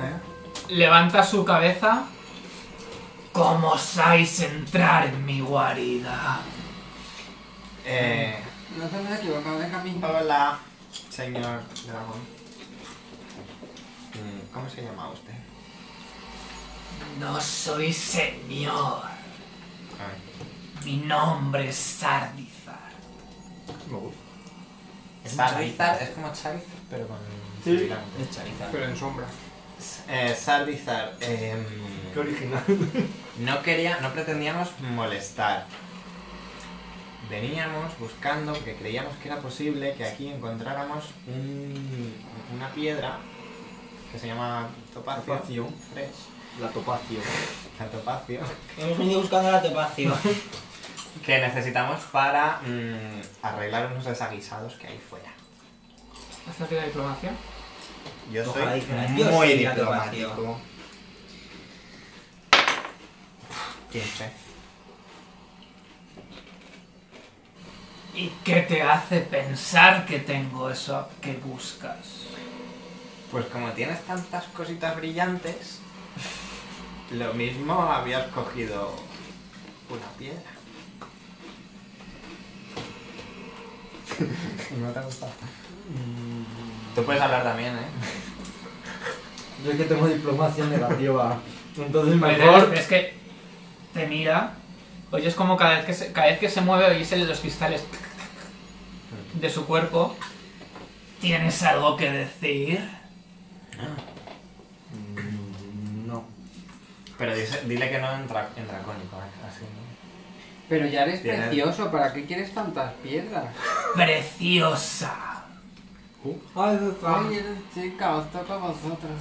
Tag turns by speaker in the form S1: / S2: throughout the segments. S1: ¿Eh? levanta su cabeza. ¿Cómo osáis entrar en mi guarida?
S2: Eh,
S3: Nos hemos equivocado de camino.
S2: hola, señor dragón. Mm, ¿Cómo se llama usted?
S1: No soy señor.
S2: Ay,
S1: Mi nombre es Sardizar.
S2: me gusta.
S3: Es un
S2: Vale.
S3: Charizard, es como Charizard, pero con.
S4: Sí.
S2: brillante.
S3: Es Charizard.
S4: Pero en sombra.
S2: Eh, Sardizar, em,
S4: Qué original.
S2: no quería, no pretendíamos molestar. Veníamos buscando, porque creíamos que era posible que aquí encontráramos un- una piedra que se llama topacio,
S4: Topacio.
S2: fresh,
S4: La topacio.
S2: la topacio,
S3: Hemos venido buscando la topacio.
S2: que necesitamos para mm, arreglar unos desaguisados que hay fuera.
S1: ¿Has una tira de diplomacia?
S2: Yo soy
S3: Ojalá dijeras, "Yo
S2: muy
S3: soy la topacio".
S2: diplomático. 15.
S1: ¿Y qué te hace pensar que tengo eso que buscas?
S2: Pues como tienes tantas cositas brillantes, lo mismo habías cogido una piedra. no te gusta. Tú puedes hablar también, ¿eh?
S4: Yo es que tengo diplomacia negativa. Entonces
S1: Mejor.
S4: mejor.
S1: Es que te mira. Oyes como cada vez que se, cada vez que se mueve oyes el- los cristales de su cuerpo. ¿Tienes algo que decir?
S4: Mm, No.
S2: Pero dice- dile que no en, dra- en dracónico, ¿eh? así. ¿no?
S3: Pero ya eres
S2: Bien.
S3: precioso, ¿para qué quieres tantas piedras?
S1: Preciosa.
S4: Ay,
S5: Ah.
S3: Ay, eres chica, os toca a vosotros.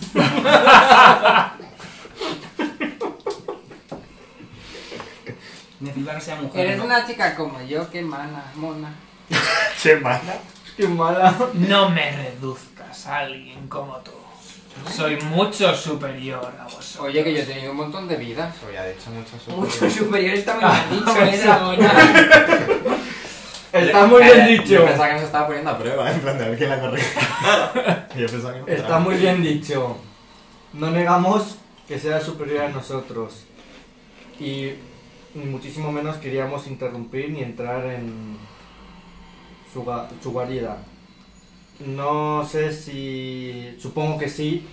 S5: Necesito que sea mujer.
S3: Eres
S5: ¿no?
S3: una chica como yo, qué mala, mona.
S2: Che, mala.
S4: Qué mala.
S1: No me reduzcas a alguien como tú. Soy mucho superior a vosotros.
S3: Oye, que yo he tenido un montón de vidas. Ah,
S2: Eso ya he dicho mucho sobre-
S5: Mucho superior está muy mal dicho, ¿eh, Dragona?
S4: Está muy bien
S2: Eh,
S4: dicho.
S2: Yo pensaba que nos estaba poniendo a prueba, en plan de a ver quién la corrige. yo pensaba que no.
S4: Está muy bien dicho. No negamos que sea superior a nosotros. Y ni muchísimo menos queríamos interrumpir ni entrar en su, gua- su guarida. No sé si... Supongo que sí.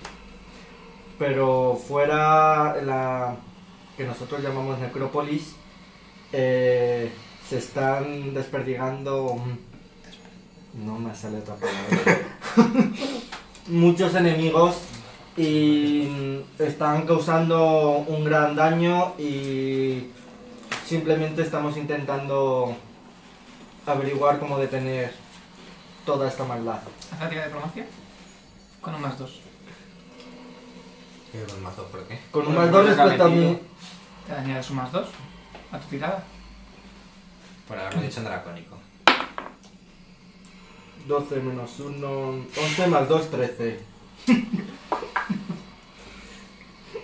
S4: Pero fuera la que nosotros llamamos necrópolis, eh, se están desperdigando... No me sale otra palabra muchos enemigos y están causando un gran daño y simplemente estamos intentando averiguar cómo detener toda esta maldad.
S1: ¿Haz la tira de diplomacia? Con un más dos.
S2: Yo con más dos, ¿por qué?
S4: Con un
S3: Por
S4: más dos
S3: haberlo
S4: respecto a mí,
S3: cometido.
S1: Te añades un más dos a tu tirada.
S2: Por haberlo dicho en dracónico.
S4: 12 menos 1, 11 más 2, 13.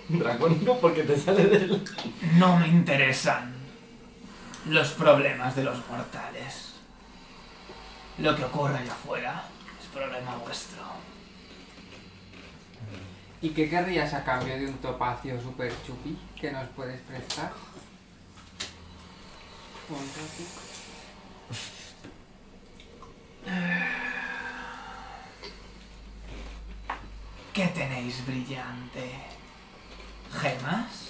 S4: Dracónico porque te sale del...
S1: No me interesan los problemas de los mortales. Lo que ocurre allá afuera es problema vuestro.
S3: ¿Y qué querrías a cambio de un topacio super chupi que nos puedes prestar? Un ratito.
S1: ¿Qué tenéis brillante? ¿Gemas?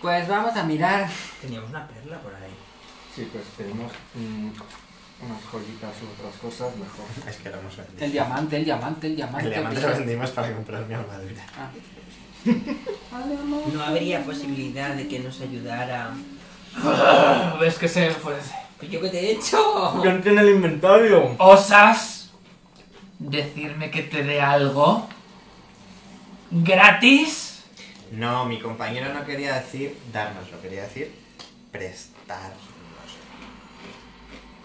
S3: Pues vamos a mirar.
S5: Teníamos una perla por ahí.
S4: Sí, pues tenemos mm, unas joyitas u otras cosas mejor.
S2: Es que lo hemos vendido.
S3: El diamante, el diamante, el diamante.
S2: El diamante lo vendimos para comprar mi armadura.
S3: Ah.
S5: No habría posibilidad de que nos ayudara.
S1: ¿Ves que se enfurece?
S5: Pues yo que te he hecho.
S4: ¡Yo en el inventario!
S1: ¿Osas decirme que te dé algo? ¿Gratis?
S2: No, mi compañero no quería decir dárnoslo, quería decir prestarnos.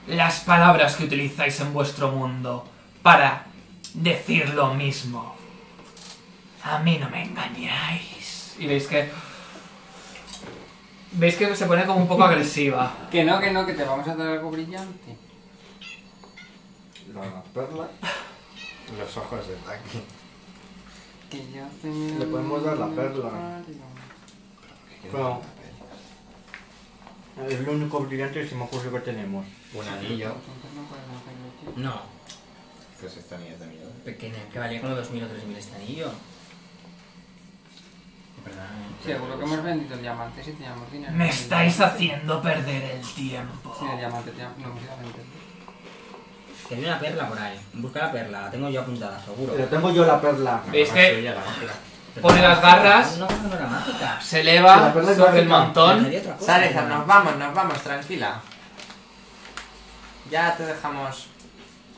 S1: Las palabras que utilizáis en vuestro mundo para decir lo mismo. A mí no me engañáis. Y veis que... Veis que se pone como un poco agresiva.
S3: Que no, que no, que te vamos a dar algo brillante.
S4: La perla.
S2: Los ojos de Taki.
S3: Que yo
S4: Le podemos dar la perla. Bueno. Es lo único brillante que se me ocurre que tenemos.
S2: Un anillo.
S5: No,
S2: Pues esta anillo es de miedo.
S5: pequeña, que valía como 2.000 o 3.000 este anillo. Perdón. eh.
S3: Seguro que hemos vendido diamantes y teníamos dinero.
S1: Me estáis haciendo perder el tiempo.
S3: Sin el diamante teníamos- no hemos ido a venderlo.
S5: Que hay una perla por ahí. Busca la perla, la tengo yo apuntada, seguro.
S4: Pero tengo yo la perla.
S1: ¿Veis
S2: La
S1: que-
S2: suya, la otra.
S1: Pone las garras.
S5: No, no, no era mágica.
S1: Se
S4: La
S1: eleva
S4: perla es
S1: sobre el
S4: mágica.
S1: montón.
S5: Dejaría otra cosa,
S2: Sale,
S5: ¿no?
S2: nos vamos, nos vamos, Pues tranquila. Ya te dejamos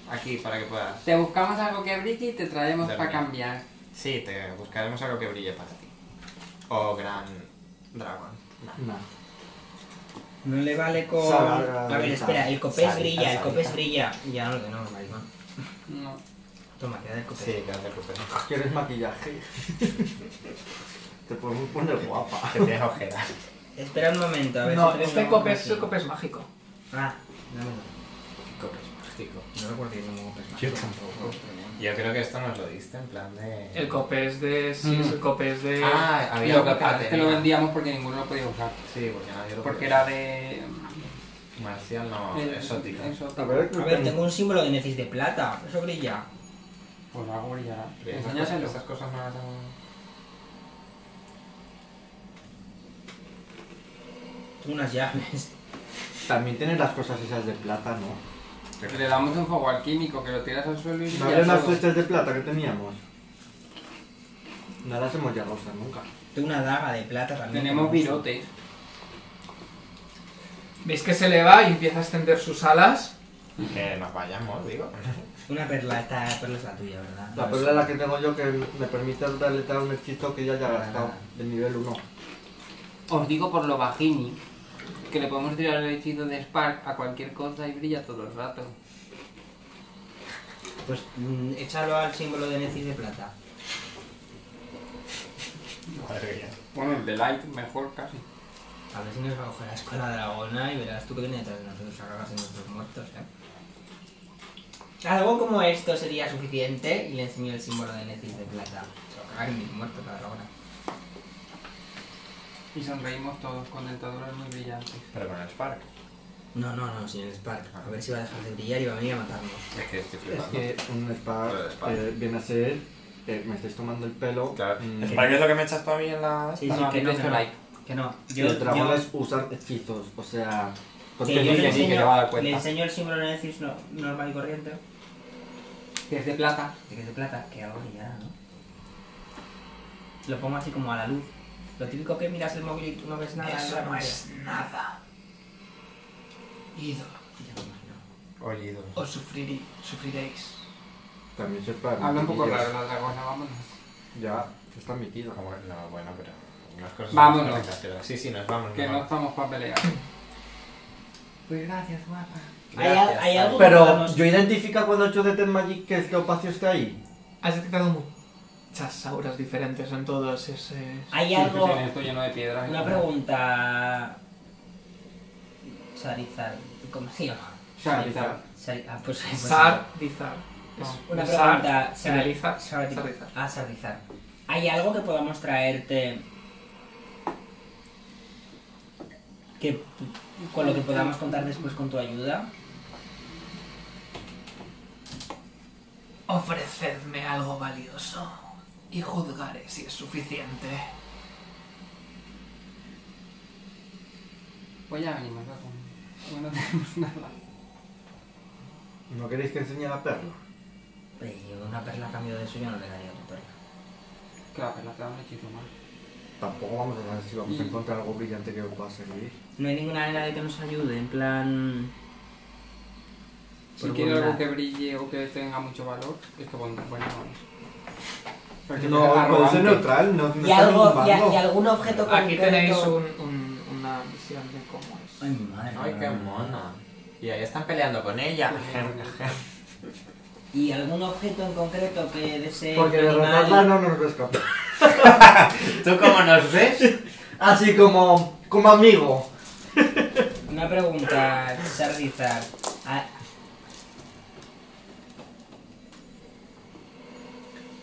S2: aquí para que puedas.
S3: Te buscamos algo que brille y te traemos
S2: Del
S3: para
S2: mío.
S3: cambiar.
S2: Sí, te buscaremos algo que brille para ti. O gran dragón. No.
S4: No.
S5: No le vale con...
S4: Saga-
S5: a ver, espera, el copés
S2: Saga-
S5: brilla, el
S2: Saga-
S5: copés brilla. Ya no lo tenemos, marisma.
S3: No.
S5: Toma, queda el copés.
S2: Sí, que no te preocupes.
S4: ¿Quieres maquillaje? te podemos poner guapa.
S2: Que tienes ojeras.
S5: Espera un momento, a ver
S1: No,
S5: si tengo
S1: este
S5: una
S1: copés es
S5: aquí.
S1: el copés mágico.
S5: Ah, dámelo.
S2: Chico.
S5: No recuerdo que ningún copés más.
S2: Yo tampoco. Yo creo que esto nos lo diste en plan de.
S1: El copés de. Sí, es el copés de.
S2: Ah,
S3: Y
S2: había
S3: lo
S2: otra
S3: que pasa es que lo
S2: tenía.
S3: vendíamos porque ninguno lo podía usar.
S2: Sí, porque nadie lo
S3: Porque
S2: podía.
S3: era de...
S2: Marcial no,
S3: eh,
S2: exótico.
S3: exótico.
S4: A ver,
S5: A ver, tengo un símbolo de Necis de plata. Eso brilla.
S3: Pues algo brillará.
S2: Pero esas cosas-
S3: Enséñaselo.
S2: Esas cosas no las hago-
S5: Tengo unas llaves.
S4: También tienes las cosas esas de plata, ¿no?
S3: Le damos un fuego alquímico que lo tiras al suelo y
S4: ¿No había
S3: brilla
S4: unas
S3: todo.
S4: flechas de plata que teníamos? No las hemos llegado a usar nunca.
S5: Tengo una daga de plata también.
S3: Tenemos virotes.
S1: Veis que se eleva y empieza a extender sus alas.
S2: Que nos vayamos, digo.
S5: Una perla, esta perla es la tuya, ¿verdad? Pues,
S4: La perla es la que tengo yo que me permite deletar un hechizo que ya haya gastado, de nivel 1.
S3: Os digo por lo bajini que le podemos tirar el hechizo de Spark a cualquier cosa y brilla todo el rato.
S5: Pues mm, échalo al símbolo de Necis de plata.
S2: Madre mía.
S3: Bueno, el de Light, mejor casi.
S5: A ver si nos va a coger la escuela dragona y verás tú que viene detrás de nosotros a cagarse en nuestros muertos, ¿eh? Algo como esto sería suficiente y le enseño el símbolo de Necis de plata. Se lo cagan en mis muertos la dragona.
S3: Y sonreímos todos con dentaduras muy brillantes.
S2: Pero con el Spark.
S5: No, no, no, señor Spark. A ver si va a dejar de brillar y va a venir a matarnos.
S2: Es que estoy
S4: Es
S2: flipando.
S4: que un spa
S2: Lo del spa.
S4: eh, viene a ser que me estáis tomando el pelo.
S2: Claro.
S4: mm,
S2: El Spark es lo que me echas tú a mí en la.
S5: Sí,
S3: Ah,
S5: sí,
S3: no,
S5: que
S3: aquí
S5: no,
S3: no
S5: que no.
S3: hay.
S5: Que no.
S4: y los dragones usan hechizos, o sea.
S5: que
S4: porque
S5: yo
S4: no
S5: le
S2: que sí, que le va a dar
S5: enseño,
S2: cuenta.
S5: le enseño el símbolo de Necis no- normal y corriente.
S3: Que es de plata.
S5: De que es de plata, que algo brillará, ¿no? Lo pongo así como a la luz. Lo típico que miras el móvil y tú no ves nada.
S1: Eso
S5: la
S1: no
S5: pantalla.
S1: es nada. Ido,
S5: Ya me imagino.
S2: Oído.
S1: os sufrirí, sufriréis.
S4: También se para.
S3: Habla un poco raro la dragona, vámonos.
S4: Ya, está metido.
S2: Como- No, bueno, pero. unas cosas
S3: Vámonos.
S2: son perfectas, pero- Sí, sí, nos vamos.
S3: Que
S2: nos
S3: no
S2: vamos.
S3: estamos para pelear. Pues gracias, guapa.
S5: Hay al- hay algo-
S4: Pero yo identifico cuando he hecho Detect Magic que este opacio está ahí.
S1: Has detectado muchas auras diferentes en todos ese.
S5: Hay
S3: Sí,
S5: algo.
S3: tiene esto lleno de piedras. y
S5: Una
S3: todo.
S5: pregunta. Sarizar. ¿Cómo se llama?
S3: Charizard.
S5: Sari- Ah, pues. pues-
S1: Zar, dizar.
S3: Ah,
S5: Una
S1: un zar,
S5: pregunta.
S1: finaliza,
S5: Sari-
S1: zarizar.
S5: Ah, Sarizar. ¿Hay algo que podamos traerte. Que, con lo que podamos contar después con tu ayuda?
S1: Ofrecedme algo valioso y juzgaré si es suficiente.
S3: Pues ya venimos, ¿no? Como no tenemos nada.
S4: ¿No queréis que enseñe la perla?
S5: Oye, Pues yo una perla a cambio de eso yo no le daría a tu perla.
S3: Claro, pero te da un hechizo más.
S4: Tampoco vamos a saber si vamos a
S3: Mm.
S4: encontrar algo brillante que os pueda servir.
S5: No hay ninguna manera de que nos ayude, en plan.
S3: Si
S5: Por
S3: quiero
S5: bondad.
S3: algo que brille o que tenga mucho valor, es que bueno, bueno, no es. Porque
S4: No,
S3: es
S4: puede ser
S3: arrogante.
S4: neutral, no, no
S5: Y,
S4: está
S5: algo, y,
S4: ninguno.
S5: y algún objeto
S1: Aquí
S5: concreto.
S1: tenéis un- un- una visión de cómo
S5: Ay,
S1: es.
S5: mi madre.
S2: Ay, qué mona. Y ahí están peleando con ella.
S5: ¿Y algún objeto en concreto que desee
S4: Porque de derrotarla no nos ves capaz.
S2: ¿Tú cómo nos ves?
S4: Así como, como amigo.
S5: Una pregunta, Charizard. Ah,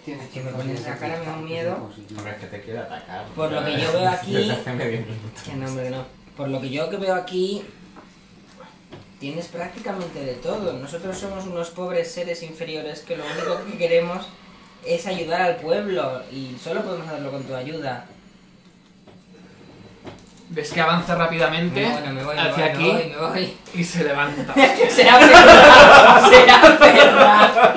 S3: Tienes
S5: que me pones la cara, me da un miedo.
S2: Hombre, es que te quiero atacar.
S5: Por lo que yo veo aquí-
S2: Desde hace medio minuto.
S5: Que no, hombre, no. Por lo que yo que veo aquí, tienes prácticamente de todo. Nosotros somos unos pobres seres inferiores que lo único que queremos es ayudar al pueblo y solo podemos hacerlo con tu ayuda.
S1: Ves que avanza rápidamente
S5: Me voy, me voy, me
S1: hacia
S5: voy,
S1: aquí
S5: me voy, me voy.
S1: y se levanta.
S5: Será perra, será perra.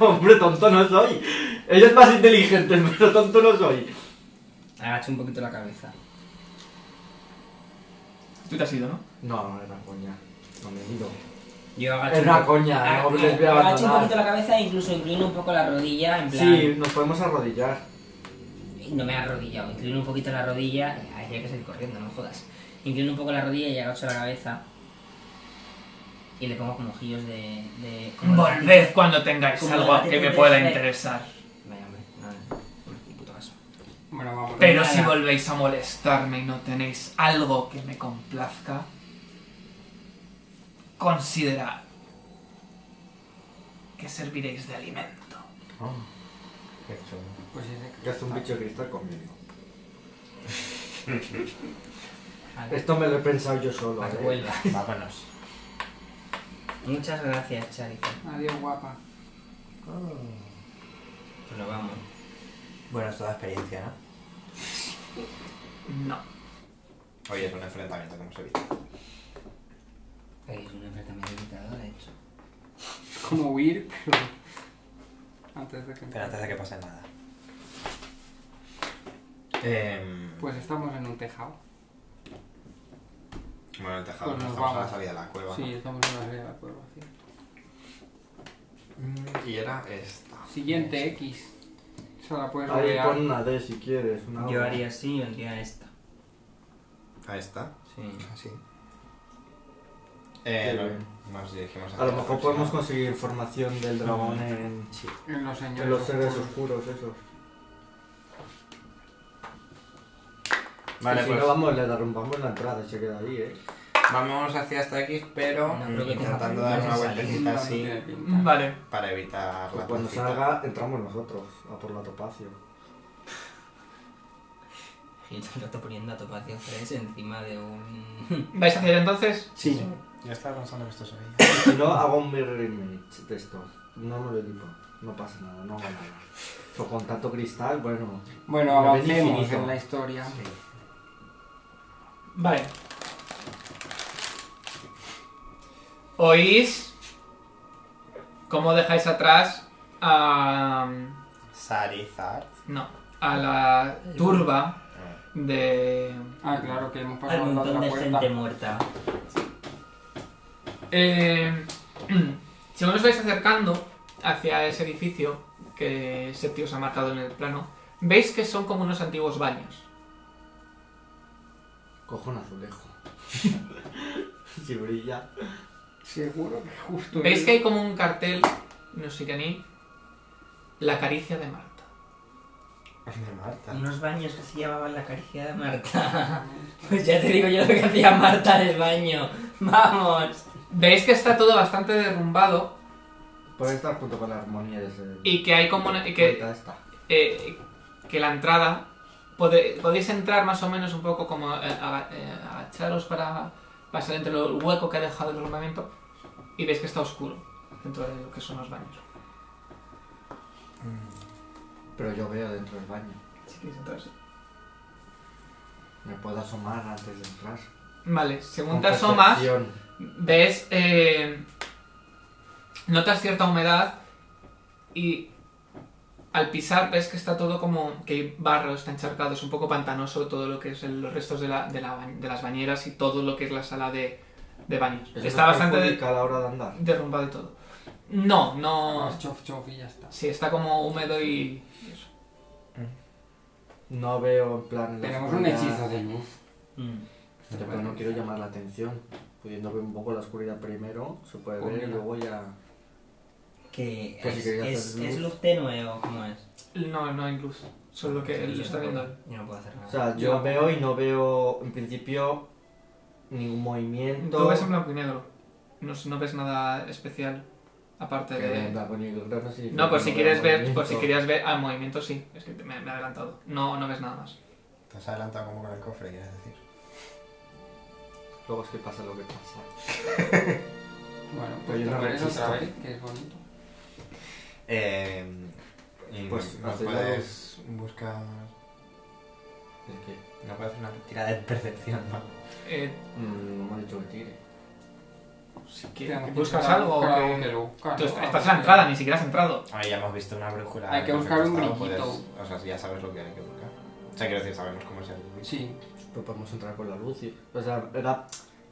S4: Hombre, tonto no soy. Ella es más inteligente, pero tonto no soy.
S5: Agacho un poquito la cabeza.
S1: Tú te has ido, ¿no?
S4: No, no, es una coña. No me he ido.
S5: Yo agacho
S4: Es
S5: un
S4: una
S5: po-
S4: coña,
S5: Aga-
S4: no les voy a
S5: Agacho un poquito
S4: abandonar.
S5: la cabeza e incluso inclino un poco la rodilla, en plan...
S4: Sí, nos podemos arrodillar.
S5: No me he arrodillado, inclino un poquito la rodilla. Ay, hay que seguir corriendo, no jodas. Inclino un poco la rodilla y agacho la cabeza. Y le pongo como ojillos de. de como
S1: Volved cuando tengáis
S5: Como
S1: algo
S5: la
S1: que me
S5: tiene
S1: pueda
S5: de-
S1: interesar.
S5: Vaya, hombre, no, no, ni puto caso.
S3: Bueno, vamos.
S1: Pero
S5: Nada.
S1: si volvéis a molestarme y no tenéis algo que me complazca, considerad que serviréis de alimento.
S2: Oh, qué chulo.
S3: Pues ese
S4: Que hace un bicho de cristal conmigo.
S5: Vale,
S4: Esto me lo he pensado yo solo.
S5: para que
S4: ¿eh?
S5: vuelva.
S2: Vámonos.
S5: Muchas gracias, Charito.
S3: Adiós, guapa.
S5: Pues nos vamos.
S2: Bueno, es toda experiencia, ¿no?
S1: No.
S2: Oye, es un enfrentamiento que hemos evitado.
S5: Ahí es un enfrentamiento evitado, de hecho.
S3: Es como huir, pero. Antes de que.
S2: Pero antes de que pase nada. Em,
S3: Pues estamos en un tejado.
S2: bueno, el tejado,
S3: pues
S2: no
S3: nos
S2: estamos a la
S3: vamos.
S2: salida de la cueva.
S3: Sí, estamos en una área de la cueva. sí.
S2: ¿no? Y era esta.
S3: Siguiente X. Se la puedes
S4: Ahí
S3: rodear.
S4: pon una D si quieres. Una
S5: Yo
S4: O.
S5: haría así y vendría esta.
S2: A esta.
S5: Sí.
S2: Así. Eh,
S4: Sí,
S2: lo-
S4: bien.
S2: nos dirigimos hacia
S4: A lo
S2: la
S4: mejor
S2: próxima.
S4: podemos conseguir información del dragón en,
S3: En los
S4: en
S3: señores.
S4: los seres
S3: oscuros.
S4: oscuros, esos.
S2: Vale,
S4: Y si
S2: pues
S4: no vamos, le derrumbamos la entrada y se queda ahí, ¿eh?
S2: vamos hacia esta X, pero
S5: No creo que
S2: intentando
S5: tenga
S2: dar una
S5: problemas en
S2: vueltecita
S3: No, no
S2: así
S3: tiene
S5: Mm,
S3: pinta.
S1: Vale.
S2: para evitar
S4: Pues
S2: la
S4: cuando
S2: torcita.
S4: salga, entramos nosotros a por la topacio.
S5: Y todo el rato poniendo a Topacio 3 encima de un.
S1: ¿Vais hacia allá entonces?
S4: Sí.
S2: Yo estaba pensando que esto se veía.
S4: Si no, hago un mirror image de estos. No me lo digo. No pasa nada, no hago nada. Pero con tanto cristal, bueno.
S3: Bueno,
S4: Lo ven
S3: avancemos
S4: infinito.
S3: en la historia.
S1: Vale. ¿Oís cómo dejáis atrás a...
S2: Sarizar.
S1: No, a la turba
S2: Ah,
S1: de...
S3: Ah, claro, que hemos
S5: Hay
S3: pasado
S5: un
S3: la
S5: montón
S3: otra
S5: de
S3: puerta.
S5: gente muerta.
S1: Eh, según os vais acercando hacia ese edificio que Septio os ha marcado en el plano, veis que son como unos antiguos baños.
S4: Cojo un azulejo. si brilla.
S3: Seguro que justo.
S1: Veis
S3: ahí-
S1: que hay como un cartel, no sé qué ni, la caricia de Marta.
S2: De Marta.
S5: Unos baños que se llamaban la caricia de
S3: Ah,
S5: Marta. Pues ya te digo yo lo que hacía Marta en el baño. ¡Vamos!
S1: Veis que está todo bastante derrumbado
S4: Puede estar junto con la armonía de ese.
S1: y que hay como una- y que,
S4: puerta esta.
S1: eh, que la entrada pode- podéis entrar más o menos un poco como eh, aga- eh, agacharos para pasar entre el hueco que ha dejado el armamento y veis que está oscuro dentro de lo que son los baños.
S4: Mm. Pero yo veo dentro del baño.
S1: Si quieres entrar, sí.
S4: Me puedo asomar antes de entrar.
S1: Vale, según
S4: Con
S1: te asomas,
S4: percepción.
S1: ves. eh, notas cierta humedad y al pisar ves que está todo como. que hay barro, está encharcado, es un poco pantanoso todo lo que es el- los restos de, la- de la ba- de las bañeras y todo lo que es la sala de, de baños.
S4: Eso
S1: está bastante de-
S4: perjudicado a la hora de andar.
S1: derrumbado y todo. No, no.
S3: Más chof chof y ya está.
S1: Sí, está como húmedo y. eso.
S4: No veo en plan. la
S3: Tenemos un
S4: oscuridad.
S3: hechizo de luz.
S4: Mm. Pero no quiero llamar la atención. Pudiendo ver un poco la oscuridad primero, se puede ver y
S3: Póngela.
S4: luego ya.
S1: Ah.
S5: Que
S4: Pues si
S5: es,
S4: querías
S5: es,
S4: hacer luz.
S5: es luz tenue o cómo es.
S1: No, no, incluso. Solo que él lo está viendo. él.
S5: Yo no puedo hacer nada.
S4: O sea, yo veo y no veo, en principio, ningún movimiento.
S1: Todo ves en blanco y negro. No, no ves nada especial. Aparte
S4: Que
S1: de...
S4: venga, pues, yo creo que sí,
S1: No, por
S4: que
S1: si
S4: no
S1: quieres
S4: veo
S1: ver, por si
S4: movimiento.
S1: querías ver. Ah, movimiento sí, es que te- me, me he adelantado. No, no ves nada más.
S2: Te has adelantado como con el cofre, quieres decir.
S4: Luego es que pasa lo que pasa.
S3: Bueno,
S4: Oye,
S3: pues te
S4: una
S3: pones
S4: rechista.
S3: otra vez, que es bonito.
S2: Eh,
S4: Pues,
S2: pues no,
S4: hace
S2: puedes buscar.
S4: Es que
S2: No puedes hacer una tirada de percepción, ¿no?
S1: Eh,
S4: mm, no me ha dicho que tire.
S1: si
S3: Tenemos
S1: quieres,
S3: que
S1: ¿buscas
S3: intentar
S1: algo? o
S3: buscar
S1: qué?
S3: algo que lo buscar,
S1: Tú
S3: ¿no?
S1: est-
S3: Algo
S1: estás en la
S3: que-
S1: entrada, ni siquiera has entrado.
S2: A ver, ya hemos visto una brújula.
S3: Hay que
S2: en
S3: buscar un
S2: perfecto
S3: brillito.
S2: estado, puedes- O sea, si ya sabes lo que hay que buscar. O sea, quiero decir, sabemos cómo es el brillo.
S3: Sí,
S4: Pues podemos entrar con la luz. y- O sea, era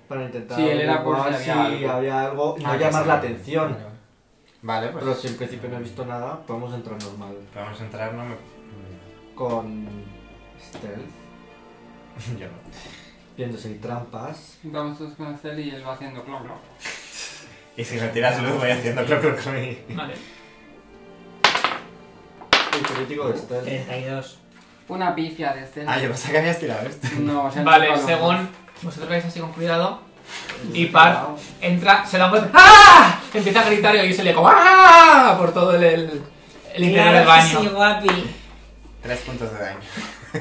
S4: para intentar
S3: Sí, él era por
S4: averiguar
S3: si había
S4: si
S3: algo.
S4: había algo. No
S2: Ah, que
S4: llamar la
S2: sí.
S4: atención.
S2: Vale, pues.
S4: Pero si en principio no he visto nada, podemos entrar normal.
S2: Podemos entrar, no me.
S4: Con stealth,
S2: Yo no.
S4: viendo si hay trampas.
S3: vamos todos con el cel y él va haciendo clon, clon.
S2: Y si me tiras luz, voy haciendo cloc cloc cloc.
S1: Vale.
S4: El crítico de
S5: Eh,
S4: stealth.
S5: 32.
S3: Una pifia de cel.
S2: Ah, yo pensaba que habías tirado esto.
S3: No, o sea,
S1: Vale,
S3: toca los
S1: según
S3: dos.
S1: vosotros vais así con cuidado, y
S4: Sí,
S1: Par entra, se da un golpe. ¡Ah! Empieza a gritar y oís el eco. ¡Ah! Por todo el, el, el interior del
S5: Claro que sí,
S1: baño.
S5: guapi.
S2: Tres puntos de daño.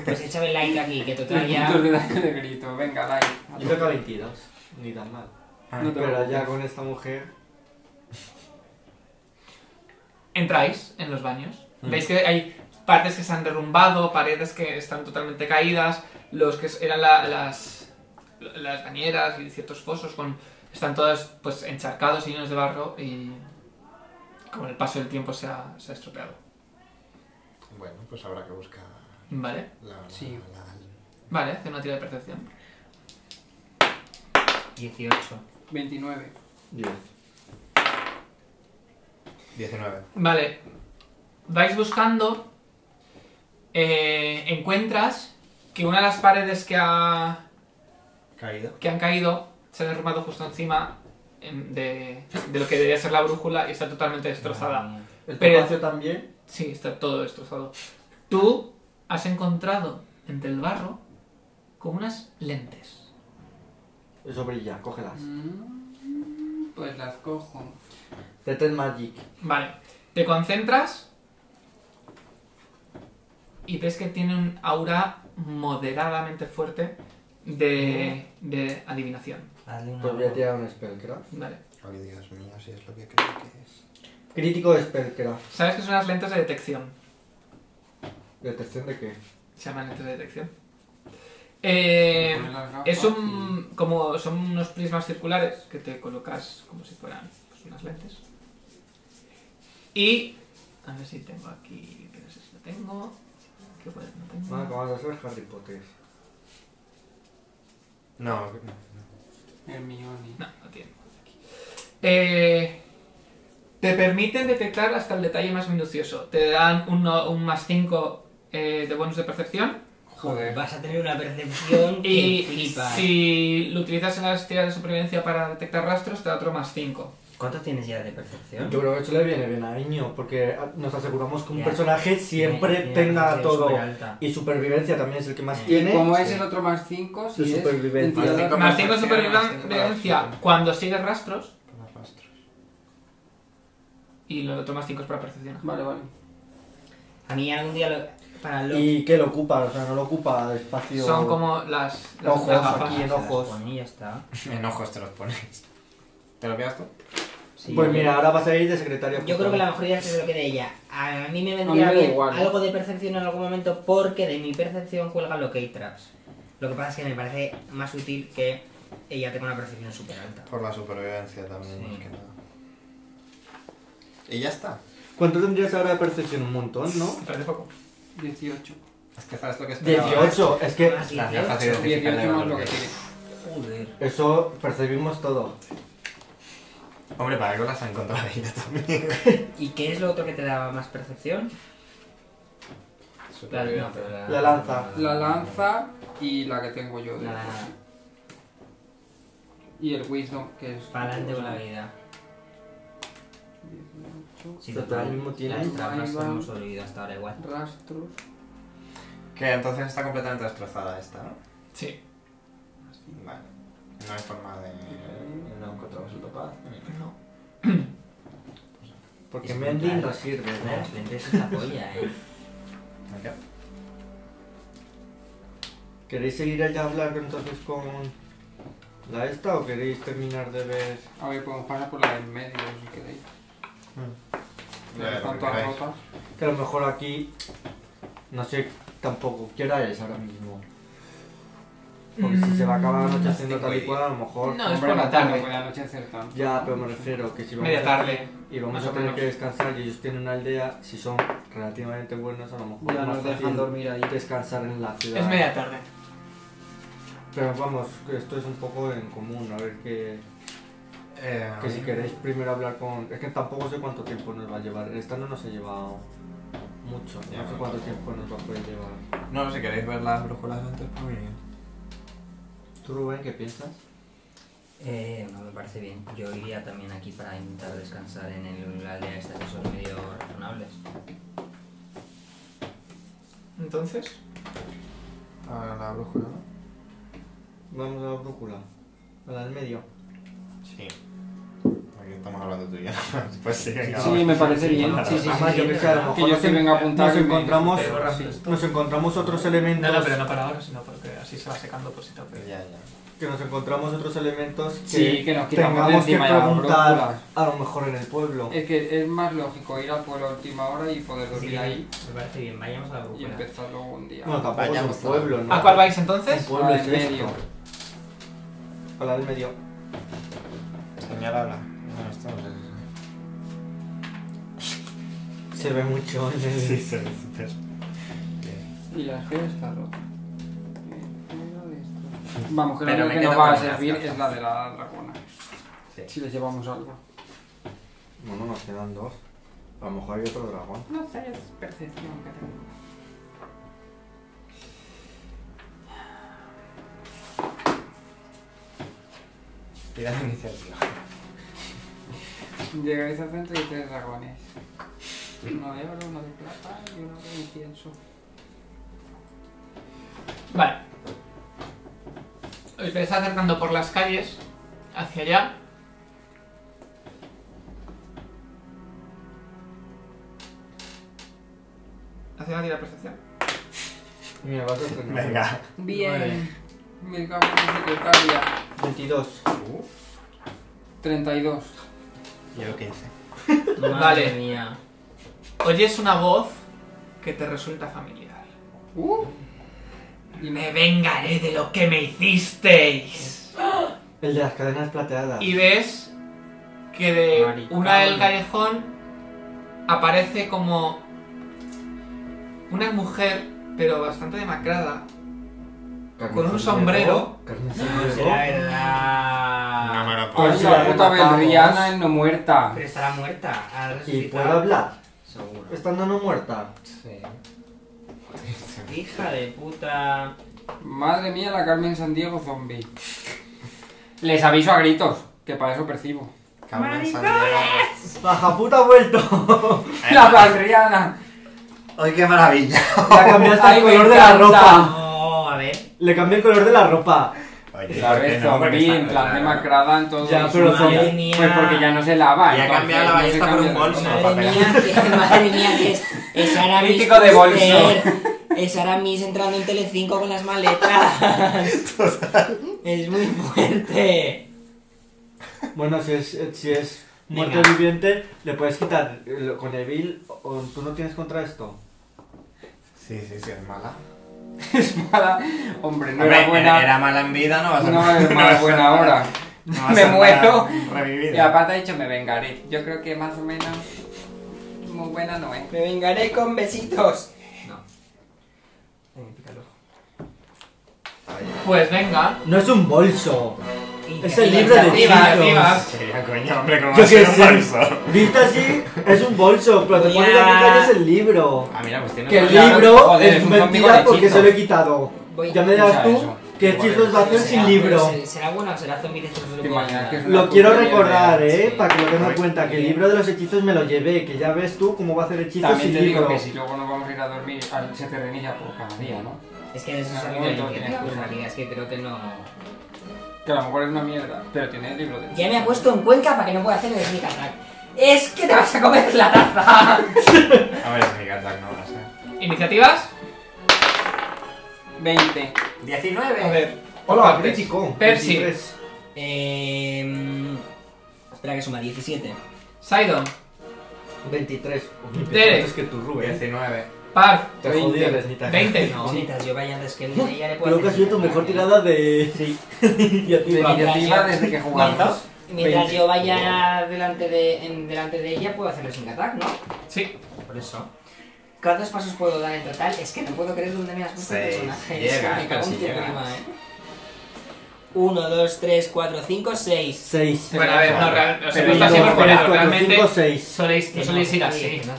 S5: Pues échame el like aquí, que
S3: Tres
S5: total ya.
S3: puntos de daño de grito, venga, like.
S4: Yo saco 22. Ni tan mal.
S3: No te
S4: Pero
S3: preocupes.
S4: ya con esta mujer.
S1: Entráis en los baños.
S4: Mm.
S1: Veis que hay partes que se han derrumbado, paredes que están totalmente caídas, los que eran la- las, las bañeras y ciertos fosos con, están todas pues encharcados y llenos de barro y con el paso del tiempo se ha, se ha estropeado.
S2: Bueno, pues habrá que buscar
S1: Vale,
S2: la.
S3: Sí.
S2: la-
S1: vale, hace una tira de percepción.
S5: 18.
S3: 29.
S4: 10.
S2: 19.
S1: Vale. Vais buscando. eh, encuentras que una de las paredes que, ha-
S2: Caído.
S1: que han caído se ha derrumbado justo encima em, de, de lo que debería ser la brújula y está totalmente destrozada.
S4: El
S1: Pero-
S4: espacio también.
S1: Sí, está todo destrozado. Tú has encontrado entre el barro como unas lentes.
S4: Eso brilla, cógelas.
S3: Mm, Pues las cojo.
S4: Detect Magic.
S1: Vale. Te concentras y ves que tiene un aura moderadamente fuerte de, de adivinación.
S5: Hazle una.
S4: Pues voy a tirar un Spellcraft.
S1: Vale.
S2: Ay, Oh, Dios mío, si es lo que creo que es.
S4: Crítico de Spellcraft.
S1: Sabes que son las lentes de detección.
S4: ¿Detección de qué?
S1: Se llaman lentes de detección. Eh,
S3: Pones las gafas
S1: es un, como son unos prismas circulares que te colocas como si fueran pues, unas lentes. Y a ver si tengo aquí, que no sé si lo tengo. ¿Qué puede? No tengo.
S4: Bueno, acabas de hacer Harry Potter.
S2: No, no.
S3: y Hermione.
S1: No, no tiene. Eh, te permiten detectar hasta el detalle más minucioso. Te dan un, no- un más 5 de bonus de percepción.
S5: Joder, vas a tener una percepción que
S1: Y
S5: flipas.
S1: si lo utilizas en las tiras de supervivencia para detectar rastros, te da otro más 5.
S5: ¿Cuánto tienes ya de percepción?
S4: Yo creo que eso le viene bien a Iño, porque nos aseguramos que un
S5: Ya.
S4: personaje siempre
S5: Tiene- tiene
S4: tenga
S5: una
S4: todo.
S5: percepción superalta.
S4: Y supervivencia también es el que más
S5: Y
S3: Y
S4: tiene.
S3: como es
S2: Sí.
S3: el otro más 5, si
S4: De
S3: es
S4: supervivencia.
S3: entidad-
S2: Más cinco
S1: ¿Eh? Más 5 de
S2: percepción, más cinco para
S1: supervivencia
S2: percepción.
S1: cuando sigues rastros.
S2: Para rastros.
S1: Y lo otro más 5 es para percepción.
S3: Vale, vale.
S5: A mí algún día lo. Para lo.
S4: ¿Y qué lo ocupa? O sea, no lo ocupa espacio.
S1: Son como las, las
S4: Ojos
S1: otras gafas.
S4: aquí.
S5: Se las
S4: enojos.
S5: pone y ya está.
S2: En ojos te los pones. ¿Te lo quedas tú?
S5: Sí.
S4: Pues mira, ahora vas a ir de secretaria.
S5: Yo creo que la mejor idea es que se lo quede ella. A mí me vendría
S3: A mí me da
S5: bien
S3: igual.
S5: algo de percepción en algún momento porque de mi percepción cuelgan locate traps. Lo que pasa es que me parece más útil que ella tenga una percepción súper alta.
S2: Por la supervivencia también,
S5: Sí.
S2: más que nada. Y ya está.
S4: ¿Cuánto tendrías ahora de percepción? Un montón, ¿no?
S1: Me parece poco.
S3: 18.
S2: Es que sabes lo que esperaba.
S4: 18. Es que
S5: Más
S2: Las
S5: 18.
S2: gafas de identificar
S3: 18 más
S2: de
S3: lo que
S2: valor.
S3: tiene.
S5: Joder.
S4: eso percibimos todo.
S2: Hombre, para algo las ha encontrado ella también.
S5: ¿Y qué es lo otro que te daba más percepción? La, no, pero la,
S4: La lanza.
S3: La lanza y la que tengo yo. de-
S5: La-
S3: Y el wisdom, que es.
S5: Para adelante con la vida.
S3: 18.
S5: Sí,
S4: Pero
S5: total.
S4: tú mismo tienes-
S5: Las trampas
S3: Ahí
S5: no
S3: va.
S5: hemos olvidado hasta ahora igual.
S3: Rastros.
S2: Que entonces está completamente destrozada esta, ¿no?
S1: Sí.
S2: Vale. Eh, No hay forma de. No encontramos el topaz.
S1: No.
S4: Porque
S5: Es
S4: Mendy
S5: brutal.
S4: no sirve,
S5: Las
S4: ¿no?
S5: lentes es la polla, eh.
S2: Venga.
S4: ¿Queréis seguir allá a hablar entonces con la esta o queréis terminar de ver?
S3: A ver, podemos pasar por la del medio si queréis.
S2: La de
S3: Están
S2: lo que
S3: todas
S2: queráis.
S3: rotas.
S4: Mm. Que a lo mejor aquí, no sé tampoco qué hora es ahora mismo. Porque si se va a acabar la noche
S1: Mm,
S4: haciendo
S2: tengo
S4: tal y
S2: idea.
S4: cual, a lo mejor...
S1: No, es
S3: Hombre,
S1: por la
S5: eh.
S1: tarde.
S3: Por la noche acertan.
S4: Ya, pero me refiero que si vamos,
S1: Media
S4: a-
S1: tarde.
S4: y vamos
S1: más
S4: a
S1: o
S4: tener
S1: menos.
S4: que descansar y ellos tienen una aldea, si son relativamente buenos, a lo mejor
S5: Ya
S4: es más
S5: nos dejan
S4: fácil
S5: dormir ahí.
S4: descansar en la ciudad.
S1: Es media tarde.
S4: Pero vamos, que esto es un poco en común, a ver qué...
S2: Eh,
S4: Que si queréis primero hablar con... Es que tampoco sé cuánto tiempo nos va a llevar. Esta no nos ha llevado mucho.
S2: Ya,
S4: no sé
S2: no
S4: cuánto
S2: pasa.
S4: tiempo nos va a poder llevar.
S2: No, si queréis ver las brújulas antes, pues bien.
S4: ¿Tú, Rubén, qué piensas?
S5: Eh, no me parece bien. Yo iría también aquí para intentar descansar en el, la aldea esta que son medio razonables.
S1: Entonces,
S2: A la brújula, ¿no?
S4: Vamos a la brújula. A la del medio.
S2: Sí. Aquí estamos hablando tú y yo. pues sí, venga,
S3: Sí,
S2: vamos.
S3: me parece bien. Sí, sí,
S4: Además,
S3: sí.
S4: Ah, yo
S5: sí,
S4: que
S5: sí,
S4: sé, a lo
S5: que
S4: mejor
S3: yo
S4: nos
S3: sí
S4: en-
S3: venga a apuntar
S4: nos
S3: y me dice,
S4: encontramos,
S1: "Te borras esto".
S4: nos encontramos otros elementos
S1: no, no, pero no para ahora, sino porque así se va secando por si te apetece.
S2: Ya, ya.
S4: que nos encontramos otros elementos que,
S3: Sí, que nos quitamos de
S4: tengamos que
S3: encima ya la
S4: preguntar
S3: brújula.
S4: a lo mejor en el pueblo.
S3: Es que es más lógico ir al pueblo a última hora y poder dormir ahí
S5: Me parece bien, vayamos a la
S3: y
S5: brújula.
S3: empezar luego un día.
S4: Bueno, tampoco es
S2: Vayamos
S4: un
S2: a-
S4: pueblo, ¿no?
S1: ¿A cuál vais
S4: Un
S1: entonces?
S4: pueblo
S3: Al
S4: es esto.
S3: medio.
S4: A la del medio.
S2: Señal habla. No, esto no sé.
S4: Se ve mucho. en el-
S2: Sí, se ve súper. Bien.
S3: Y la esfera está rota. Esfera de esto. Vamos, que lo
S2: Pero
S3: único
S2: me
S3: que
S2: quedo
S3: nos va
S2: con
S3: a
S2: las
S3: servir
S2: gafas.
S3: es la de la dragona.
S2: Sí.
S3: Si le llevamos algo.
S4: Bueno, nos quedan dos. A lo mejor hay otro dragón.
S3: No sé, es percepción que tengo.
S2: Tira la iniciativa.
S3: Llegáis al centro y hay tres dragones. Uno de oro, uno de plata y uno de incienso.
S1: Vale. Os vais acercando por las calles hacia allá. Hacia la tira de percepción.
S4: Me vas a sorprender.
S2: Venga.
S3: Bien. Me cago en la secretaria.
S4: 22.
S2: Uh,
S3: 32.
S2: yo 15.
S5: Madre
S1: Vale.
S5: mía.
S1: Oyes una voz que te resulta familiar.
S3: Uh.
S1: Y me vengaré de lo que me hicisteis.
S4: El de las cadenas plateadas.
S1: Y ves que de
S5: Maricón.
S1: una del callejón aparece como una mujer, pero bastante demacrada,
S4: Carmen
S1: con un
S4: Sandiego.
S1: sombrero.
S4: Carmen
S5: Será
S4: Sandiego.
S2: No me
S5: verdad.
S2: lo
S4: Pues
S3: Pues
S2: puedo.
S4: sí,
S3: la
S4: la
S3: puta
S4: matamos.
S3: Belriana en no muerta.
S5: Pero estará muerta. Ha
S4: Y
S5: resucitado.
S4: puedo hablar, Pues,
S5: Seguro.
S4: estando no muerta.
S2: Sí.
S5: Hija de puta.
S3: Madre mía, la Carmen Sandiego zombie. Les aviso a gritos, que para eso percibo.
S2: Carmen Sandiego.
S4: ¡Baja puta ha vuelto!
S3: ¡La Belriana!
S2: ¡Ay, qué maravilla!
S4: Le cambiaste
S3: Ay,
S4: el
S3: me
S4: color de la
S3: encanta.
S4: ropa.
S5: No, a ver.
S4: Le cambié el color de la ropa.
S2: Oye,
S3: La
S2: ¿por qué
S3: vez
S2: no? Porque
S3: zombie,
S2: está-
S3: en plan demacrada, en todo.
S4: Ya,
S3: eso.
S4: pero
S5: madre
S4: zombie-
S5: mía.
S3: Pues porque ya no se lava.
S2: Y ha
S3: entonces
S2: cambiado la
S3: no se
S2: ballesta por
S3: cambia
S2: un
S3: de
S2: bolso.
S3: ropa.
S5: Madre mía, que, madre mía, que es, es Aramis.
S3: Crítico de bolso.
S5: Fuster, Es Aramis entrando en Telecinco con las maletas. es muy fuerte.
S4: Bueno, si es, eh, si es muerte
S5: Venga.
S4: viviente, le puedes quitar eh, lo- con Evil. O, ¿Tú no tienes contra esto?
S2: Sí, sí, sí, es mala.
S3: Es mala. Hombre, no
S2: Hombre,
S3: era buena.
S2: era mala en vida, no va a ser
S3: No es
S2: va a
S3: más
S2: ser
S3: buena
S2: mala-
S3: ahora.
S2: no va a
S3: Me
S2: ser mala
S3: muero. Y
S2: Revivida.
S3: aparte ha dicho me vengaré. Yo creo que más o menos muy buena no es.
S5: Me vengaré con besitos. No. Ay, me pica el ojo.
S1: Pues venga.
S4: No es un bolso. Es el libro de
S1: arriba, arriba.
S4: chicos.
S2: Sí, coño, hombre, ¿cómo va
S4: Yo
S2: a ser
S4: qué
S2: un
S4: sé.
S2: bolso?
S4: Viste así, es un bolso, pero te
S5: Ya.
S4: pones aquí que es el libro.
S2: Ah, mira, pues tiene
S4: Que el
S3: Claro,
S4: libro
S3: joder,
S4: es
S3: es un
S4: mentira
S3: zombie con
S4: porque
S3: hechizo.
S4: se lo he quitado.
S5: Voy a
S4: Ya me dirás
S3: escuchar
S4: tú
S3: eso.
S4: qué
S2: Igual
S4: hechizos
S2: es-
S4: hacen sin
S5: Será-
S4: libro.
S5: pero ¿Será buena o será zombie de estos
S3: Te imaginas que es una
S4: Lo quiero
S3: puta
S4: recordar,
S3: mierda.
S4: eh,
S5: sí.
S4: para que lo tenga en
S2: Muy
S4: cuenta, que el libro de los hechizos me lo llevé, que ya ves tú cómo va a hacer hechizos
S3: También
S4: sin
S3: te digo
S4: libro.
S3: que si luego nos vamos a ir a dormir al se te renilla por cada día, ¿no?
S5: Es que en esos
S3: Ah,
S5: animales
S3: bueno,
S5: no tiene
S3: tiene
S5: excusa,
S3: excusa.
S5: tío, es que creo que no...
S3: Que a lo mejor es una mierda, pero tiene el libro de...
S5: Ya me ha puesto en cuenca para que no pueda hacer el sneak attack. Es que te vas a comer la taza.
S2: A ver, Sneak Attack no va a ser.
S1: ¿Iniciativas?
S3: 20.
S2: 19.
S1: A ver.
S4: Hola,
S1: partes.
S4: crítico.
S1: Percy.
S4: 23.
S5: Eh, espera que suma 17.
S1: Saidon,
S4: 23. Uy,
S1: Derek.
S4: antes que eh. tu Rubén.
S2: 19
S1: Parf,
S4: Te
S3: 20.
S4: jodí el Snita.
S1: 20.
S5: No, mientras yo vaya antes que él, ya le puedo
S6: Creo que ha
S5: hacer
S6: sido tu
S5: una
S6: mejor
S5: carga.
S6: tirada de, de
S3: De
S6: iniciativa.
S3: iniciativa desde que jugamos.
S2: ¿Cuántos?
S5: Mientras
S6: 20.
S5: yo vaya delante de, en- delante de ella, puedo hacerle sin attack, ¿no?
S1: Sí.
S5: Por eso. ¿Cuántos pasos puedo dar en total? Es que no puedo creer dónde me has puesto el
S2: Seis.
S5: personaje.
S2: Llegas,
S5: me cago en
S2: casi
S5: tu
S2: llegas.
S5: prima, ¿eh? 1, 2, 3, 4, 5, 6.
S6: 6.
S1: Bueno, a ver, no, real, os he puesto así por poneros, realmente
S6: 4, 5, 6.
S1: soléis, no soléis ir así.
S5: No,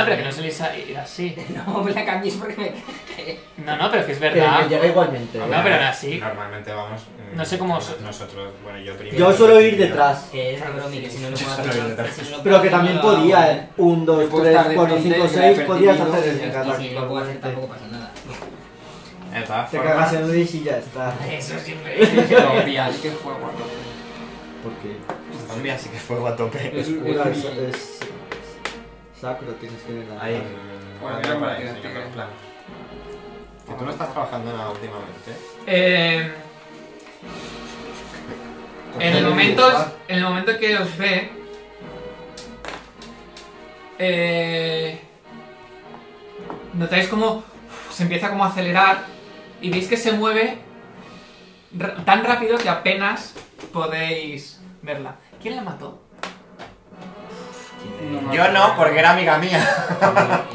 S1: No, pero que no soléis a- ir así.
S5: No me la cambiéis porque me.
S1: No, no, pero que es
S6: Pero me
S1: verdad.
S6: llega igualmente.
S1: No,
S6: ¿eh?
S1: pero ahora sí.
S2: Normalmente vamos. mm,
S1: No sé cómo vosotros.
S2: Nosotros, bueno, yo primero.
S6: Yo suelo ir detrás.
S5: Que es de bromi, que si no lo puedo
S2: Yo solo voy detrás.
S5: hacer. si no lo
S6: Pero
S5: puedo
S6: que
S5: hacer,
S6: también
S5: no lo hago.
S6: podía, eh. 1, 2,
S3: puedo
S6: 3,
S3: estar de
S6: 4,
S3: frente,
S6: 5,
S3: que me
S6: 6. Podías
S3: percibido,
S6: hacer el
S3: y ya
S6: Sneak
S3: está.
S6: Attack.
S5: Y si no lo puedo hacer, tampoco pasa nada.
S2: De todas
S6: Te
S2: formas,
S6: cagas en Luis y ya está.
S5: Eso siempre.
S3: Zombias, qué fuego.
S6: Porque
S2: Zombie, así que fuego a tope.
S3: Es-
S6: es cura,
S3: es-
S6: es, es sacro, tienes que ver.
S2: Ahí.
S3: Bueno,
S2: Bueno,
S3: no,
S2: para ahí,
S3: no,
S2: señor
S3: no.
S2: Kaplan. Que tú no estás trabajando nada últimamente.
S1: Eh, en, el momento, en el momento que os ve, eh, notáis como se empieza como a acelerar y veis que se mueve ra- tan rápido que apenas podéis verla. ¿Quién la mató?
S2: Yo no, porque era amiga mía.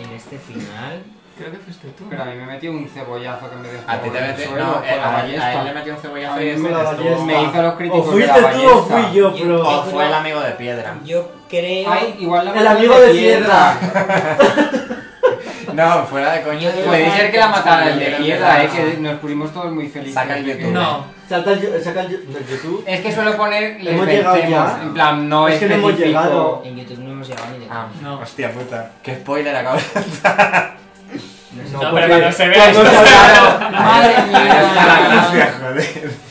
S5: En este final.
S1: Creo que fuiste tú.
S3: Pero a mí me metió un cebollazo que me dejó.
S2: A ti te
S3: en el
S2: mete.
S3: suelo
S2: No,
S3: con
S2: eh,
S3: la
S2: a, a él le
S3: ballesta.
S2: metió un
S3: A
S2: cebollazo
S3: mí
S2: y ese
S6: me la
S2: te estuvo-
S6: ballesta.
S3: Me hizo los
S6: O
S3: críticos. de
S6: fuiste
S3: la
S6: tú o
S3: ballesta.
S6: fui yo, bro.
S2: O fue el amigo de piedra.
S5: Yo creo.
S3: Ay, igual la
S6: El
S3: mataron
S6: amigo de piedra.
S2: No, fuera de coño.
S3: Puede ser que la matara el de
S2: Saca
S3: piedra, eh, que nos pusimos todos muy felices.
S2: Saca el
S3: de
S2: YouTube.
S3: que-
S1: No,
S6: Saca el, yo- saca el yo- del YouTube.
S3: Es que suelo poner les
S6: ¿Hemos llegado
S3: vencemos.
S6: ya?
S3: En plan, no
S6: Es que no hemos
S3: especifico.
S6: llegado.
S5: En YouTube no hemos llegado ni de.
S2: Ah,
S1: No.
S2: hostia puta. Qué spoiler acabo de
S1: no,
S6: porque-
S1: pero cuando se ve
S6: cuando
S1: esto-
S6: se haga-
S3: Madre
S2: Está la
S3: mía. Ah,
S2: gracia, joder.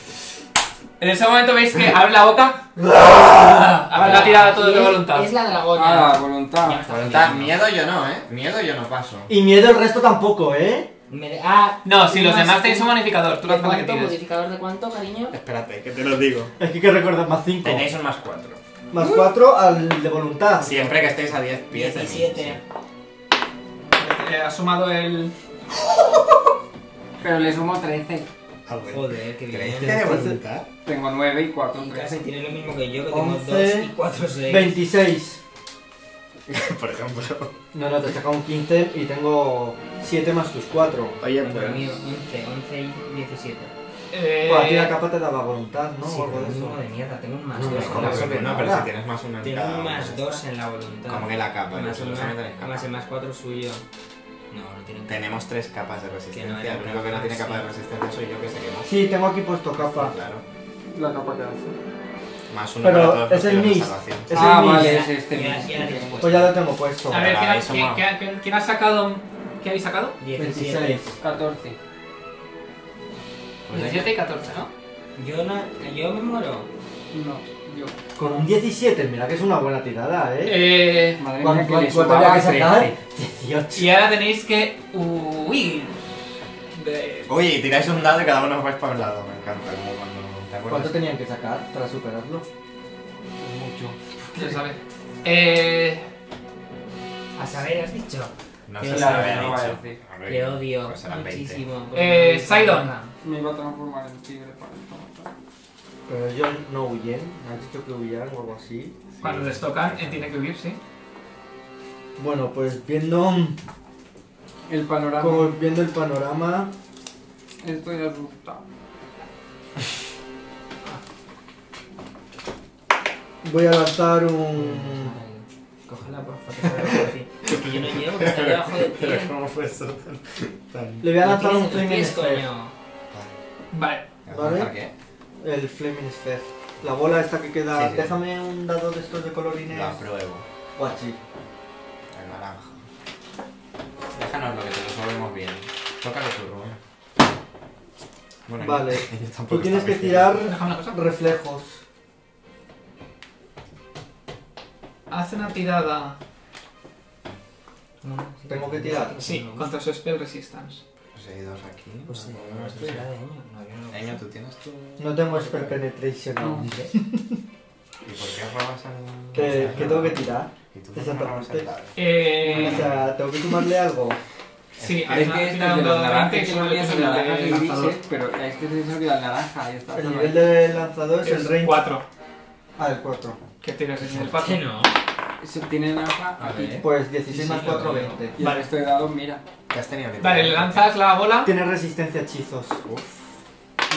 S1: En ese momento veis que abre la boca. abre la tirada todo de
S5: Es-
S1: voluntad. Ah.
S5: Es la
S3: A
S5: dragona.
S3: la voluntad.
S2: Voluntad, miedo yo no, ¿eh? Miedo yo no paso.
S6: Y miedo el resto tampoco, ¿eh?
S5: Me- ah,
S1: No, si los
S5: más
S1: demás
S5: un-
S1: tenéis un bonificador, tú
S5: ¿De
S1: la falta que
S5: cuánto?
S1: tienes.
S5: ¿Modificador de cuánto, cariño?
S2: Espérate, que te lo digo.
S6: Es que hay que recordar más 5.
S2: Tenéis un más 4.
S6: Más 4 al de voluntad.
S2: Siempre que estéis a 10 pies de mí.
S5: 17.
S1: Eh, ha sumado el.
S3: Pero le sumo 13.
S2: Ah, bueno.
S5: Joder, qué bien.
S2: ¿Creéis que de voluntad?
S3: Tengo 9 y 4.
S5: Y casi tiene lo mismo que yo, que tengo 2
S6: Once,
S5: y 4, 6.
S6: 26.
S2: Por ejemplo.
S4: No, no, te saca un 15 y tengo 7 más tus 4.
S2: Oye,
S5: Madre
S2: pues.
S5: mía, 11, 11 y 17.
S1: Eh,
S4: Bueno, a ti la capa te daba voluntad, ¿no?
S5: sí,
S4: O algo
S5: pero
S4: de
S5: es un
S4: eso.
S5: uno de mierda, tengo un más
S6: No,
S5: 2
S2: pues
S6: no,
S5: en la
S6: no,
S5: voluntad.
S2: No, pero si tienes más una en
S5: Tengo
S2: cada
S5: un más
S2: uno.
S5: 2 en la voluntad.
S2: Como que la capa,
S5: Más,
S2: no
S5: una-
S2: tenéis capa.
S5: más el más 4 suyo. No, no tiene
S2: Tenemos tres capas de
S5: Que no
S2: resistencia.
S5: era
S2: El único que no
S5: capa,
S2: tiene capa de
S5: sí.
S2: resistencia soy yo que sé que más.
S4: Sí, tengo aquí puesto capa.
S2: Claro.
S3: La capa que hace.
S2: Más uno
S6: Pero
S2: para todos los
S6: es el
S2: tiros de
S6: mist.
S2: salvación.
S6: Es
S3: Ah,
S6: el
S3: vale,
S6: vale.
S3: es este.
S5: Ya, ya, la
S3: mismo.
S5: tienes puesta.
S4: Pues ya lo tengo puesto.
S1: a ver, ¿quién ha,
S2: Ahí suma.
S1: quién- quién- quién- quién ha sacado. ¿Qué habéis sacado?
S5: 17.
S6: 26.
S3: 14.
S2: Pues ya
S1: 17 y 14, ¿no?
S5: Yo, no, yo me muero.
S3: No, yo.
S4: Con un 17, mira que es una buena tirada, ¿eh?
S1: Eh,
S3: Madre mía,
S6: ¿Cuánto
S3: que le
S6: cuánto
S3: sumaba
S6: había que sacar?
S3: 13.
S6: 18.
S1: y ahora tenéis que huir. De...
S2: Oye, y tiráis un dado y cada uno os vais para un lado. Me encanta. como cuando- ¿Te
S4: ¿Cuánto
S2: acuerdas?
S4: tenían que sacar para superarlo?
S3: Mucho.
S1: Ya sabes. Eh,
S5: A saber, has dicho.
S2: No
S5: Que
S2: sé si
S5: la
S2: lo había
S3: verdad,
S2: dicho.
S3: no voy a decir.
S2: A ver,
S5: Te odio
S2: pues eran 20.
S5: muchísimo.
S1: Eh, Sidon.
S3: Me iba a transformar en tigre para esto.
S4: Pero ellos no huyen, me han dicho que huyeran o algo así.
S1: cuando les tocan, eh, tiene que huir, sí.
S4: Bueno, pues viendo,
S3: El panorama.
S4: como viendo el panorama,
S3: Estoy asustado.
S4: voy a lanzar un...
S5: Cógela, por favor. Es que yo no llevo, que está debajo de ti.
S2: Pero ¿cómo fue eso tan- tan...?
S4: Le voy a
S5: Lo
S4: lanzar
S5: tienes
S4: un
S5: en tus
S4: Flaming
S5: pies,
S4: Sphere.
S5: coño.
S1: Vale.
S4: ¿Vale?
S2: ¿Para qué?
S4: El Flaming Sphere. La bola esta que queda...
S2: Sí, sí.
S4: Déjame un dado de estos de colorines.
S2: La pruebo.
S4: Guachi.
S2: El naranja. Déjanos lo que te lo sabemos bien. Tócalo tú, Rubén. Bueno,
S4: Vale.
S2: yo- yo tampoco
S4: Tú tienes
S2: estaba
S4: que tirar
S1: Déjame una cosa.
S4: reflejos.
S1: Ah, hace una tirada.
S7: Tengo que tirar.
S1: Sí, contra su spell resistance.
S2: Pues hay dos aquí.
S5: Pues sí,
S2: no, no estoy.
S5: será de año. No, yo no lo
S2: Eño,
S5: uso.
S2: tú tienes tu.
S4: No tengo spell penetration aún.
S2: ¿Y por qué robas al.?
S4: ¿Qué, qué tengo que tirar?
S2: ¿Y tú por qué no robas
S4: Exactamente.
S2: al dado?
S4: O
S1: Eh,
S4: sea, tengo que sumarle algo.
S1: sí,
S2: Es
S1: hay
S3: Es que
S1: una
S3: este
S1: tirada
S3: es de
S1: un
S3: los
S1: dado
S3: naranjas,
S1: 20 y
S3: que no
S1: solo
S3: olvides el
S1: tienes
S3: naranja y
S1: el de
S3: grises, pero a este se le olvida el naranja y está.
S4: El
S3: solo
S4: nivel
S3: ahí.
S4: de lanzador es el
S1: Es
S4: rey.
S1: 4.
S4: Ah, el 4.
S1: ¿Qué tiras en el
S5: Que
S1: 4?
S5: no.
S3: Se obtiene el naranja
S5: A
S3: aquí.
S5: ver.
S4: Pues 16 más
S5: Sí,
S4: 4,
S5: lo veo.
S4: 20.
S3: Y el
S1: Vale.
S3: resto de dados, mira.
S2: ¿Qué has tenido que
S1: Vale, le
S2: tirar?
S1: lanzas la bola.
S4: Tiene resistencia a hechizos.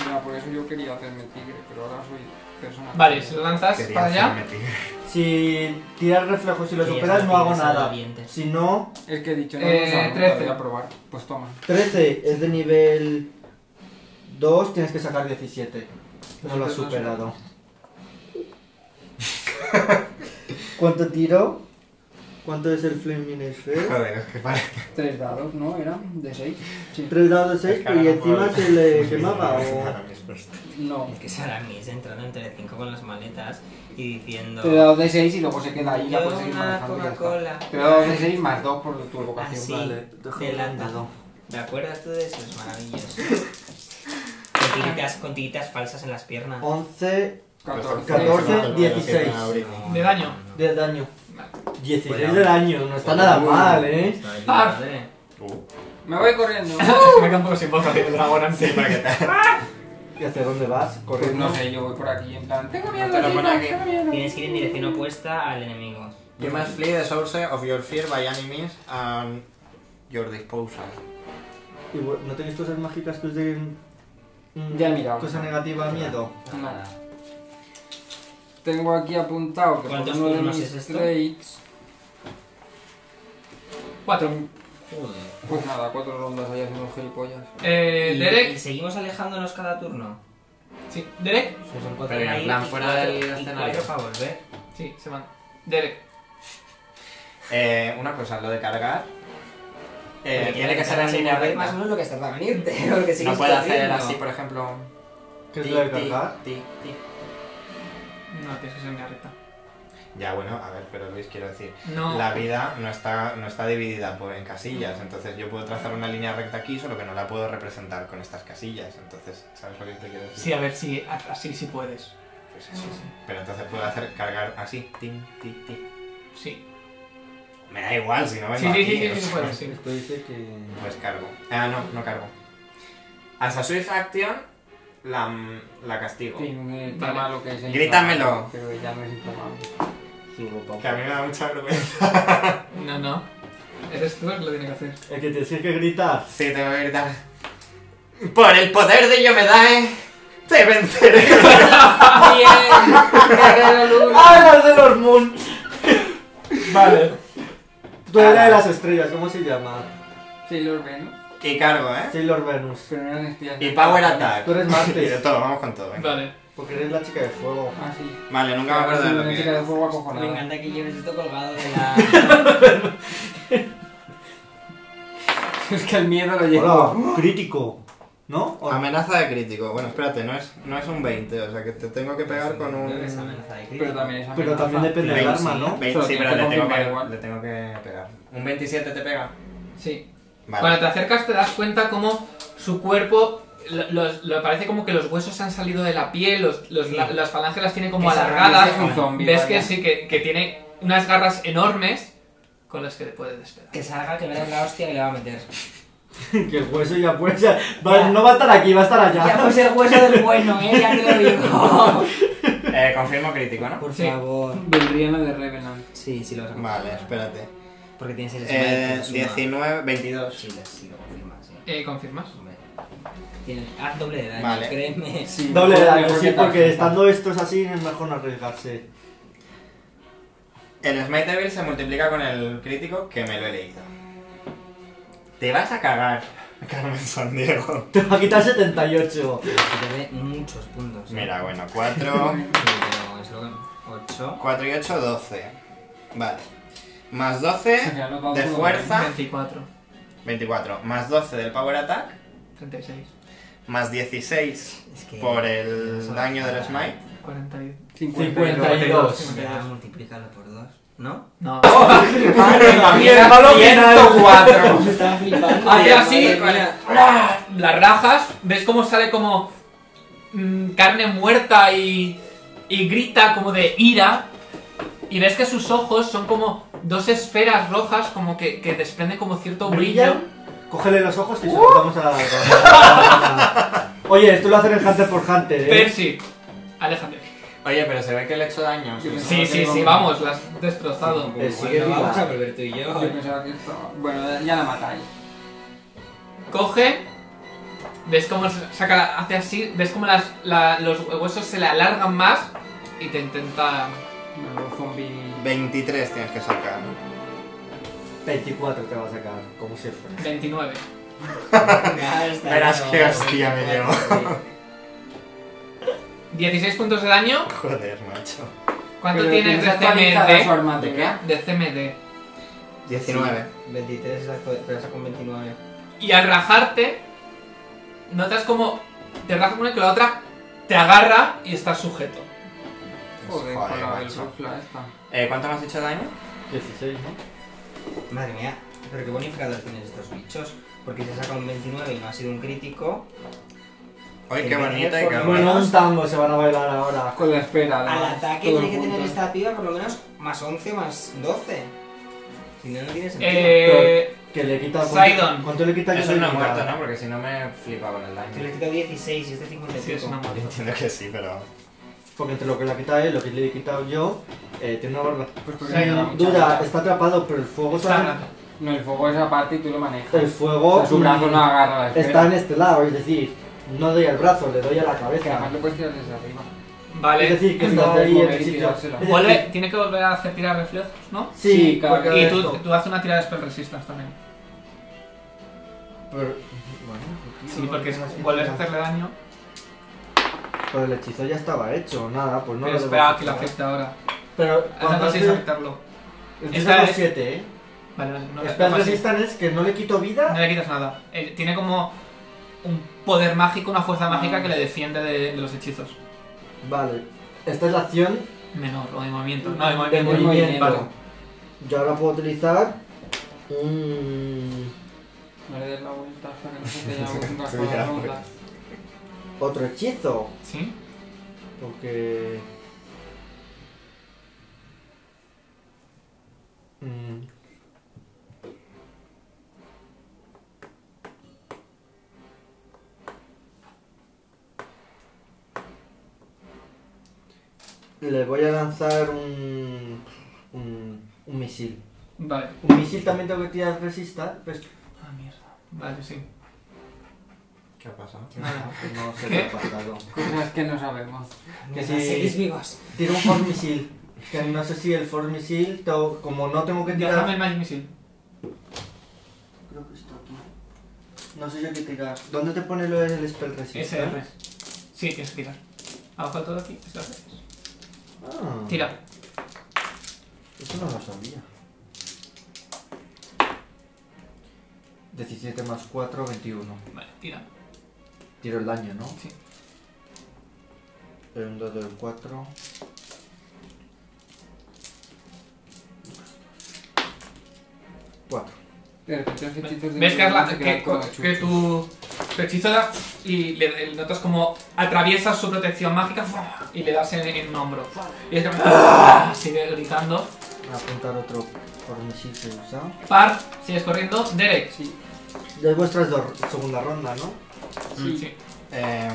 S3: Mira, por eso yo quería hacerme tigre, pero ahora soy persona.
S1: Vale, se lo lanzas
S2: Quería
S1: para allá.
S2: hacerme tigre.
S4: Si tiras reflejos y lo
S5: Sí,
S4: superas,
S5: es
S4: no hago
S5: una
S4: nada.
S5: dientes.
S4: Si no,
S3: Es que he dicho, no
S1: Eh,
S3: lo sabes, te
S1: 13.
S3: voy a probar. Pues toma.
S4: 13 es de nivel 2, tienes que sacar 17. No lo has superado. ¿Cuánto tiro? ¿Cuánto es el Flaming Sphere?
S2: Joder, es que vale.
S3: Tres dados, ¿no? ¿Era? ¿De seis? Sí.
S4: 3 dados
S2: Es
S4: 6
S2: que ahora
S4: y
S2: no
S4: encima
S2: puedo-
S4: se le quemaba o...
S2: Ahora mismo estoy-
S3: No.
S5: Es que Saramis entrando en Telecinco con las maletas y diciendo...
S3: Te he dado de 6 y luego se queda ahí y la
S5: Yo
S3: puedes seguir
S5: una
S3: manejando. y ya está.
S5: Coca-Cola. Ah,
S3: Te he dado de 6 más 2 por tu evocación.
S5: Así.
S4: Vale, déjame
S5: Delata.
S4: un dado.
S5: ¿Te acuerdas tú de eso? Es maravilloso. Con tiritas, con tiritas falsas en las piernas.
S4: Oh. 11
S3: 14.
S4: 14, 16.
S1: ¿De daño?
S4: de daño.
S1: Vale.
S4: 16 de
S5: Bueno.
S4: daño, no está nada mal, ¿eh?
S5: Está de puta
S1: Par.
S5: madre.
S2: Uh,
S3: Me voy corriendo.
S1: Me he quedado un poco sin voz haciendo el dragón antes.
S4: ¿Y hacia dónde vas?
S3: Pues
S4: Corriendo.
S3: no sé, yo voy por aquí en plan. Tengo miedo,
S2: te lo
S3: chicos,
S2: pone aquí.
S3: tengo miedo.
S5: Tienes que ir en dirección opuesta al enemigo.
S2: You must flee the source of your fear by any means and your disposal.
S4: Y bu- ¿No tenéis cosas mágicas que os den... mm,
S3: Ya he mirado.
S4: Cosa negativa, miedo.
S3: Nada. Tengo aquí apuntado que por
S5: ¿Cuántos
S3: uno de
S5: turnos
S3: mis
S5: es esto?
S3: traits.
S1: 4.
S5: Joder.
S3: Pues nada, cuatro rondas ahí haciendo gilipollas.
S1: Eh,
S5: ¿Y-
S1: Derek.
S5: y seguimos alejándonos cada turno.
S1: Sí, Derek.
S5: Son cuatro
S2: Pero en
S5: para ir
S2: plan
S5: y
S2: fuera
S5: cuatro-
S2: del
S5: y
S2: escenario.
S5: cuatro para volver.
S1: Sí, se van. Derek.
S2: Eh, una cosa, lo de cargar. eh,
S5: Porque
S2: tiene que ser en
S5: cargarse
S2: línea
S5: una vez
S2: recta.
S5: más o menos lo que está para venirte. Porque
S2: No
S5: sigues
S2: puede hacer
S5: corriendo.
S2: así, por ejemplo.
S4: ¿Qué es
S2: ti,
S4: lo de
S2: ti,
S4: cargar?
S2: ti, ti.
S1: No, tienes que ser una recta.
S2: Ya, bueno, a ver, pero Luis, quiero decir.
S1: No.
S2: La vida no está, no está dividida por, en casillas, entonces yo puedo trazar una línea recta aquí, solo que no la puedo representar con estas casillas. Entonces, ¿sabes lo que te quiero decir?
S1: Sí, a ver si así sí puedes.
S2: Pues eso, sí. Pero entonces puedo hacer cargar así. Tin, tin, tin.
S1: Sí.
S2: Me da igual si no vengo
S1: Sí, sí,
S2: aquí,
S1: sí, sí,
S2: o
S1: sí, sí
S2: sea.
S1: puedes, sí.
S4: Esto dice que...
S2: Pues cargo. Ah, no, no cargo. Hasta Swift Action la, mm, la castigo.
S3: Tiene
S1: Vale.
S3: eh, tema lo que es
S2: Grítamelo.
S3: inflamable, Pero ya no es inflamable.
S4: su ropa.
S2: Que a mí me da mucha vergüenza.
S1: No, no. Eres tú el que lo tiene que hacer.
S4: El que te decía que gritar.
S2: Sí, te voy a gritar. Por el poder de Yomedae, eh. te venceré.
S3: ¡Bien! ¡Carga la luna!
S4: ¡Ah, las de los Moon! vale. Duela de
S2: Ah.
S4: las estrellas, ¿cómo se llama?
S3: Sailor Venus.
S2: Y cargo, ¿eh?
S4: Sailor Venus.
S3: Pero no eran espías.
S2: Y Power Attack.
S4: Tú eres
S2: Pero
S4: Marte,
S2: todo, vamos con todo. venga.
S1: Vale.
S4: porque eres la chica de fuego.
S3: Ah, sí.
S2: Vale, nunca me acuerdo de lo
S3: Una
S2: que
S3: chica de
S2: era.
S3: fuego
S5: Me
S3: acojonada.
S5: encanta que lleves esto colgado de la.
S3: Es que el miedo lo llevo.
S4: Hola, Ah, crítico. ¿No? ¿O
S2: Amenaza de crítico. Bueno, espérate, no es, no es un 20, o sea que te tengo que pegar con
S5: Esa
S2: un...
S5: amenaza de crítico.
S3: Pero también es
S4: Pero también depende del
S2: Veinte,
S4: arma, ¿no?
S2: 20,
S3: Solo
S2: sí,
S3: tienes
S2: pero
S3: que
S2: le tengo
S3: confirmar
S2: que,
S3: igual.
S2: le tengo que pegar. ¿Un 27 te pega?
S1: Sí. Cuando
S2: Vale.
S1: te acercas te das cuenta como su cuerpo... lo- los- lo- parece como que los huesos han salido de la piel, los, los-
S5: Sí.
S1: la- las falanges las tiene como
S5: Que se
S1: alargadas.
S5: realice un
S3: zombi,
S1: Ves
S3: vaya.
S1: que sí, que, que tiene unas garras enormes con las que te puede despegar.
S5: Que salga, que verás la hostia que le va a meter.
S4: Que el hueso ya puede ser. Va- no va a estar aquí, va a estar allá.
S5: Ya pues el hueso del bueno, eh, ya te lo digo.
S2: Eh, confirmo crítico, ¿no?
S5: Por
S1: Sí.
S5: favor.
S3: Belriana de Revenant.
S5: Sí, sí lo vas a confirmar.
S2: Vale, espérate.
S5: Porque tienes el smite,
S2: Eh,
S5: que suma.
S2: 19, 22.
S5: Sí, lo- sí, lo confirmas, sí.
S1: Eh, ¿Confirmas?
S5: Hombre. Tienes- haz doble de daño,
S2: Vale.
S5: créeme.
S3: Sí,
S4: Doble de
S3: mejor-
S4: daño,
S3: mejor
S4: sí,
S3: que
S4: porque
S3: tarjeta.
S4: estando estos así es mejor no arriesgarse.
S2: El Smite Devil se multiplica con el crítico que me lo he leído. Te vas a cagar, Carmen San Diego.
S4: Te va a quitar 78.
S5: Te debe muchos puntos. eh.
S2: Mira, bueno, 4,
S5: Sí, pero es lo que. 8.
S2: 4 y 8, 12. Vale. Más
S3: Se me
S2: 12
S3: ha notado
S2: de
S3: todo,
S2: fuerza,
S1: 24,
S2: 24. Más 12 del Power Attack,
S1: 36,
S2: más 16
S5: Es que.
S2: por el daño del Smite.
S1: 40 y...
S4: 52.
S1: 52.
S5: Ya, multiplícalo por 2. ¿no?
S1: No.
S5: Mierda,
S8: malo final.
S5: 104.
S4: Me estaba flipando.
S1: Hace
S5: Mierda,
S1: así,
S5: madre mía.
S1: ¡ra! las rajas, ves cómo sale como mm, carne muerta y, y grita como de ira. Y ves que sus ojos son como dos esferas rojas, como que, que desprenden como cierto brillo.
S4: Brilla. Cógele los ojos que se los vamos a- a. Oye, esto lo hacen en Hunter por Hunter, eh.
S1: Percy, aléjate.
S2: Oye, pero se ve que le he hecho daño.
S3: Yo pensaba
S1: Sí,
S3: que
S1: sí,
S3: iba
S1: sí,
S3: a-
S1: vamos, las has destrozado.
S4: Eh, sigue
S5: Bueno, vamos
S4: viva.
S5: a volver tú y yo.
S3: Yo pensaba que esto... Bueno, ya la matáis.
S1: Coge, ves cómo se- saca, hace así, ves cómo las, la- los huesos se le alargan más y te intenta...
S3: Los zombies...
S2: 23 tienes que sacar.
S4: 24 te va a sacar, como siempre.
S1: 29.
S2: Verás qué hostia me llevo.
S1: 16 puntos de daño.
S2: Joder, macho.
S1: ¿Cuánto
S3: Pero
S1: tienes de
S3: actualizada su
S1: CMD?
S3: armadura.
S1: De CMD.
S2: 19.
S5: 23, exacto, pero saco un 29.
S1: Y al rajarte, notas como te raja con una que la otra te agarra y estás sujeto.
S3: Joder, con
S2: Pues, Joder,
S3: la
S2: macho.
S3: rufla esta.
S2: Eh, ¿Cuánto me has hecho daño?
S4: 16, ¿no?
S5: Madre mía, pero qué bonificadores tienen estos bichos. Porque se saca un 29 y no ha sido un crítico.
S2: Oye,
S5: El
S2: qué
S5: 23
S2: bonita y
S5: por
S2: qué
S5: lo
S2: buena.
S4: Bueno, un tango se van a bailar ahora.
S3: Con la esfera,
S5: Al
S3: además,
S5: ataque
S3: todo
S5: tiene que tener
S3: junto.
S5: esta piba por lo menos más 11, más 12. Si no, no tiene sentido.
S1: Eh,
S4: Que le quita. ¿cuánto-
S1: Sidon.
S4: ¿Cuánto le quita
S2: Eso
S4: le
S2: es una
S4: quita?
S2: muerta, ¿no? Porque si no me flipa con el
S5: Que le
S2: daño.
S5: quito 16 y este 55.
S1: sí, es una
S2: Yo
S1: maldita.
S2: Entiendo que sí, pero.
S4: Porque entre lo que le ha quitado él, lo que le he quitado yo, eh, tiene una barba.
S3: Pues porque
S1: Sí,
S3: no hay
S1: no.
S3: mucha
S4: Duda,
S3: vida.
S4: está atrapado, pero el fuego
S1: Está
S4: sale.
S1: rata.
S3: No, el fuego es aparte y tú lo manejas.
S4: El
S3: O
S4: fuego
S3: sea, su brazo
S4: mm,
S3: no agarra la esfera.
S4: está en este lado, es decir, no doy al brazo, le doy a la
S3: Que además
S4: cabeza.
S3: lo puedes tirar desde arriba.
S4: Es
S1: Vale.
S4: decir, que
S3: No,
S4: está ahí en
S3: mover
S4: el
S3: y
S4: sitio.
S3: tirársela.
S4: Es decir,
S1: Vuelve- tiene que volver a hacer tirar reflejos, ¿no?
S3: Sí,
S4: Sí,
S3: claro.
S4: porque
S1: Y
S4: de
S1: tú,
S4: esto.
S1: tú haces una tirada de spell resistance también.
S4: Pero- bueno, pues
S1: Sí, porque es- vuelves a hacerle daño.
S4: Pero el hechizo ya estaba hecho, nada, pues no
S1: Pero
S4: lo
S1: espera
S4: debo
S1: que lo
S4: hacer.
S1: afecte ahora.
S4: Pero
S1: Ah, No
S4: cuando
S1: consigues
S4: hace...
S1: afectarlo.
S4: Empieza
S1: Esta
S4: con
S1: es-
S4: 7, ¿eh?
S1: Vale, vale, no,
S4: Spell
S1: no consigues.
S4: Resistance es que no le quito
S1: No
S4: vida.
S1: le quitas nada. Él tiene como un poder mágico, una fuerza mágica que le defiende de, de los hechizos.
S4: Vale. Esta es la acción.
S1: Menor, o de movimiento. No, de
S4: De
S1: movimiento.
S4: movimiento.
S1: Vale.
S4: Yo ahora puedo utilizar. un-
S3: No le des la vuelta hasta que no se te llame
S2: Sí,
S3: con
S2: ya,
S3: las rondas.
S4: otro hechizo.
S1: ¿Sí?
S4: Porque. Mm. Le voy a lanzar un, un, un misil.
S1: Vale.
S4: Un misil también tengo que tirar resista. Pues,
S1: Ah, mierda. Vale, sí.
S2: ¿Qué ha pasado?
S1: Nada.
S4: pues no
S1: ¿Qué?
S4: sé qué ha pasado.
S3: Cosas que no sabemos.
S4: Que
S5: si... Seguís
S4: si
S5: vivos.
S4: tiro un force misil. Que no sé si el force misil, tengo- como no tengo que tirar.
S1: Déjame el Magic Missile.
S4: Creo que está aquí. No sé yo qué tirar. ¿Dónde te pone lo del spell resist?
S1: SR. Sí, tienes que tirar. Abajo de todo aquí. es la red.
S4: Ah,
S1: Tira.
S4: Eso no lo sabía. 17 más 4, 21.
S1: Vale, tira.
S4: Tiro el daño, ¿no?
S1: Sí.
S4: El 2 del 4. Cuatro.
S3: De repente los hechizos de
S1: ¿Ves que,
S3: mierda
S1: has la-
S3: se
S1: que-
S3: quedan con la
S1: que
S3: chucha.
S1: tu, tu hechizo das y le, le notas como atraviesas su protección mágica ¡fua! y le das en, en un hombro. Y es que ¡ah! sigue gritando.
S4: Voy a apuntar otro por misil que he usado.
S1: Par, sigues corriendo. Derek.
S3: Sí,
S4: Ya es vuestra do- segunda ronda, ¿no?
S3: Sí.
S1: Sí.
S2: Em,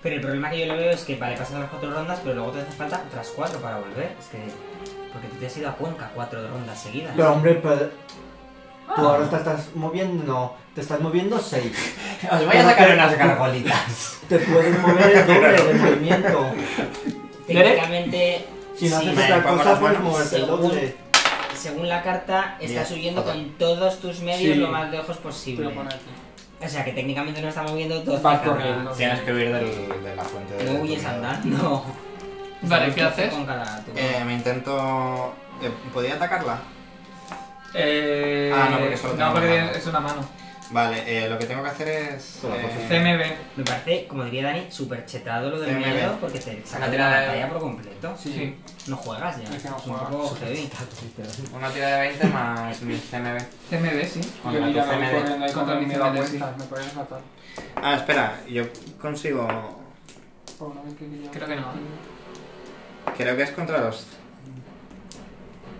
S5: Pero el problema que yo le veo es que vale, pasan las cuatro rondas, pero luego te hace falta otras cuatro para volver. Es que. Porque tú te has ido a Cuenca cuatro rondas seguidas.
S4: Pero hombre, pero- tú ahora te estás moviendo, no, te estás moviendo 6.
S2: Os voy a sacar unas gargolitas.
S4: Te puedes mover el doble de movimiento.
S5: Técnicamente,
S4: Si no
S5: Sí,
S4: haces
S2: me
S4: otra
S2: pongo
S4: cosa,
S2: las
S4: puedes
S2: manos.
S4: moverte el
S5: Según-
S4: doble.
S5: según la carta, estás
S2: Bien.
S5: huyendo
S2: Ok.
S5: con todos tus
S3: Sí.
S5: medios lo más lejos
S3: te
S5: posible.
S3: lo pone aquí.
S5: O sea que técnicamente no está moviendo todo.
S3: Vas
S5: cerca.
S3: corriendo.
S2: Tienes que huir del- de la fuente de.
S5: No huyes andando.
S1: Vale,
S5: Estamos
S1: ¿qué haces?
S5: Con cada turno.
S2: Eh, me intento. eh, ¿Podía atacarla?
S1: Eh,
S2: Ah, no, porque solo
S1: no,
S2: tengo
S1: porque
S2: una mano.
S1: es una mano.
S2: Vale, eh, lo que tengo que hacer es.
S4: Hola, por
S2: eh,
S1: CMB.
S5: Me parece, como diría Dani, súper chetado lo del
S2: CMB.
S5: miedo porque te saca de la
S2: Lateral.
S5: batalla por completo.
S1: Sí.
S5: No juegas ya.
S6: Es que no
S5: es un
S6: juegas.
S5: poco heavy.
S2: Una tira de 20 más mi CMB.
S1: CMB, sí.
S6: Yo
S2: Contra tu
S6: mira, me voy
S2: CMB.
S6: corriendo ahí
S1: Contra
S6: contra
S1: mi
S6: mi miedo a
S1: CMD, sí.
S6: vueltas, me parece fatal.
S2: Ah, espera, yo consigo.
S6: Por una vez que quería-
S1: Creo que no.
S2: Creo que es contra los.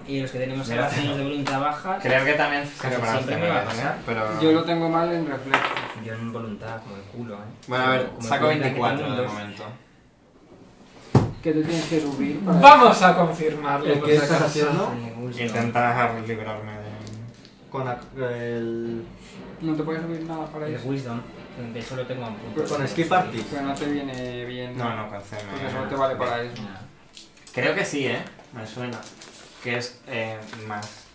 S5: Y los que tenemos
S2: Mira,
S5: relaciones
S2: tío.
S5: de voluntad baja,
S2: Creo que también. Creo que para los
S5: siempre me va a
S2: CMB también,
S5: pasar.
S2: ¿eh? pero.
S6: Yo lo tengo mal en reflejo.
S5: yo en voluntad como el culo, ¿eh?
S2: Bueno, a ver,
S5: Como el
S2: saco
S5: culo, que tengo un
S2: 24 de
S5: dos.
S2: momento.
S6: Que tú tienes que subir para.
S1: Vamos a confirmarlo.
S4: ¿El
S1: por
S4: que
S1: si
S4: estás
S1: acaso.
S4: haciendo?
S5: Ningún
S2: Intenta librarme de.
S4: Con ac- el.
S6: No te puedes subir nada para
S5: El
S6: eso.
S5: wisdom, de eso lo tengo a un punto.
S4: Con skip party.
S6: Pero no te viene bien.
S2: No, no, con CMB.
S6: Porque solo te vale para eso.
S5: Nada.
S2: Creo que sí, ¿eh? Me suena. Que es eh, más.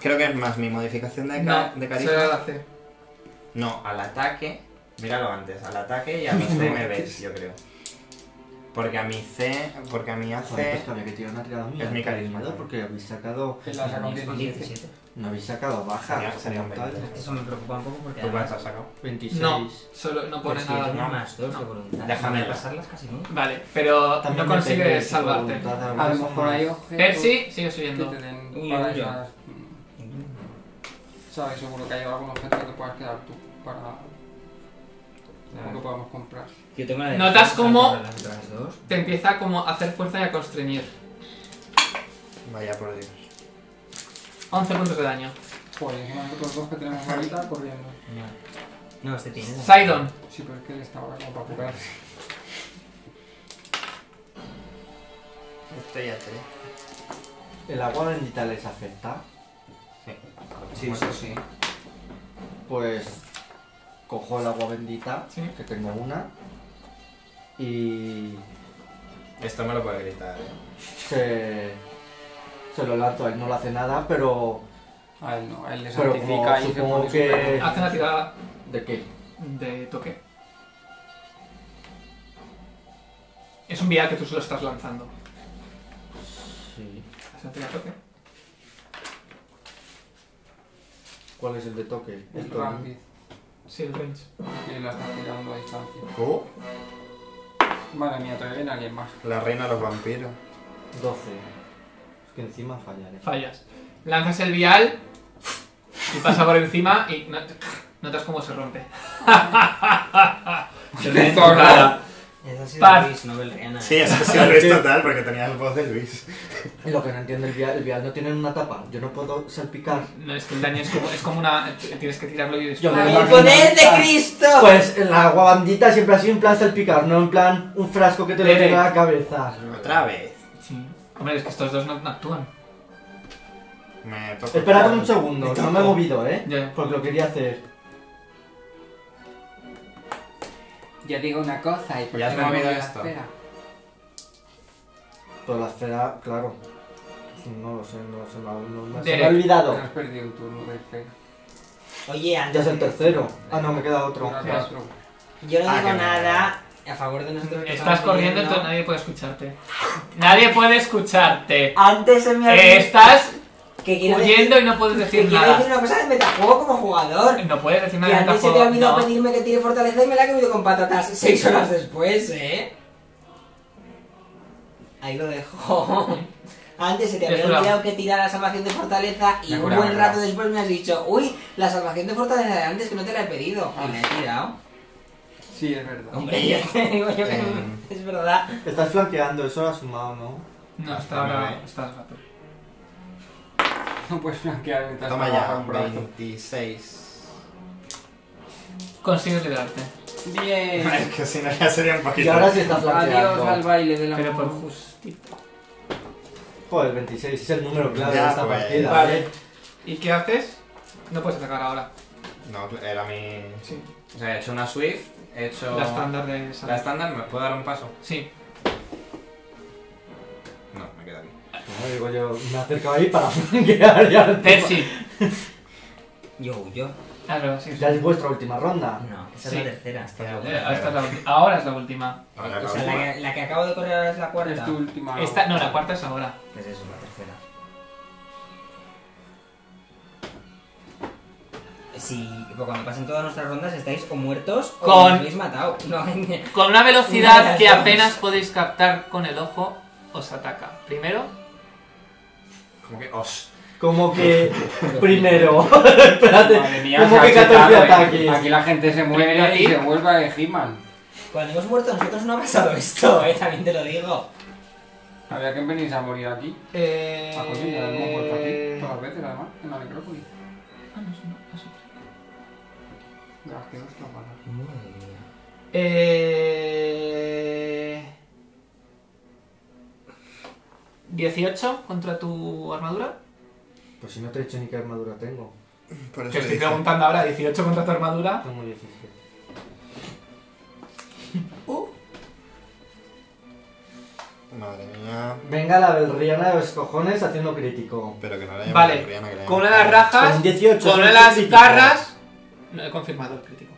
S2: Creo que es más mi modificación de, ca-
S1: No,
S2: de
S1: será
S2: carisma.
S1: la C.
S2: No, al ataque. Míralo antes, al ataque y a mi CMB, yo creo. Porque a mi C. Porque a mi
S4: Joder,
S2: AC.
S4: pues que había que tirar una tirada mía.
S2: Es mi carisma.
S4: ¿verdad? Porque habéis sacado.
S6: Que la saca un 17.
S5: 17.
S4: No habéis sacado
S2: Sería-
S4: baja.
S2: sería un
S4: tal.
S2: veinte.
S5: Eso me preocupa un poco porque
S2: ¿Tú
S5: además,
S2: cuánto has Pues sacado?
S4: 26.
S1: No, solo no
S5: pero
S1: pone
S5: es que yo
S1: nada.
S5: tengo
S2: ¿no?
S5: más dos de
S1: No.
S5: voluntad.
S2: Déjamelo.
S5: No voy a pasarlas casi nunca.
S1: Vale, pero
S4: También
S1: no
S4: depende
S1: consigues
S4: si tu
S1: salvarte.
S4: voluntad
S6: A lo mejor hay objetos.
S1: Percy, sigue
S6: Que
S1: subiendo.
S6: te den
S5: Uy,
S6: para
S5: uy,
S6: esas- mm, Sabes, seguro que hay algún objeto que te puedas quedar tú para. O que podamos comprar.
S5: Yo tengo la de
S1: Notas cómo-
S5: las otras dos.
S1: Te empieza como a hacer fuerza y a constreñir.
S2: Vaya por Dios.
S1: 11 puntos de daño.
S6: Por encima de nosotros dos que tenemos ahorita corriendo.
S5: No, este tiene. la-
S1: Sidon,
S6: Sí, pero es que él está ahora como para curarse.
S2: Este ya te.
S4: ¿El agua bendita les afecta?
S2: Sí, sí, sí.
S4: Pues. Cojo el agua bendita,
S1: Sí.
S4: que tengo una. Y.
S2: Esto me lo puede gritar, ¿eh?
S4: Se. Se lo lanzo. A él no le hace nada, pero.
S6: A él no, a él le
S4: Pero
S6: santifica
S4: como
S6: y se
S4: supongo
S6: pone
S4: que-
S6: súper-
S1: hace una tirada
S4: ¿De qué?
S1: de toque. Es un vial que tú solo estás lanzando.
S4: Sí.
S1: Hace una tirada de toque.
S4: ¿Cuál es el de toque?
S6: El
S4: Esto, ¿no?
S6: Rampid,
S1: Sí, el range.
S6: que la está tirando a distancia.
S2: Uh,
S6: Madre mía, todavía viene alguien más.
S2: la reina de los vampiros.
S4: 12. Es que encima fallaré.
S1: Fallas. Lanzas el vial y pasa por encima y no- notas cómo se rompe.
S5: Se ve en tu
S6: zorra.
S5: cara. Esa ha sido
S1: Par.
S5: Luis, no Belriana.
S2: Sí, eso sí lo es total, porque tenía el voz de Luis.
S4: Y Lo que no entiendo, el vial, el vial no tiene una tapa. Yo no puedo salpicar.
S1: No, es que el daño es como, es como una. Tienes que tirarlo y
S4: Yo
S1: después.
S4: me lo
S5: ¡Al
S4: imagino.
S5: poder de Cristo!
S4: Pues el agua bandita siempre ha sido en plan salpicar, no en plan un frasco que te lo
S1: Bebe.
S4: llega a la cabeza.
S2: Otra vez.
S1: Sí. Hombre, es que estos dos no, no actúan.
S2: Me toca.
S4: Esperad un segundo, no me he movido, ¿eh?
S1: Ya.
S4: Porque lo quería hacer.
S6: Ya digo una cosa y por
S2: Ya
S6: qué
S2: se
S6: no
S2: me ha olvidado
S6: la
S2: esto.
S6: esfera?
S4: Pero la esfera, claro. No lo sé, no lo sé, no, no- no- se
S1: De-
S4: me ha
S6: Pero
S4: olvidado.
S6: has perdido un turno de esfera.
S5: Oye,
S4: Ya
S5: antes.
S4: es el
S5: de-
S4: tercero. Ah, no, me queda
S6: Tú
S4: otro.
S6: eras cuatro.
S5: Yo no
S2: Ah,
S5: digo
S2: que me-
S5: nada a favor de nosotros. que
S1: Estás
S5: estamos
S1: corriendo,
S5: corriendo.
S1: entonces nadie puede escucharte. Nadie puede escucharte.
S5: Antes se me ha
S1: Eh, estás
S5: que quiero
S1: huyendo
S5: decir,
S1: y no puedes
S5: que
S1: decir
S5: quiero decir
S1: nada.
S5: una cosa de metajuego como jugador.
S1: No puedes decir
S5: Que
S1: nada
S5: a
S1: de
S5: mí se te ha olvidado
S1: no.
S5: pedirme que tire fortaleza y me la he comido con patatas seis horas después, ¿eh? Ahí lo dejo. Antes se te había
S1: Es bravo.
S5: olvidado que tirara la salvación de fortaleza y
S6: Me
S5: un
S6: jura, me
S5: buen
S6: jura.
S5: rato después me has dicho, uy, la salvación de fortaleza de antes que no te la he pedido. Y la he tirado.
S6: Sí, es verdad.
S5: Hombre, yo te digo yo que
S2: Em.
S5: es verdad.
S4: Estás flanqueando, eso lo has sumado, ¿no?
S1: No, hasta
S2: Hasta
S1: ahora
S2: nueve.
S1: estás rato.
S6: No puedes flanquear mientras
S2: Toma
S6: te
S2: ya,
S6: baja un brazo.
S2: 26.
S1: Consigues liberarte.
S6: Bien.
S2: Es que si no ya sería un poquito.
S4: Y ahora sí está
S6: Adiós al
S4: flanqueando.
S6: baile de la
S1: Pero por justito.
S4: Joder, 26 es el número clave
S2: Ya,
S4: de esta
S2: pues.
S4: partida.
S1: Vale. ¿Y qué haces? No puedes atacar ahora.
S2: No, era mi.
S1: Sí.
S2: O sea, he hecho una Swift, he hecho.
S1: La estándar de esa.
S2: La estándar, ¿me puedo dar un paso?
S1: Sí.
S2: No, me quedo aquí.
S4: Bueno, digo yo, me acerco ahí para flanquear ya.
S1: Percy.
S5: Yo, yo.
S1: Ah, es verdad, sí. sí.
S4: Ya es vuestra última ronda.
S5: No, esa
S1: Sí.
S5: es la tercera.
S2: Esta es
S1: Eh, esta es la ulti- ahora es la última.
S2: Ahora
S5: O
S2: la
S5: sea,
S2: última.
S5: la que, la que acabo de correr ahora es la cuarta.
S6: Es tu
S3: Ah.
S6: última.
S1: Esta, no, la cuarta es ahora.
S5: Pues eso, la tercera. si pues cuando pasen todas nuestras rondas estáis o muertos o
S1: Con-
S5: os habéis matado. No,
S1: Con una velocidad
S5: Nada,
S1: que
S5: vamos.
S1: apenas podéis captar con el ojo, os ataca. Primero,
S2: Como que os.
S4: Como que primero. Espérate.
S3: Madre mía,
S4: como
S3: se
S4: que
S3: ha
S4: 14
S3: chetado, eh.
S4: ataques.
S3: Aquí la gente se
S1: Primero
S3: muere y
S1: aquí.
S3: se vuelve a He-Man.
S5: cuando hemos muerto nosotros no ha pasado esto, eh, también te lo digo.
S3: Había que venirse a morir aquí.
S1: eh...
S3: A coño, Ah, pues ya hemos muerto aquí. Todas las veces, además, en la necrópolis.
S1: Ah, no, es una, es otra.
S3: De las que no están malas.
S1: Eh... 18 contra tu armadura.
S4: Pues si no te he dicho ni qué armadura tengo.
S2: Por
S1: Te
S2: eso
S1: estoy
S2: dice.
S1: preguntando ahora, 18 contra tu armadura.
S4: Tengo 17.
S2: Madre mía.
S4: Venga la Belriana de los cojones haciendo crítico.
S2: Pero que no la
S1: Vale,
S2: Rihanna, que la
S1: Con una
S2: llamen-
S1: de las rajas,
S4: Con 18,
S1: con
S4: es
S1: una de
S4: un
S1: las
S4: crítico.
S1: garras. No he confirmado el crítico.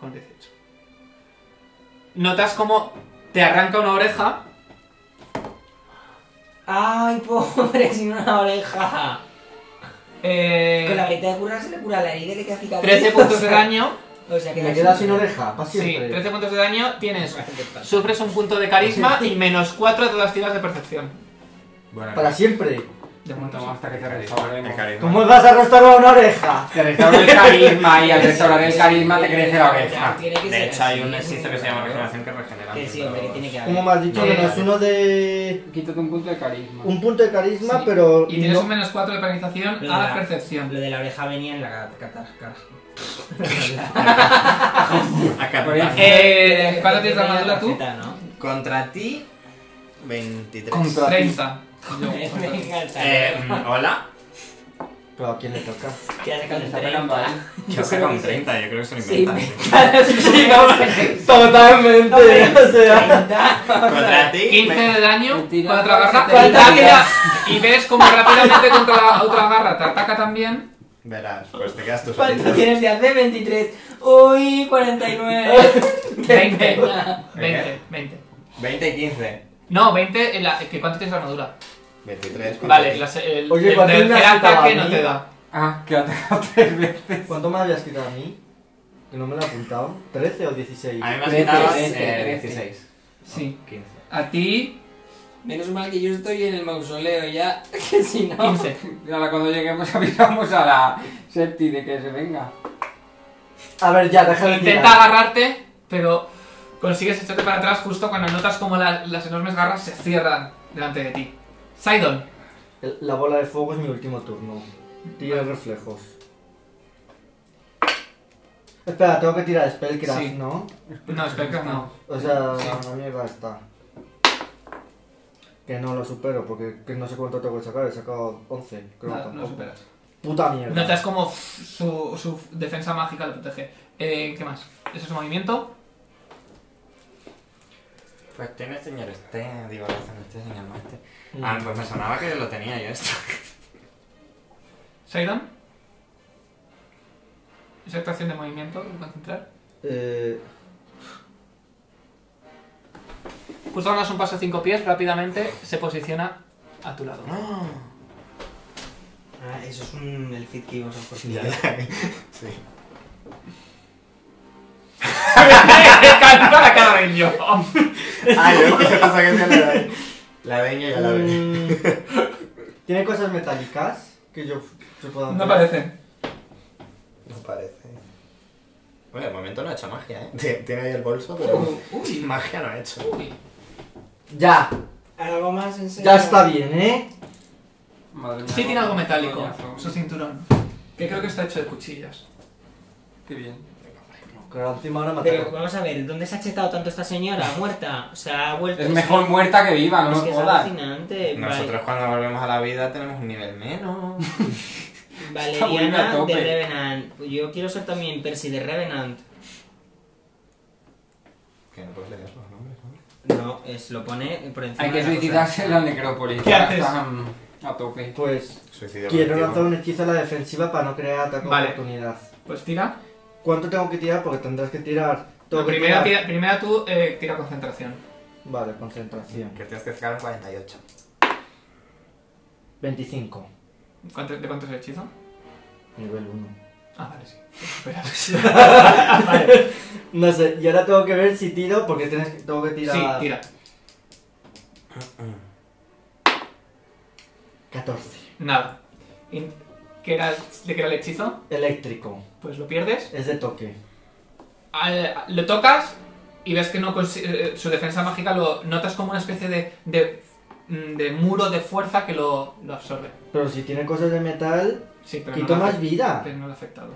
S1: Con 18. Notas como te arranca una oreja.
S5: ¡Ay, pobre, sin una oreja!
S1: eh,
S5: Con la varita de curra se le cura la herida y le queda cicatriz.
S1: 13 puntos
S5: o
S1: de
S5: sea-
S1: daño.
S5: O sea, que
S4: Me queda sin oreja, para
S1: Sí,
S4: siempre.
S1: 13 puntos de daño. Tienes. Sufres un punto de carisma y menos 4 a todas las tiras de percepción.
S2: Bueno,
S4: Para
S2: no.
S4: siempre.
S1: De momento.
S3: No, hasta que te
S2: El
S3: restauremos.
S2: carisma.
S4: ¿Cómo vas a restaurar una oreja?
S3: Te restaura el carisma y al restaurar el carisma te crece la oreja.
S2: De hecho, hay un hechizo que se llama regeneración que regenera.
S5: Que sí, hombre, que tiene que haber.
S4: Como me has dicho,
S1: No,
S4: menos
S2: no.
S4: uno de.
S3: Quítate un punto de carisma.
S4: Un punto de carisma,
S1: Sí.
S4: pero.
S1: Y tienes
S4: no-
S1: un menos 4 de penalización
S5: Lo de
S1: a
S5: la- Lo
S1: percepción.
S5: de la oreja venía en la catarca.
S2: Acá
S3: Por ejemplo.
S1: Eh, ¿Cuánto tienes de armadura tú?
S2: Contra ti, 23.
S3: Contra-
S1: 30. Yo,
S5: Me encanta.
S2: Eh, mm, hola.
S4: Pero a quién le toca.
S5: Que has sacado
S3: Me
S5: el
S3: está pegando ¿eh?
S5: 30.
S3: ahí.
S2: Yo sé con 30, yo creo que se lo
S5: Sí,
S2: inventan.
S5: me encanta.
S4: Totalmente. o sea.
S5: 30.
S2: Contra ti,
S1: 15
S2: ve-
S1: de daño
S3: Mentira.
S1: con otra garra.
S3: Mentira.
S1: y te ataca. Y ves como rápidamente contra la otra garra te ataca también.
S2: Verás, pues te quedas tú
S5: ¿Cuánto
S2: solito.
S5: tienes de hacer? 23. Uy, 49.
S1: 20.
S2: ¿Qué?
S1: 20. 20.
S2: 20 y 15.
S1: No, 20. En la, que ¿Cuánto tienes de armadura?
S2: 23. contra
S1: Vale,
S2: ti.
S1: las- el,
S4: Oye,
S1: el
S4: cuando
S1: tercer
S4: me has quitado
S1: ataque
S4: a
S1: no
S4: mí-
S1: te da.
S3: Ah, que ha atacado tres veces.
S4: ¿Cuánto me habías quitado a mí? Que no me lo he apuntado. ¿13 o 16?
S2: A mí me has
S3: Trece,
S2: quitado
S3: trece,
S2: eh,
S3: trece.
S2: 16.
S1: Sí.
S2: 15.
S1: A ti,
S5: Menos mal que yo estoy en el mausoleo ya, que si no.
S1: 15.
S3: Y ahora cuando lleguemos avisamos a la Septi de que se venga.
S4: A ver, ya, deja de
S1: Intenta
S4: tirar.
S1: agarrarte, pero consigues echarte para atrás justo cuando notas como la- las enormes garras se cierran delante de ti. Sidon.
S4: El- La bola de fuego es mi último turno. Tira reflejos. Espera, tengo que tirar Spellcraft,
S1: Sí.
S4: ¿no?
S1: No, espera que no.
S4: O sea, la mierda está. Que no lo supero, porque que no sé cuánto tengo que sacar, he sacado 11, creo
S1: No,
S4: tampoco.
S1: no superas.
S4: Puta mierda.
S1: Notas como su, su defensa mágica le protege. Eh, ¿Qué más? Ese es su movimiento.
S2: Pues tiene señor este, digo, razón este, señor no este.
S4: Mm.
S2: Ah, pues me sonaba que lo tenía yo esto.
S1: Sidon. Esa actuación de movimiento, que concentrar.
S4: Eh,
S1: Justo cuando das un paso a cinco pies, rápidamente se posiciona a tu lado.
S5: Ah, eso es un, el fit que íbamos a
S2: Ya.
S5: cocinar.
S2: sí.
S1: ¡Calma la cara del yo!
S2: Ah, yo que pasa que se le da. La deño ya la ve.
S4: mm, ¿Tiene cosas metálicas que yo se pueda
S1: No parece.
S2: No parece. Bueno, de momento no ha hecho magia, ¿eh? Tie- Tiene ahí el bolso, pero
S1: Uy,
S2: magia no ha hecho.
S1: uy.
S4: Ya,
S5: ¿Algo más en serio?
S4: ya está bien, ¿eh?
S3: Madre mía.
S1: Sí tiene algo metálico,
S3: coñazo.
S1: su cinturón. Que creo que está hecho de cuchillas.
S3: Qué bien.
S4: Que encima ahora me
S5: Pero
S4: ataca.
S5: vamos a ver, ¿dónde se ha chetado tanto esta señora muerta? O sea, ha vuelto.
S3: Es mejor muerta que viva, no
S5: Es
S3: nos
S5: que es
S3: jodas.
S5: alucinante. Val-
S2: Nosotros cuando volvemos a la vida tenemos un nivel menos.
S3: buena a
S5: Valeriana
S3: tope.
S5: de Revenant. Pues Yo quiero ser también Percy de Revenant.
S2: Que no puedes leer los nombres, hombre.
S5: No, es, lo pone por encima.
S3: Hay que
S5: de la
S3: suicidarse en la necrópolis.
S1: ¿Qué haces?
S3: Están a tope.
S4: Pues
S2: Suicidio
S4: quiero
S2: colectivo.
S4: lanzar un hechizo a la defensiva para no crear ataque
S1: Vale.
S4: de oportunidad.
S1: Pues tira.
S4: ¿Cuánto tengo que tirar? Porque tendrás que tirar. Tengo que
S1: Primera,
S4: tirar-
S1: tira, primera tú eh, tira concentración.
S4: Vale, concentración.
S2: Que tienes que sacar un 48.
S4: 25,
S1: ¿Cuánto- ¿De cuánto es el hechizo?
S4: nivel 1.
S1: Ah, vale, sí. Espera, sí.
S4: No sé, y ahora tengo que ver si tiro, porque tienes que- tengo que tirar.
S1: Sí, tira.
S4: 14.
S1: Nada. In- ¿Qué era, ¿De qué era el hechizo?
S4: Eléctrico.
S1: Pues lo pierdes.
S4: Es de toque.
S1: Al- lo tocas y ves que no consi- eh, su defensa mágica lo notas como una especie de, de, mm, de muro de fuerza que lo, lo absorbe.
S4: Pero si tiene cosas de metal,
S1: Sí, pero
S4: quito
S1: no, lo
S4: más
S1: afecta-
S4: vida.
S1: pero no lo ha afectado.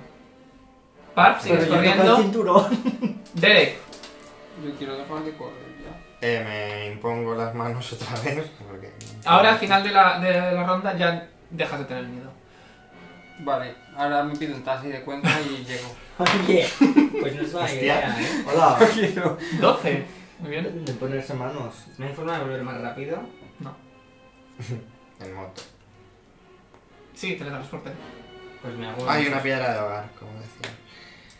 S1: Parp,
S4: Pero
S1: sigues
S4: yo toco el
S1: corriendo.
S4: cinturón.
S1: Derek,
S3: Yo quiero dejar de correr ya.
S2: Eh, me impongo las manos otra vez. Porque...
S1: ahora al final de la, de la ronda ya dejas de tener miedo.
S3: Vale, ahora me pido un taxi de cuenta y llego.
S5: Oye, pues no es mala idea, ¿eh?
S4: Hola.
S1: 12. Muy bien.
S4: De ponerse manos.
S5: ¿No hay forma de volver más rápido?
S2: En moto.
S1: Sí, teletransporte.
S5: Pues me hago...
S2: Hay una piedra de hogar, como decía.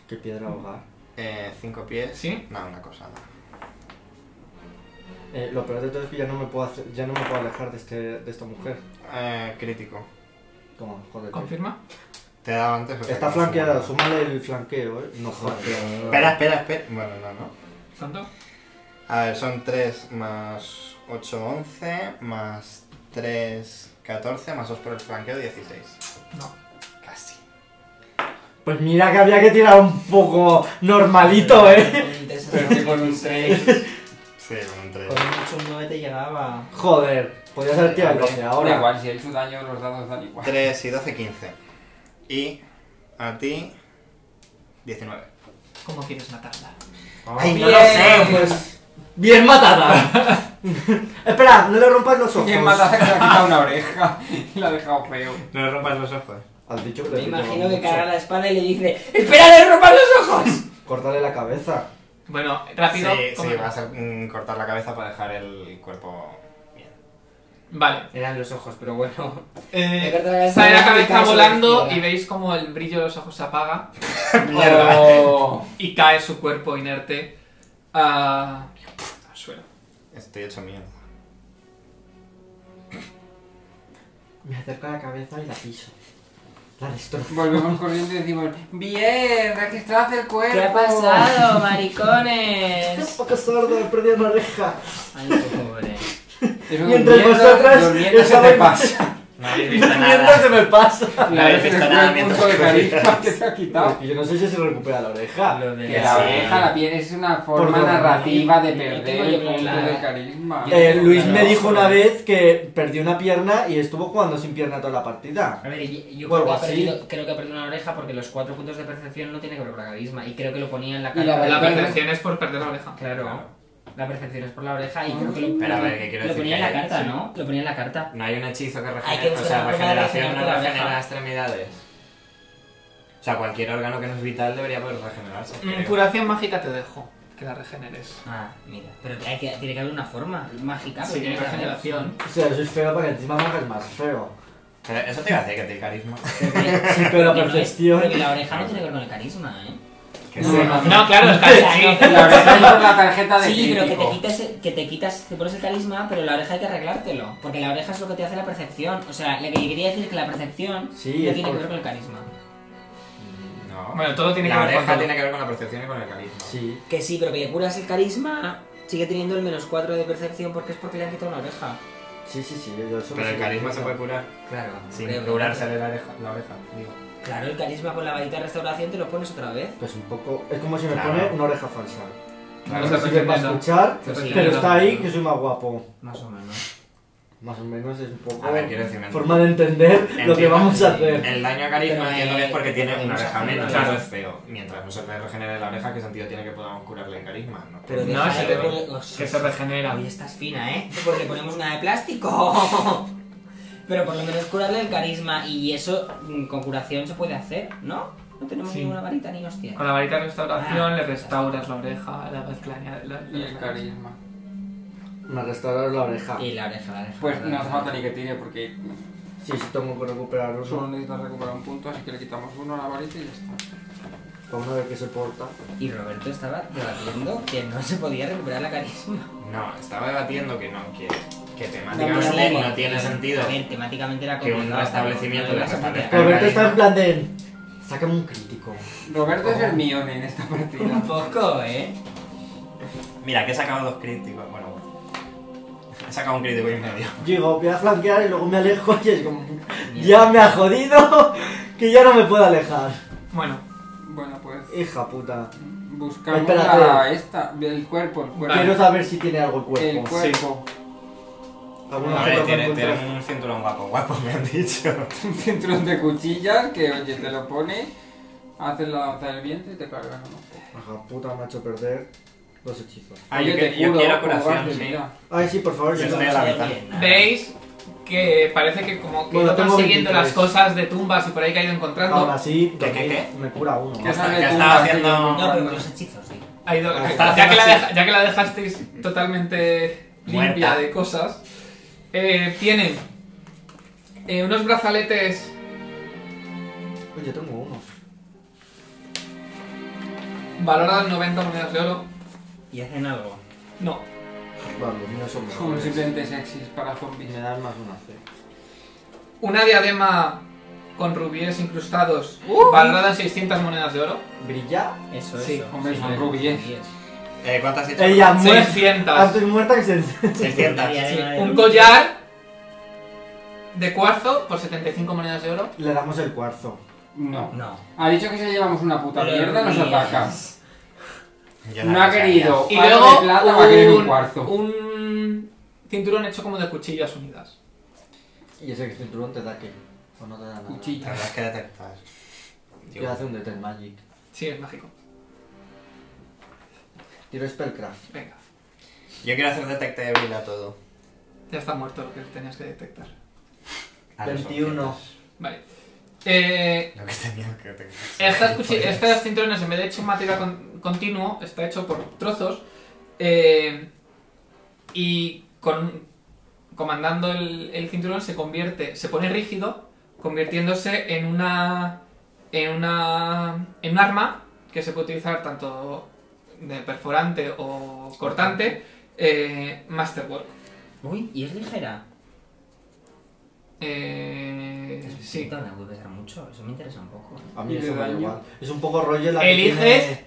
S4: Qué piedra ahogar.
S2: Eh, cinco pies.
S1: ¿Sí?
S2: No, una cosa. no.
S4: Eh, lo peor de todo es que ya no me puedo hacer- ya no me puedo alejar de este, de esta mujer.
S2: Eh, crítico.
S4: Toma, jódete.
S1: ¿Confirma?
S2: Te he dado antes. o sea,
S4: Está
S2: no
S4: flanqueada,
S2: sumo
S4: súmale el flanqueo, eh. No joder.
S2: nada. Espera, espera, espera. Bueno, no, no.
S1: ¿Tanto?
S2: A ver, son 3 más 8, 11, más 3, 14, más 2 por el flanqueo, 16.
S1: No.
S2: Casi.
S4: Pues mira que había que tirar un poco normalito, eh.
S3: Pero que con un 3.
S2: Sí, con un 3.
S5: Con un 9 te llegaba.
S4: Joder, podías haber tirado el 12
S3: Ahora
S4: ahora.
S3: igual, si he hecho daño, los dados dan igual.
S2: 3 y 12, 15. Y a ti, 19.
S1: ¿Cómo quieres matarla?
S2: ¡Ay,
S3: no lo sé!
S4: Pues, bien matada. Espera, no le rompas los ojos.
S3: ¿Quién mata que le ha quitado una oreja y la ha dejado feo?
S2: No le rompas los ojos.
S4: Has dicho que le
S5: Me
S4: pillaba
S5: imagino que
S4: mucho.
S5: carga la espada y le dice ¡Espera de romper los ojos!
S4: Cortarle la cabeza.
S1: Bueno, rápido.
S2: Sí,
S1: ¿cómo
S2: sí,
S1: no?
S2: vas a mm, cortar la cabeza para dejar el cuerpo bien.
S1: Vale.
S5: Eran los ojos, pero bueno.
S1: Eh,
S5: Me corta la
S1: sale la
S5: cabeza
S1: cabeza
S5: y cae sobre
S1: volando
S5: la
S1: y veis como el brillo de los ojos se apaga
S2: Mierda.
S3: Oh.
S1: y cae su cuerpo inerte ah, al suelo.
S2: Estoy hecho mierda.
S4: Me acerco a la cabeza y la piso. La destrozo.
S3: Volvemos corriendo y decimos, bien, registrad el cuerpo.
S5: ¿Qué ha pasado, maricones?
S4: Poco sordo, he perdido una oreja.
S5: Ay, pobre.
S3: Eso
S4: Mientras
S3: durmiendo-
S4: vosotras
S3: durmiendo se
S4: estabais-
S3: te pasa.
S2: No habéis visto
S4: Mientras
S2: nada.
S4: se me pasa.
S2: No habéis visto
S3: Fue
S2: nada
S3: el
S2: mientras
S3: punto de
S2: corrías.
S3: carisma que se ha quitado.
S4: Yo no sé si se recupera la oreja. Eh,
S5: Lo de
S3: Que la
S2: Sí.
S3: oreja, la piel es una forma
S4: favor.
S3: narrativa de
S5: Yo
S3: perder
S5: tengo
S3: el
S5: que
S3: punto
S5: hablar.
S3: de carisma.
S4: Eh, Luis me
S5: Claro.
S4: dijo una vez que perdió una pierna y estuvo jugando sin pierna toda la partida.
S5: A ver, y- yo
S4: O
S5: creo
S4: algo
S5: que, ha
S4: así.
S5: perdido, creo que ha perdido una oreja porque los cuatro puntos de percepción no tiene que ver con la carisma. Y creo que lo ponía en la
S3: Y
S5: carta.
S3: la
S1: La
S3: Vale.
S1: percepción es por perder la oreja.
S5: Claro. La percepción es por la oreja y
S3: Ah.
S5: creo que lo,
S2: Pero a ver, ¿qué quiero
S5: lo
S2: decir?
S5: ponía en la
S2: Que-
S5: carta,
S2: sí.
S5: ¿no? Lo ponía en la carta.
S2: No hay un hechizo que
S5: Hay que
S2: regenere. O
S5: buscar
S2: sea,
S5: una forma de
S2: regeneración
S5: regenerarte
S2: no
S5: la
S2: regenera
S5: oreja.
S2: las extremidades. O sea, cualquier órgano que no es vital debería poder regenerarse.
S1: Mm,
S2: creo.
S1: Curación mágica te dejo, que la regeneres.
S5: Ah, mira. Pero que hay que- tiene que haber una forma mágica. pero
S1: Ah, Sí,
S5: tiene que haber-
S1: regeneración.
S4: O sea, soy feo para que encima me hagas más feo.
S2: Pero eso te iba a decir que te di carisma.
S4: Sí, pero la
S5: Que no es-
S4: perfección.
S5: Pero que la oreja no tiene que ver con el carisma, ¿eh?
S2: Que
S3: No,
S2: sí.
S3: no,
S1: No, claro, está
S5: no,
S1: sí.
S3: La oreja es por la tarjeta de
S5: Sí, pero que te
S3: crítico.
S5: quitas, que te quitas, te pones el carisma, pero la oreja hay que arreglártelo, porque la oreja es lo que te hace la percepción. O sea, lo que quería decir es que la percepción
S4: Sí,
S5: no
S4: es
S5: tiene que
S4: por-
S5: ver con el carisma.
S2: No.
S1: Bueno, todo tiene que
S2: la
S1: ver con
S2: oreja
S1: todo.
S2: tiene que ver con la percepción y con el carisma.
S4: Sí.
S5: Que sí, pero que le curas el carisma, sigue teniendo el menos 4 de percepción porque es porque le han quitado una oreja.
S4: Sí, sí, sí. yo eso
S2: Pero
S4: lo
S2: el
S4: sé.
S2: carisma se puede curar
S5: Claro.
S2: sin curársele la oreja. La oreja digo.
S5: Claro, el carisma con la varita de restauración te lo pones otra vez.
S4: Pues un poco. Es como si me
S2: Claro.
S4: pone una oreja falsa.
S1: Claro,
S4: no
S1: se
S4: me sirve para
S1: pretende,
S4: escuchar,
S1: Se pretende,
S4: pero
S1: no.
S4: está ahí que soy más guapo.
S5: Más o menos.
S4: Más o menos es un poco.
S2: A ver, Ah, quiero decir,
S4: forma de entender lo que
S2: Entiendo.
S4: vamos a hacer.
S2: el daño a carisma
S5: Pero,
S2: entiendo que es porque
S5: eh,
S2: tiene una
S5: podemos
S2: oreja
S5: hacer
S2: menos,
S1: una-
S2: eso es feo. Mientras no se le regenere la oreja, ¿qué sentido tiene que podamos curarle en carisma? No,
S5: Pero
S1: No,
S5: deja
S1: se
S5: de
S1: te
S5: poner-
S1: ve
S5: Ostras.
S1: que se regenera.
S5: Hoy estás fina, ¿eh? Porque le ponemos una de plástico. Pero por lo menos curarle el carisma y eso mm, con curación se puede hacer, ¿no? No tenemos
S1: Sí.
S5: ninguna varita ni hostia.
S1: Con la varita de restauración le restauras la oreja, la mezclaña. La,
S3: Y el carisma.
S4: Me restauraron la oreja.
S5: Y la oreja, la oreja.
S3: Pues
S5: la
S3: no hace
S5: oreja.
S3: falta ni que tire porque
S4: Sí, sí, tengo que recuperar
S3: solo
S4: uno.
S3: necesitas recuperar un punto, así que le quitamos uno a la varita y ya está.
S4: Para una vez que se porta.
S5: Y Roberto estaba debatiendo que no se podía recuperar la carisma.
S2: no estaba debatiendo que no, que, que
S5: Digamos,
S2: temáticamente no,
S5: que-
S2: tiene sentido.
S5: A ver, temáticamente era
S2: Que un
S5: complicado,
S2: establecimiento
S5: pero
S2: de
S5: no vas a
S2: restaurar-
S5: meter-
S2: Pero
S4: Roberto
S2: ahí
S4: está
S2: no.
S4: en plan de. Sácame un crítico.
S3: Roberto es el mío en esta
S5: Un
S3: partida.
S5: poco, ¿eh?
S2: Mira, que he sacado dos críticos. Bueno, bueno. He sacado un crítico y medio.
S4: Digo, voy a flanquear y luego me alejo y es como... Ya me ha jodido que ya no me puedo alejar.
S1: Bueno,
S3: Bueno, pues
S4: Hija puta.
S3: buscamos
S4: Espérate.
S3: a esta, el cuerpo, el cuerpo.
S1: Vale.
S4: Quiero saber si tiene algo el
S3: El
S4: cuerpo.
S3: cuerpo.
S4: ¿Algún
S2: Hombre,
S4: objeto que
S2: tiene,
S4: encuentres?
S2: tiene un cinturón guapo, guapo, me han dicho.
S3: Un cinturón de cuchillas que, oye, te lo pones, haces la danza del viento y te cargas. ¿no?
S4: Hija puta, me ha hecho perder dos hechizos.
S2: Ah,
S3: Oye,
S2: yo,
S3: te
S2: que- yo
S3: juro,
S2: quiero
S3: como
S2: curación,
S3: guardia,
S2: sí.
S3: mira.
S4: Ay, sí, por favor,
S2: Yo
S4: sí.
S2: estoy a la mitad.
S1: veis que parece que como que
S4: Bueno,
S1: iba
S4: tengo
S1: consiguiendo
S4: 23.
S1: las cosas de tumbas y por ahí que ha ido
S4: Aún
S1: encontrando,
S4: así,
S2: ¿Qué, qué, qué?
S4: me cura uno.
S3: ¿Qué
S2: está-
S3: sabe
S2: ya
S3: tú,
S2: estaba
S3: Martín?
S2: haciendo-
S5: No, pero con los hechizos, sí.
S1: ha ido
S2: Ah, está
S1: ya, que la
S2: haciendo
S1: deja- ya que la dejasteis totalmente limpia
S2: Muerta.
S1: de cosas, eh, tienen eh, unos brazaletes
S4: Pues yo tengo uno.
S1: valoradas 90 monedas de oro.
S5: Y hacen algo.
S1: No,
S4: Vale, los míos son
S3: Son
S4: mejores.
S3: simplemente sexys para
S4: Y
S3: zombies.
S4: me dan más una C.
S1: una diadema con rubíes incrustados valorada en 600 monedas de oro.
S4: ¿Brilla?
S5: Eso,
S1: Sí,
S5: eso.
S3: hombre,
S5: Sí,
S3: son
S5: sí,
S3: rubíes.
S5: sí,
S2: Eh, ¿Cuántas has hecho?
S4: Ella muerta.
S1: 600.
S4: Antes Ah, muerta que se...
S2: 600.
S5: Sí,
S1: Sí,
S5: sí.
S1: un collar de cuarzo por 75 monedas de oro.
S4: Le damos el cuarzo.
S3: No.
S5: No.
S3: Ha dicho que si llevamos una puta
S5: Pero
S3: mierda nos
S5: rubíes.
S3: ataca.
S2: Yo
S3: No ha
S2: sabía.
S3: querido.
S1: Y
S3: Algo
S1: luego
S3: de plata va a querer un cuarzo.
S1: un cinturón hecho como de cuchillas unidas.
S4: Y ese que cinturón te da que... O no te da nada.
S2: La
S3: Cuchillas.
S2: verdad es que detectas.
S4: Que hace un Detect Magic.
S1: Sí, es mágico.
S4: Tiro Spellcraft.
S1: Venga,
S2: Yo quiero hacer detect débil a todo.
S1: ya está muerto lo que tenías que detectar.
S4: Ah,
S2: A los
S4: 21.
S2: objetos.
S1: Vale. Eh,
S2: Lo que tenía que detectar.
S1: estas cuchi- estos cinturones, en vez de hecho en material con- continuo, está hecho por trozos. eh, y con, comandando el, el cinturón se convierte, se pone rígido, convirtiéndose en una en una en un arma que se puede utilizar tanto de perforante o cortante, eh, masterwork.
S5: Uy, y es ligera.
S1: Eh,
S5: Es
S1: sí.
S5: chiquita, Me puede pesar mucho. Eso me interesa un poco.
S4: A
S3: ¿Y
S4: mí
S3: de
S4: eso me da
S3: daño?
S4: igual. Es un poco rollo la que
S1: Eliges-
S4: tiene...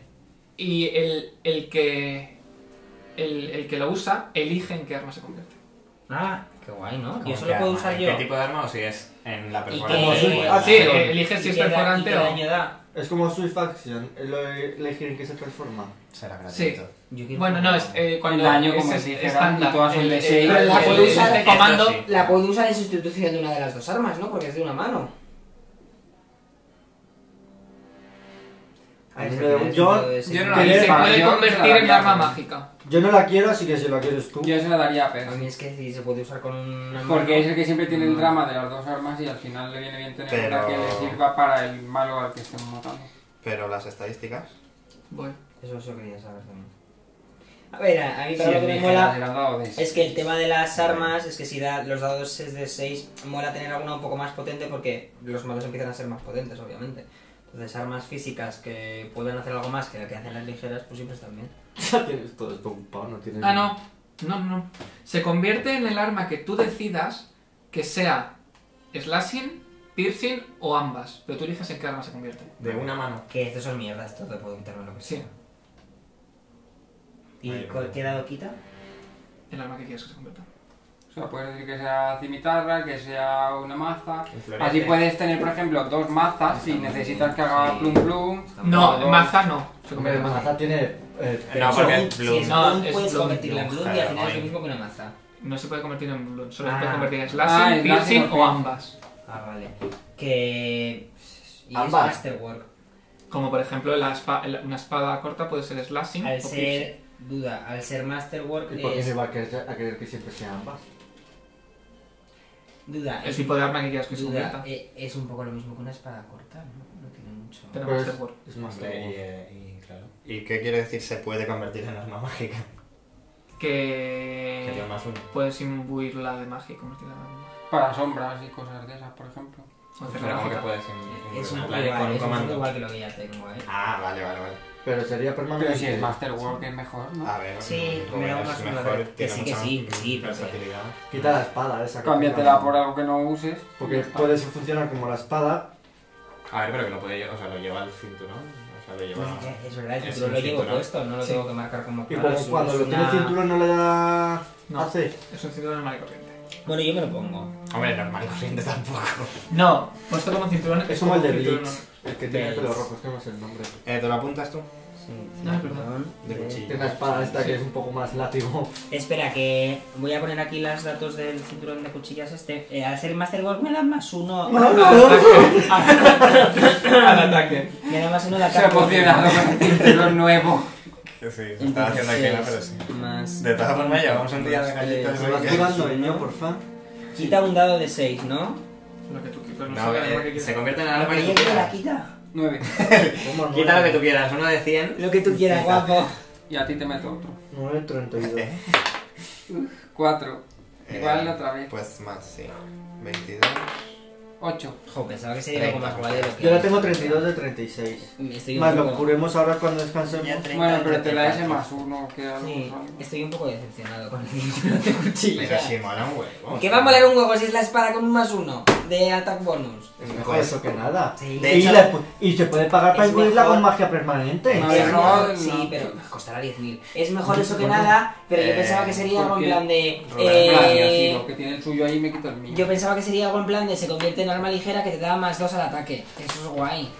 S1: Y el, el que. El, el que lo usa, elige en qué arma se convierte.
S5: Ah, qué guay, ¿no?
S2: ¿Cómo
S5: Y eso
S2: qué
S5: lo puedo
S2: arma?
S5: usar
S2: ¿En
S5: yo.
S2: ¿Qué tipo de arma o si es en la
S5: Y
S2: performance?
S4: Como
S5: que...
S4: soy-
S5: Ah,
S4: ah,
S1: sí, eh, eliges
S5: elige
S1: si es perforante o-
S4: Es como Swift Faction, el elegir en qué se transforma.
S2: Será gratuito.
S1: Bueno, no, es eh, cuando
S3: El daño,
S1: es
S3: como
S1: es-
S3: dijera, y
S1: estándar.
S3: todas son
S1: El-
S3: de
S1: el-
S3: seis.
S1: el-
S5: La
S1: el-
S5: puedo usar
S1: este
S5: de
S1: comando.
S2: esto sí.
S5: La puedo usar en sustitución de una de las dos armas, ¿no? Porque es de una mano.
S4: A mí
S5: Este
S4: me da
S5: tiene
S4: un- yo,
S5: sentido de ser-
S1: Yo no
S4: Que
S1: la- y
S4: le-
S1: se
S3: para-
S1: puede
S3: yo se
S1: convertir
S3: la
S1: en
S3: haría,
S1: arma
S3: ¿no?
S1: máquina.
S4: yo no la quiero, así que si la quieres tú.
S3: Yo se la daría a
S5: A
S3: Percy.
S5: mí es que sí se puede usar con una mano.
S3: Porque es el que siempre tiene
S5: Mm.
S3: el drama de las dos armas y al final le viene bien tener
S2: Pero-
S3: una que le sirva para el malo al que estemos matando.
S2: Pero las estadísticas.
S1: Voy.
S5: Eso es lo que quería saber también. A ver, a a mí
S3: Si
S5: para
S3: es
S5: lo que me
S3: ligera,
S5: mola
S3: se la ha dado de-
S5: Es que el tema de las armas es que si da los dados es de 6, mola tener alguna un poco más potente porque los malos empiezan a ser más potentes, obviamente. Entonces, armas físicas que puedan hacer algo más que la que hacen las ligeras, pues siempre están bien.
S4: Ya tienes todo esto ocupado, no tienes...
S1: Ah, no. No, no. Se convierte en el arma que tú decidas que sea slashing, piercing o ambas. Pero tú eliges en qué arma se convierte.
S2: De una mano.
S5: Que estos son mierdas, esto te puedo quitarme lo que sea.
S1: Sí.
S5: ¿Y
S2: Ahí,
S5: co-
S4: pues,
S2: ahí.
S5: qué dado quita?
S1: El arma que quieras que se convierta.
S3: O sea, puedes decir que sea cimitarra, que sea una maza.
S2: Un florete.
S3: Así puedes tener, por ejemplo, dos mazas si necesitas que haga
S5: Sí.
S3: plum plum.
S1: No,
S3: Dos-
S1: maza no. Se convierte
S4: Hombre,
S1: en maza.
S4: Manhattan tiene... eh,
S2: No, porque el
S5: Si
S2: blue.
S5: es
S1: No,
S5: blue,
S1: es
S5: puedes
S1: blue,
S5: convertirla en
S2: blue,
S5: blue y al final
S2: joder,
S5: es lo
S2: guay.
S5: mismo que una maza.
S1: No se puede convertir en blunt, solo se
S5: Ah.
S1: puede convertir en
S3: Ah,
S1: slashing,
S3: en
S1: piercing
S3: slashing o
S1: o ambas.
S5: Ah, vale. Que. Y es
S4: Ambas.
S5: Masterwork.
S1: Como por ejemplo la espa- la- una espada corta puede ser slashing
S5: Al
S1: o piercing.
S5: ser. Duda, al ser Masterwork
S4: ¿Y por qué
S5: es.
S4: se va a querer, a querer que siempre sean ambas?
S5: Duda,
S1: El
S5: es
S1: tipo de arma que quieras que se
S5: Duda,
S1: convierta.
S5: eh, es un poco lo mismo que una espada corta, ¿no? No tiene mucho.
S1: Pero
S4: Pero es-
S1: Masterwork.
S4: Es más
S2: Hombre, y, eh, y claro. ¿Y qué quiere decir se puede convertir en arma mágica?
S5: Eh,
S2: Que tiene
S1: Que
S2: más uno.
S5: pues
S1: puedes imbuirla de magia y convertirla en arma.
S3: Para sombras y cosas de esas, por ejemplo.
S1: O hacerla
S2: Pero como que
S1: mágica.
S2: puedes in-
S5: Es un
S2: in-
S5: poco
S2: plan, con un
S5: igual, es un poco
S2: comando.
S5: igual que lo que ya tengo, ¿eh?
S2: Ah, vale, vale, vale.
S4: Pero sería permanente.
S3: Pero si es Masterwork es mejor, ¿no?
S2: A ver.
S5: Sí,
S2: mm,
S5: me da
S2: bueno,
S5: más
S2: es
S5: una
S2: mejor.
S5: vez.
S2: Tiene
S5: Que sí, que
S2: mucha
S5: sí, que sí, pero sí.
S2: versatilidad.
S4: Quita la espada esa. que
S3: Cámbiatela
S4: tenga.
S3: por algo que no uses.
S4: Porque
S3: Ya está.
S4: puede funcionar como la espada,
S2: A ver, pero que lo puede llevar, o sea, lo lleva al cinturón. O sea, lo lleva.
S5: Es verdad,
S2: Es
S5: el cinturón
S2: un
S5: lo llevo
S2: cinturón.
S5: puesto, no lo
S4: Sí.
S5: tengo que marcar
S4: Y
S5: como tal,
S4: como
S5: es
S4: cuando lo tiene
S5: una-
S4: el cinturón no le da
S1: No.
S4: AC.
S1: Es un cinturón normal y corriente.
S5: Bueno, yo me lo pongo.
S2: Hombre, normal y corriente tampoco.
S1: No, puesto como cinturón.
S4: Es como el de
S1: un cinturón
S4: Blitz, el que tiene el pelo
S5: Blitz.
S4: rojo, es que no sé el nombre.
S2: Eh, ¿Te lo apuntas tú?
S5: Ah,
S1: No, es verdad.
S2: De cuchillo.
S4: Tiene una espada esta que es un poco más látigo.
S5: Eh, Espera, que voy a poner aquí los datos del cinturón de cuchillas este. Eh, al ser Master Gold me da más uno.
S1: normal. Al ataque.
S5: me da más uno
S3: Se
S5: de
S3: ha
S5: ataque.
S3: emocionado con el cinturón nuevo.
S2: Que sí, se estaba haciendo aquí la pero sí.
S5: Más.
S2: De todas formas, llevamos un día de
S5: Más
S2: galletas.
S5: tres.
S4: Se va
S2: ¿no?
S4: jugando, niño, porfa.
S5: Quita un dado de 6, ¿no?
S1: Lo que tú quieras. No,
S2: No,
S1: sé lo
S2: eh,
S1: que quieras.
S2: se convierte en
S5: Lo
S2: algo
S5: que
S2: que
S5: yo
S2: tú
S5: quiero la
S2: quieras.
S5: quita.
S3: 9.
S4: Toma,
S2: Quita lo que
S4: nueve.
S2: tú quieras, uno de 100.
S5: Lo que tú quieras, guapo.
S3: Y a ti te meto otro.
S4: 9.32.
S3: 4.
S2: Eh,
S3: Igual otra vez.
S2: Pues más, sí. 22.
S3: 8.
S5: Jo, pensaba que sería algo más guay de lo que.
S4: Yo la tengo 32 de 36.
S5: Estoy un
S4: Más lo
S5: poco-
S4: curemos ahora cuando descansemos.
S3: Bueno, pero te la ese más uno que algo.
S5: Sí,
S3: son.
S5: estoy un poco decepcionado con el cinturón de
S2: Pero
S5: cuchillas.
S2: si mola un huevo.
S5: ¿Qué va a moler un huevo si es la espada con un más uno de attack bonus?
S4: Es mejor eso que nada.
S5: Sí.
S2: De
S4: y,
S2: hecho-
S4: la- y se puede pagar para
S5: Es
S4: incluirla
S5: mejor.
S4: con magia permanente.
S3: No, habéis robado el-
S5: Sí,
S3: no.
S5: pero costará 10.000. Es mejor eso que nada, pero yo
S2: Eh,
S5: pensaba que sería algo en
S3: porque
S5: plan de...
S2: robar
S3: Gracias,
S5: eh,
S3: lo que tiene el suyo ahí me quito el mío.
S5: yo pensaba que sería algo en plan de se convierte en arma ligera que te da más 2 al ataque. Eso es guay.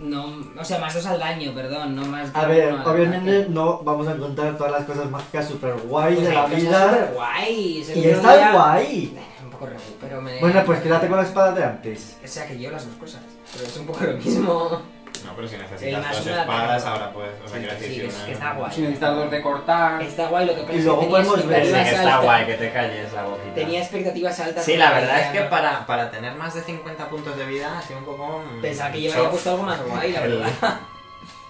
S5: No, o sea, más 2 al daño, perdón, no más...
S4: A ver,
S5: uno al
S4: obviamente
S5: ataque.
S4: no vamos a encontrar todas las cosas mágicas super guay
S5: Pues
S4: de la
S5: hay cosas
S4: vida.
S5: superguays, el
S4: Y
S5: otro
S4: está
S5: día-
S4: guay.
S5: Eh, Un poco raro, pero me...
S4: Bueno, pues quédate con la espada de antes.
S5: O sea, que yo las dos cosas, pero es un poco lo mismo.
S2: No, pero si
S5: El más
S2: necesitas dos
S5: una
S2: espadas,
S5: ataca.
S2: ahora pues. O sea, quiero
S5: Sí,
S2: decir, si
S5: que-
S2: una.
S5: que está guay.
S3: Si necesitas dos de cortar.
S5: Está guay lo que pasa es que
S4: luego
S5: tenía
S4: podemos ver.
S2: Sí,
S5: expectativas
S2: que está
S5: altas.
S2: guay, que te calles la boquita.
S5: Tenía expectativas altas.
S2: Sí, la
S5: pero
S2: verdad es
S5: ya
S2: que
S5: no.
S2: para, para tener más de 50 puntos de vida ha sido un poco... mm,
S5: Pensaba que yo me
S2: soft.
S5: había puesto algo más guay, la
S2: El-
S5: verdad.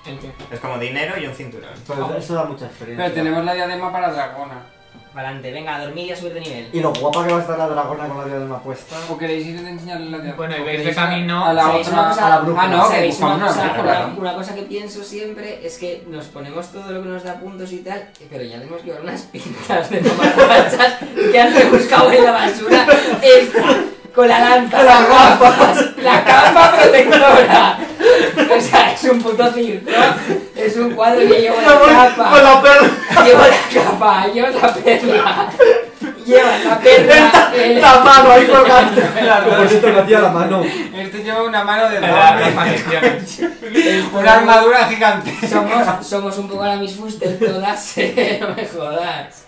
S1: ¿El qué?
S2: Es como dinero y un cinturón.
S4: Pero eso da mucha experiencia.
S3: Pero tenemos la diadema para dragona.
S5: Para adelante, venga, a dormir y a subir de nivel.
S4: Y lo guapa que va a estar la dragona con la diadema puesta.
S3: ¿O queréis ir a enseñarle la diadema?
S1: Bueno, y
S3: ¿O
S1: veis de
S3: queréis ir a-
S1: camino-
S3: A la
S5: ¿Sabéis
S3: otra,
S5: una cosa?
S3: a la bruja. Ah, no, que
S5: ¿Sabéis una
S3: buscamos una
S5: cosa?
S3: brújula.
S5: Una- una cosa que pienso siempre es que nos ponemos todo lo que nos da puntos y tal, pero ya tenemos que llevar unas pintas de tomar manchas que han rebuscado en la basura. Esta, con la lanza, las gafas, la capa protectora. O sea, es un puto circo, es un cuadro que llevo la capa.
S4: la perra.
S5: Llevo la capa, llevo la perla. Lleva la perla. el-
S4: mano ahí colgando. Por cierto, no tira la mano.
S3: Este lleva una mano de
S1: Para Eh, las
S3: dragón.
S1: maldiciones.
S5: el-
S3: Una armadura gigante.
S5: Somos, somos un poco la Miss Fuster todas, eh, no me jodas.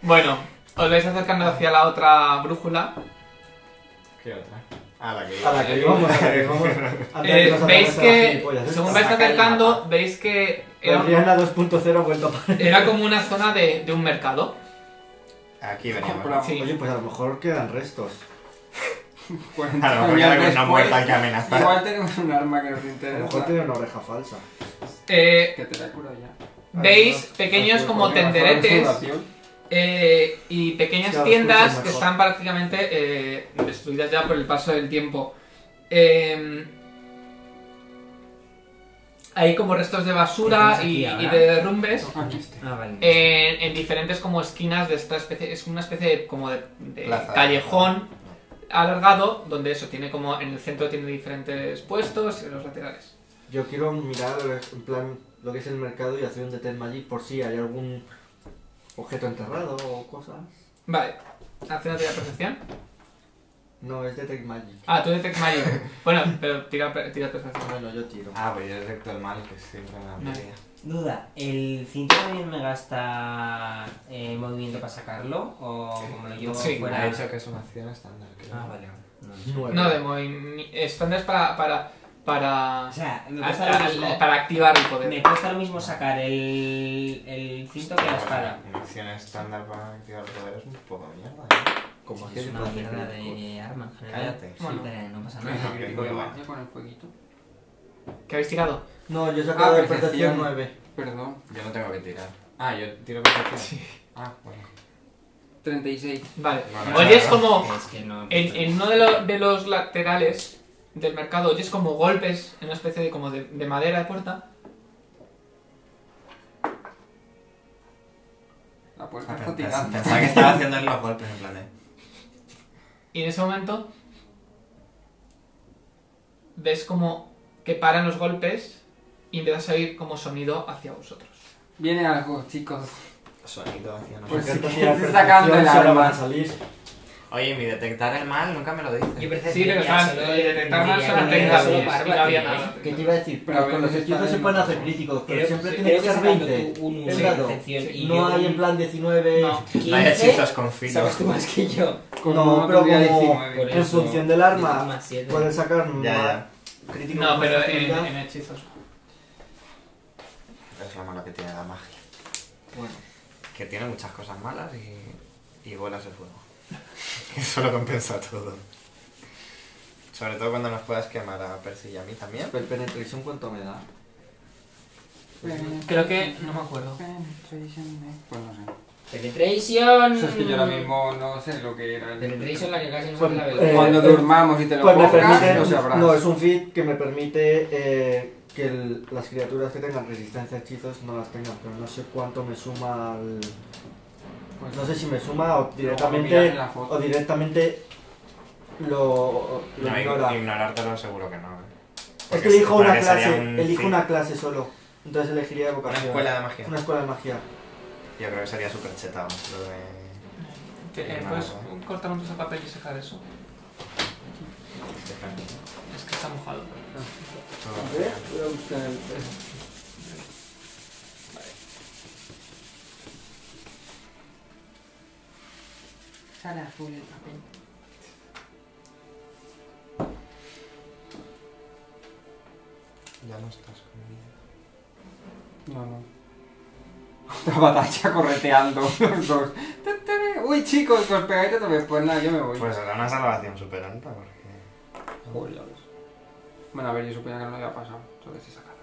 S1: Bueno, os vais acercando hacia la otra brújula.
S2: ¿Qué otra? Ah, la que...
S4: A la que íbamos, a la que íbamos. Antes de
S1: Eh,
S4: nos
S1: veis
S4: atacasen las
S1: que,
S4: gilipollas. ¿eh?
S1: según eh,
S4: Esta
S1: vais
S2: saca el
S1: acercando,
S2: mapa.
S1: veis que
S4: La
S1: era,
S4: Rihanna 2.0 vuelto a
S1: era como una zona de, de un mercado.
S2: Aquí veníamos.
S3: Compramos.
S1: Sí.
S4: Oye, pues a lo mejor quedan restos.
S3: Cuarenta
S2: A lo mejor ya
S3: años
S2: hay una
S3: después,
S2: muerta que amenaza.
S3: Igual tenemos un arma que nos
S4: A lo
S3: interesa.
S4: mejor tiene una oreja falsa.
S1: Eh,
S3: Que te la curo ya.
S1: veis pequeños
S4: Porque
S1: como
S3: Porque mejor
S1: tenderetes
S3: duración.
S1: Eh, y pequeñas
S4: Sí, ahora
S1: tiendas
S4: escucho
S1: que
S4: mejor.
S1: están prácticamente eh, destruidas ya por el paso del tiempo. Eh, hay como restos de basura
S5: Estamos aquí
S1: y, y
S5: ahora.
S1: de derrumbes
S3: Aquí está.
S5: Ah, vale.
S1: eh, en diferentes como esquinas de esta especie. Es una especie de, como de, de
S2: Plaza.
S1: callejón alargado donde eso tiene como en el centro tiene diferentes puestos y en los laterales.
S4: Yo quiero mirar en plan lo que es el mercado y hacer un detect magic por si hay algún objeto enterrado o cosas.
S1: Vale, hace una tira de percepción.
S4: No, es detect magic.
S1: Ah, tú detect magic. Bueno, pero tira, tira percepción.
S4: Bueno, yo tiro.
S2: Ah, pues yo detecto el mal que siempre me da
S1: No.
S2: envidia.
S5: Duda, ¿el cinto también me gasta eh, movimiento para sacarlo? ¿O como lo llevo
S1: Sí,
S5: fuera?
S2: Ha dicho que es una acción estándar. creo.
S5: Ah, vale. No.
S4: Nueve.
S1: No, de movimiento. Estándar es para. para. para.
S5: O sea, me
S1: a-
S5: cuesta,
S1: a-
S5: lo mismo,
S1: para activar el poder.
S5: me cuesta lo mismo sacar el, el cinto que la espada.
S2: Una acción estándar para activar el poder es un poco de mierda. ¿eh?
S4: Como
S5: Es una mierda de arma en general.
S2: Cállate.
S5: Sí,
S1: Bueno.
S5: pero no pasa
S3: Ay,
S5: nada.
S3: qué crítico de magia con el fueguito.
S1: ¿Qué habéis tirado?
S4: No, yo he
S3: Ah,
S4: sacado de
S3: percepción.
S4: percepción 9.
S3: Perdón.
S2: Yo no tengo que tirar. Ah, yo tiro percepción. Ah, bueno.
S3: 36.
S1: Vale.
S2: Bueno,
S1: oyes
S2: claro.
S1: como.
S5: Es que no.
S1: En, en uno de, lo- de los laterales del mercado oyes como golpes en una especie de como de, de madera de puerta.
S3: La puerta está tirante.
S2: Pensaba que estaba haciendo los golpes en plan de...
S1: Y en ese momento. ves como que paran los golpes y empiezas a oír como sonido hacia vosotros.
S3: Viene algo, chicos.
S2: Sonido hacia
S9: Me
S2: nosotros.
S3: Pues-
S9: encanta
S3: si
S9: tirar
S3: quieres sacando
S9: percepción,
S3: el
S9: si ahora
S3: arma.
S9: van a salir.
S2: Oye, mi detectar el mal nunca me lo
S5: Yo
S2: dice.
S5: percepción
S1: Sí, pero
S5: ya
S1: estaban-
S5: solo-
S1: eh, detectar
S5: ya
S1: más son
S5: no
S1: 30
S5: era solo
S1: pies,
S5: barba,
S1: y no había
S5: tío.
S1: nada.
S4: ¿Qué te iba a decir?
S3: Pero a
S4: Pero
S3: ver,
S4: con los
S3: los
S4: esquizos se
S3: espadines.
S4: pueden hacer críticos, pero
S5: Creo-
S4: siempre
S5: creo
S4: tiene que
S5: que
S4: ser
S5: sacando
S4: 20.
S5: tú un uno
S4: el
S5: de
S4: dado.
S5: percepción y
S4: No
S5: yo
S4: hay
S5: un-
S4: en plan 19.
S1: No.
S2: Vaya
S5: 15,
S2: hechizos con
S5: Sabes
S2: filos.
S5: tú más que yo.
S4: No, pero
S3: tendría
S4: como-
S3: 19.
S5: Por
S4: En
S5: eso,
S4: función del arma,
S5: más siete.
S4: puedes sacar más
S2: Ya, ya.
S4: crítico
S1: No,
S4: con
S1: pero
S4: más
S1: en,
S4: facilidad.
S1: en hechizos.
S2: Es lo malo que tiene la magia.
S4: Bueno.
S2: Que tiene muchas cosas malas y, y bolas de fuego. Eso lo compensa todo. Sobre todo cuando nos puedas quemar a Percy y a mí también.
S9: Spell penetration, ¿cuánto me da?
S1: Creo que no me acuerdo.
S3: Penetration, eh, Pues no sé.
S5: Penetration.
S3: Eso es que Pues yo ahora mismo no sé lo que era. el-
S5: Penetration la que casi no se la
S4: Pues,
S5: ve.
S4: eh,
S3: Cuando durmamos y te lo
S4: Pues me
S3: pongas,
S4: permite,
S3: lo sabrás.
S4: no, es un feed que me permite eh, que el- las criaturas que tengan resistencia a hechizos no las tengan, pero no sé cuánto me suma al...
S3: Pues
S4: No sé si me suma o
S3: Luego miras en
S4: directamente,
S3: la foto.
S4: o directamente lo, lo
S2: No,
S4: ignora.
S2: ig- ignorártelo seguro que no. ¿eh?
S4: Es
S2: Porque
S4: que elijo
S2: supongo
S4: una
S2: que sería
S4: clase,
S2: un
S4: elijo
S2: fi-
S4: una clase solo, entonces elegiría
S2: Una
S4: vocación.
S2: escuela de magia.
S4: Una escuela de magia.
S2: Yo creo que sería súper chetado. Lo de...
S1: Te- eh,
S2: No,
S1: ¿Puedes
S2: no.
S1: cortar un trozo de papel y sacar eso? Es que está mojado.
S4: A ver, voy a buscar el-
S5: Sale azul el papel.
S2: Ya no estás conmigo.
S3: No, no. Otra batalla correteando los dos. Ta, ta, ta. Uy, chicos, que os pegáis otra vez. Pues nada, yo me voy.
S2: Pues era una salvación súper alta porque...
S3: Bueno, a ver, yo suponía que no lo había pasado. Entonces he sacado.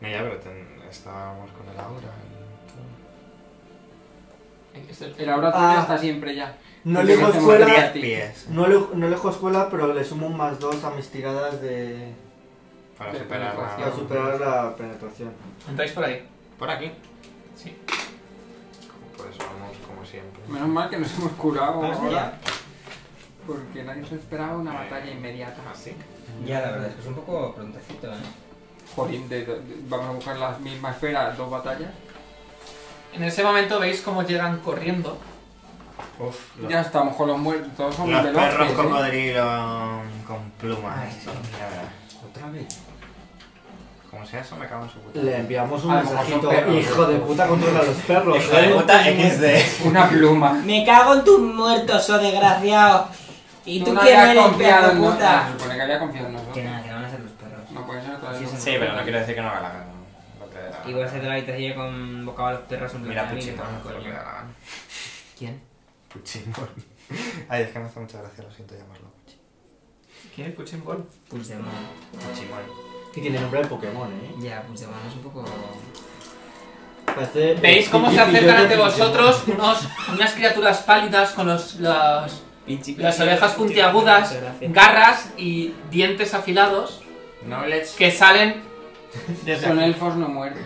S2: No, ya, pero ten- estábamos con el aura y todo.
S1: Es el-
S3: El aura tuya
S4: Ah.
S3: está siempre ya.
S4: No
S3: Porque
S4: elijo
S3: no te
S4: escuela,
S3: morirías.
S2: pies.
S4: no elijo, no elijo escuela, pero le sumo un más dos a mis tiradas de...
S2: Para
S3: De
S2: superar la...
S4: para superar la penetración.
S1: ¿Entráis por ahí?
S2: Por aquí.
S1: Sí.
S2: Pues vamos como siempre.
S3: Menos mal que nos hemos curado
S4: Ah,
S5: Vamos
S3: ahora.
S5: allá.
S3: Porque nadie se esperaba una batalla inmediata.
S2: Así.
S5: Ya, la verdad es que es un poco prontecito, ¿eh?
S3: Jolín, de- de- vamos a buscar las mismas esferas, dos batallas.
S1: En ese momento veis cómo llegan corriendo.
S2: Uf, los,
S3: Ya estamos con los muertos, todos son
S2: los
S3: veloces.
S2: perros
S3: ¿eh?
S2: cocodrilo con plumas. Ya verás.
S4: Otra vez.
S2: Como sea eso, me cago en su puta.
S4: Le enviamos un
S3: A lo mejor
S4: mensajito.
S3: son perros.
S4: Hijo de puta, controla a los perros.
S2: Hijo de
S4: ¿eh?
S2: puta XD.
S3: Una pluma.
S5: Me cago en tus muertos, oh desgraciado. ¿Y tú
S3: no
S5: quién
S3: habías
S5: eres,
S3: confiado
S5: perro
S3: en nosotros. Se
S5: puta?
S3: supone que había confiado en nosotros.
S5: Que nada, que no van a ser los perros.
S3: No puede ser otra vez.
S5: Sí,
S3: un-
S5: sí.
S2: Sí, pero no quiero decir que no haga la gana. Lo que dé la
S5: Igual se
S2: gana.
S5: te la habitación con bocado a los perros un
S2: Mira,
S5: ratito,
S2: Puchimón, lo que
S5: coño.
S2: le da la gana.
S5: ¿Quién?
S2: Puchimón. Ay, es que me hace mucha gracia, lo siento llamarlo Puchi-
S1: ¿Quién es Puchimbol?
S5: Puigdemont.
S2: Puchimón.
S4: Que tiene nombre de Pokémon, eh.
S5: Ya, Puigdemont es un poco...
S4: Parece-
S1: Veis cómo se
S4: Pidgeot
S1: acercan
S4: de
S1: ante
S4: Pokémon.
S1: vosotros unos, unas criaturas pálidas con los, las, las orejas puntiagudas, garras y dientes afilados
S2: Knowledge.
S1: que salen desde
S3: Son
S1: aquí.
S3: elfos no muertos.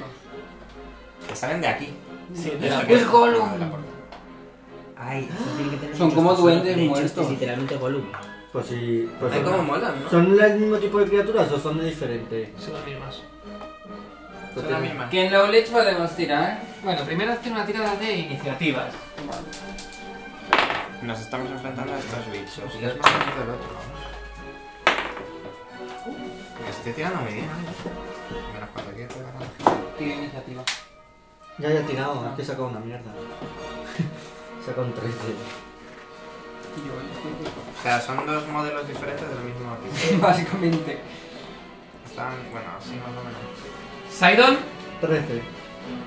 S2: Que salen de aquí.
S1: Sí, de
S2: De la
S1: la-
S2: puerta.
S5: Gollum.
S2: De la puerta.
S5: Ay, eso tiene que tener
S3: Son
S5: muchos
S3: como
S5: tesoros.
S3: duendes
S5: De hecho,
S3: muertos.
S5: este es literalmente Gollum.
S4: Pues sí. Pues
S2: Ay,
S4: son-
S2: cómo molan, ¿no?
S4: ¿Son el mismo tipo de criaturas o son de diferente?
S1: Son las mismas.
S4: Pues
S2: las
S4: tiene-
S2: mismas.
S3: ¿Qué knowledge podemos tirar? ¿eh?
S1: Bueno, primero hacer una tirada de iniciativas.
S2: Nos estamos enfrentando a estos bichos.
S5: Y es
S2: más bonito del otro, Uh. Estoy tirando muy bien. Menos cuando quiero pegar a la gente.
S3: Tiro iniciativa.
S4: Ya había tirado, es que he sacado una mierda. He sacado un 13.
S3: Y yo estoy
S2: O sea, son dos modelos diferentes del mismo tipo.
S3: aquí. Básicamente.
S2: Están, bueno, así más o menos.
S1: Saidon,
S4: 13.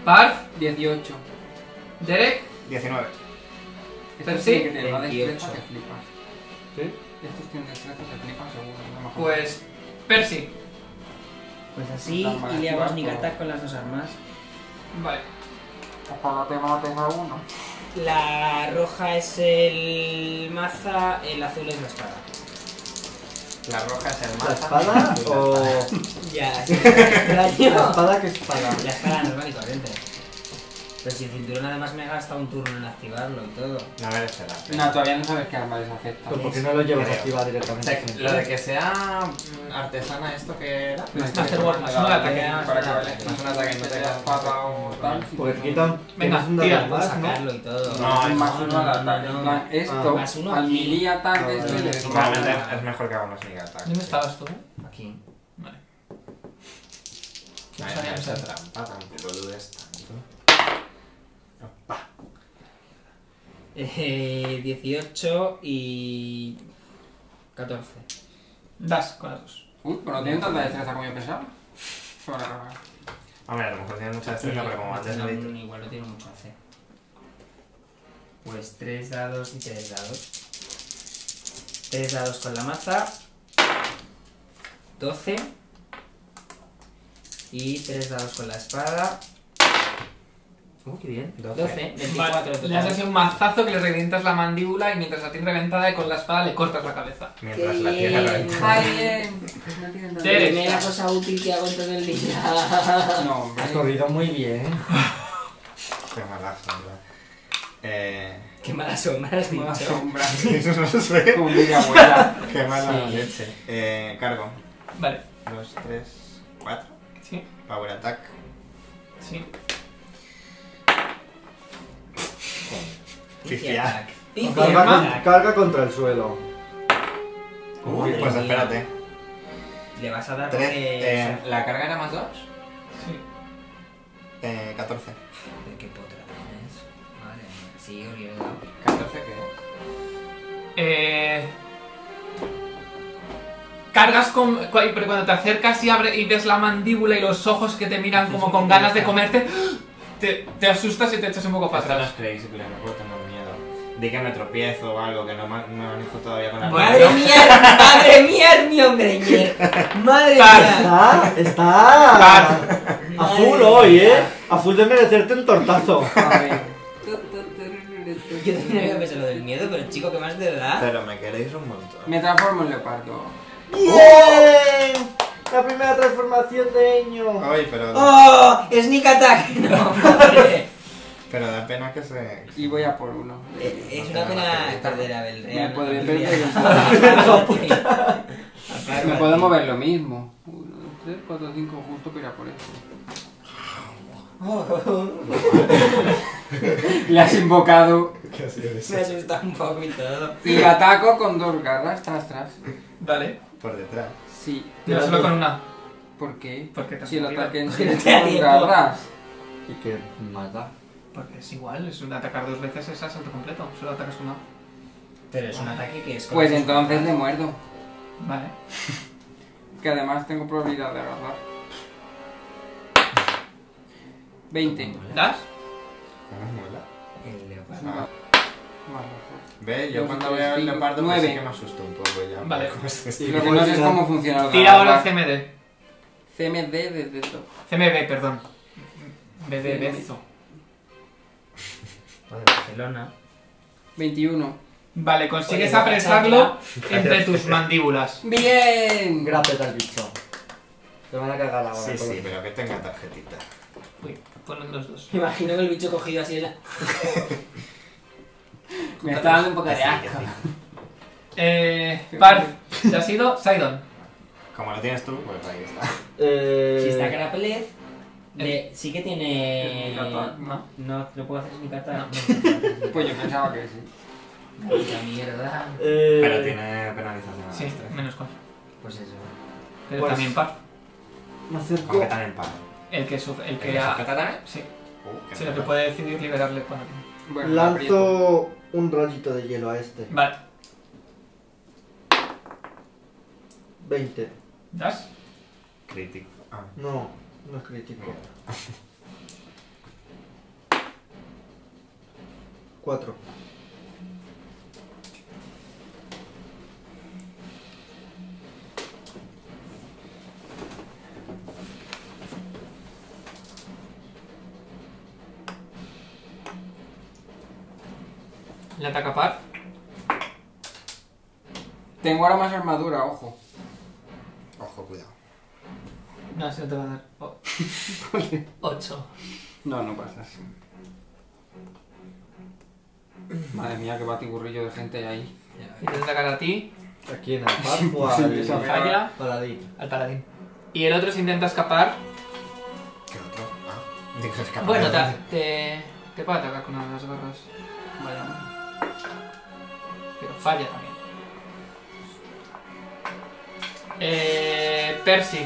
S1: Parf,
S3: 18.
S1: Derek,
S2: 19.
S1: Pero
S3: sí
S1: sí,
S3: que tiene una destreza
S5: 28.
S3: que flipas.
S4: ¿Sí?
S3: Estos tienen destreza que flipas seguro. a lo mejor.
S1: pues Percy.
S5: Pues así,
S3: Las malas
S5: y le hago
S3: chivas,
S5: sneak
S3: pero-
S5: attack con las dos armas.
S1: Vale.
S3: Ojalá te mates a uno.
S5: La roja es el maza, el azul es la espada.
S2: La roja es el más.
S4: ¿La espada o.?
S5: Ya,
S4: ¿La
S5: extraño.
S4: espada que espada?
S5: La espada normal y corriente. Pero si el cinturón además me gasta un turno en activarlo y todo.
S2: No merece la pena.
S3: No, todavía no sabes qué arma les afecta.
S4: Pues porque no lo llevas
S2: Creo.
S4: activado
S2: O
S4: directamente.
S2: sea,
S4: sí.
S2: lo de que sea mm, artesana esto que era.
S1: Más Masterwork, más un ataque.
S2: Para que vale. No es un ataque, no te quedas pata o tal.
S4: Porque te quitan.
S1: Venga,
S4: tienes un dado
S1: tira,
S4: más, ¿no?
S5: Sacarlo y todo.
S2: No,
S3: Hay
S2: es-
S3: más uno al ataque.
S5: no,
S3: en plan, Esto,
S5: más uno
S3: al
S5: aquí.
S3: melee ataque, este le
S2: Realmente es mejor que hagamos sneak attack.
S1: ¿Dónde estabas tú?
S5: Aquí.
S1: Vale.
S2: No hay esa trampa, tampoco dudes tanto.
S5: Eh, 18 y 14.
S1: Das con las dos.
S3: Uy, pero no tienen tanta destreza como yo pensaba. Sobre la roca.
S2: Hombre, a lo mejor tiene mucha destreza, pero como antes
S5: no,
S2: he dicho.
S5: igual no tiene mucho hacer. Pues 3 dados y 3 dados. 3 dados con la maza. 12. Y 3 dados con la espada. Uh, qué bien. 12. 24 en
S1: Le has
S5: total.
S1: hecho un mazazo que le revientas la mandíbula y mientras la tienes reventada y con la espada le cortas la cabeza.
S2: Mientras
S5: Qué
S2: la tierra
S5: bien.
S2: revienta.
S3: Ay, bien. No tienen tanta
S1: Tere.
S5: Primera cosa útil que hago en todo el día.
S3: No, hombre.
S4: Has corrido muy bien.
S2: Qué mala sombra. Eh.
S5: Qué mala sombra has
S3: Una
S5: dicho.
S3: sombra.
S2: no sé.
S3: Como diría abuela.
S2: Qué mala leche. Eh, cargo.
S1: Vale.
S2: 2, 3, 4.
S1: Sí,
S2: Power attack.
S1: sí.
S2: Fifiar.
S5: Dice
S4: Carga, con-
S5: Mac,
S4: carga contra el suelo.
S2: Uy,
S5: Madre
S2: pues
S5: mía.
S2: espérate.
S5: Le vas a dar
S2: 3.
S5: porque- o sea,
S2: ¿La carga era más 2?
S1: Sí.
S2: Eh, 14.
S5: joder, qué potra tienes. Madre mía. Sí, os le he dado.
S2: 14 que.
S1: Eh, cargas con. cu- Pero cuando te acercas y, abre, y ves la mandíbula y los ojos que te miran como con ganas de comerte, te, te asustas y te echas un poco para
S2: Esto no es
S1: atrás.
S2: creíble, no puedo tener miedo. Di que me tropiezo o algo, que no ma- me manejo todavía con la
S5: Madre
S2: mano.
S5: mía, madre mía, Hermione Granger. Madre mía.
S4: Está, está.
S1: Tar.
S4: A full hoy, eh. A full de merecerte un tortazo.
S3: A ver.
S5: Yo también había pensado lo del miedo, pero chico, que más de edad.
S2: Pero me queréis un montón.
S3: Me transformo en leopardo.
S4: ¡Bien! ¡Oh! La primera transformación de Eño.
S2: Ay, pero,
S5: ¡Oh! ¡Sneak attack! No, madre.
S2: pero da pena que se.
S3: Y voy a por uno.
S5: Eh, Es una pena perder a Belreal.
S3: Me podré
S5: Belreal.
S3: perder.
S5: Aparte.
S3: Me puedo mover lo mismo. 1, 2, 3, 4, 5, justo para ir a por esto.
S5: oh,
S3: Le has invocado
S2: ¿Qué ha sido eso?
S5: Me asusta un poco y todo.
S3: y ataco con dos garras tras tras.
S1: Vale.
S2: Por detrás.
S3: Sí,
S1: Yo solo con una.
S3: ¿por qué?
S1: Porque te
S3: Si el
S1: has movido.
S3: ataque en sí
S5: No te
S3: es
S5: da
S3: con
S5: tiempo.
S3: garras.
S4: Y que mata.
S1: Porque es igual, es un atacar dos veces es asalto completo. Solo atacas una.
S5: Pero es un ataque que es
S3: Pues
S5: sus-
S3: entonces le muerdo.
S1: Vale.
S3: Que además tengo probabilidad de agarrar. 20.
S1: ¿Das?
S2: ¿Cómo mola?
S5: El leopardo.
S2: Ah.
S3: Vale.
S2: Ve, yo
S3: Dos,
S2: cuando
S3: tres,
S2: veo el
S3: cinco,
S2: leopardo pues sí
S3: nueve.
S2: que me asusto un poco ya.
S1: Vale.
S2: ¿Cómo es esto?
S3: Lo que no sé es cómo funciona el
S1: Tira ahora
S3: garra.
S1: CMD.
S3: CMD desde esto.
S1: CMB, perdón. B de
S3: CMB.
S1: beso.
S5: Joder, Barcelona.
S3: 21.
S1: Vale, consigues
S5: Oye,
S1: apresarlo entre tus mandíbulas.
S3: ¡Bien!
S4: Grapeta al bicho. Te van a cagar ahora.
S2: Sí,
S4: con
S2: sí,
S4: los-
S2: pero que tenga tarjetita.
S1: Uy, ponen los dos.
S5: Me imagino que el bicho cogido así en la...
S3: Me está dando un poco
S2: Que
S3: de
S2: sí, que
S3: asco.
S2: sí.
S1: Eh. Par, te has ido Sidon.
S2: Como lo tienes tú, pues ahí está.
S4: Eh,
S5: Si está Grappled, le- sí que tiene...
S1: No.
S5: No, no puedo hacer ni carta.
S3: Pues yo pensaba que sí.
S5: Maldita mierda.
S4: eh,
S2: Pero tiene penalización.
S1: Sí, menos cuatro.
S5: Pues eso.
S1: Pero
S4: Pues-
S1: también par.
S4: Me acerco.
S2: Aunque también paga.
S1: El que, suf- el que,
S2: ¿El
S1: ha-
S2: sujeta también?
S1: Sí,
S2: Uh, qué
S1: sí, el que
S2: mala.
S1: puede decidir liberarle cuando quiera.
S3: Bueno, me aprieto.
S10: Lanzo un rayito de hielo a este.
S1: Vale,
S10: ¿20?
S1: ¿das?
S2: Crítico. Ah,
S10: No, no es crítico.
S2: mierda.
S10: 4.
S1: Le ataca par.
S3: Tengo ahora más armadura, ojo.
S2: Ojo, cuidado.
S1: No, se te va a dar. O- Oh. Ocho.
S3: No, no pasa. Madre mía, qué batiburrillo de gente hay
S1: Y te atacar a ti,
S4: Aquí en Alpaz o
S3: imposible esa
S4: al
S1: falla
S4: Paladín.
S1: al paladín. Y el otro se intenta escapar.
S2: ¿Qué otro? Ah, digo, es capaz
S1: Bueno,
S2: de-
S1: ta- te, te puede atacar con una de las garras. Bueno. Pero falla también. Eh, Percy.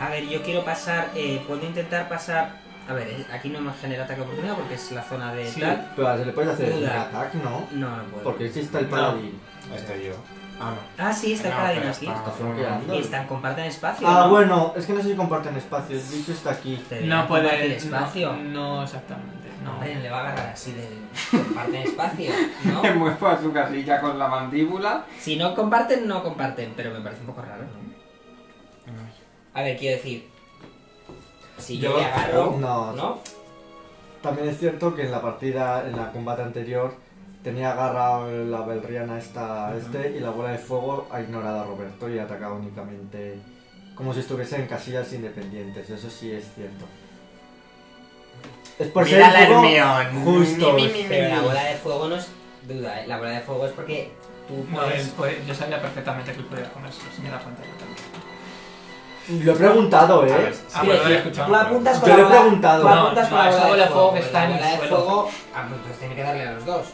S5: A ver, yo quiero pasar. eh, puedo intentar pasar. A ver, eh, aquí no me genera ataque oportunidad porque es la zona de
S1: Sí.
S5: tal.
S4: Pero se le puedes hacer un
S5: Duda.
S4: ataque, ¿no?
S5: No, no puedo.
S4: Porque si está el Paladín.
S2: Estoy yo. Ah, no.
S5: Ah, sí, está el
S2: No,
S5: paladín
S2: pero
S5: aquí.
S2: está flanqueando.
S5: Y están, comparten espacio.
S4: Ah,
S5: ¿no?
S4: bueno, es que no sé si comparten espacio. El bicho está aquí.
S5: Deberían
S1: No
S5: compartir
S1: puede.
S5: espacio.
S1: No, no exactamente. No.
S5: Hombre, le va a agarrar así de. Comparten espacio, ¿no?
S3: Me muevo a su casilla con la mandíbula.
S5: Si no comparten, no comparten, pero me parece un poco raro, ¿no? A ver, quiero decir. Si yo,
S4: Yo-
S5: le agarro.
S4: No.
S5: ¿No?
S4: También es cierto que en la partida, en la combate anterior, tenía agarrado la Belriana esta, a este y la bola de fuego ha ignorado a Roberto y ha atacado únicamente como si estuviese en casillas independientes. Eso sí es cierto. Es por
S2: Mira
S4: ser
S2: la
S4: un poco
S2: Hermione.
S4: justos.
S5: Pero la bola de fuego no es duda, ¿eh? La bola de fuego es porque tú
S1: No, él
S5: puedes.
S1: puede- yo sabía perfectamente que él podía comerse, si me da cuenta yo también.
S4: Lo he preguntado,
S2: A
S4: ¿eh?
S2: ver, sí,
S1: Ah, bueno,
S2: sí.
S1: lo he escuchado.
S5: Tú apuntas con
S4: Yo
S5: la
S4: le he
S5: bola-
S4: preguntado.
S5: Tú
S1: No,
S5: apuntas
S1: no,
S5: con
S1: es
S5: la bola de fuego.
S1: que está en
S5: la bola
S1: el
S5: de
S1: suelo.
S5: fuego. Ah, pues entonces tiene que darle a los dos.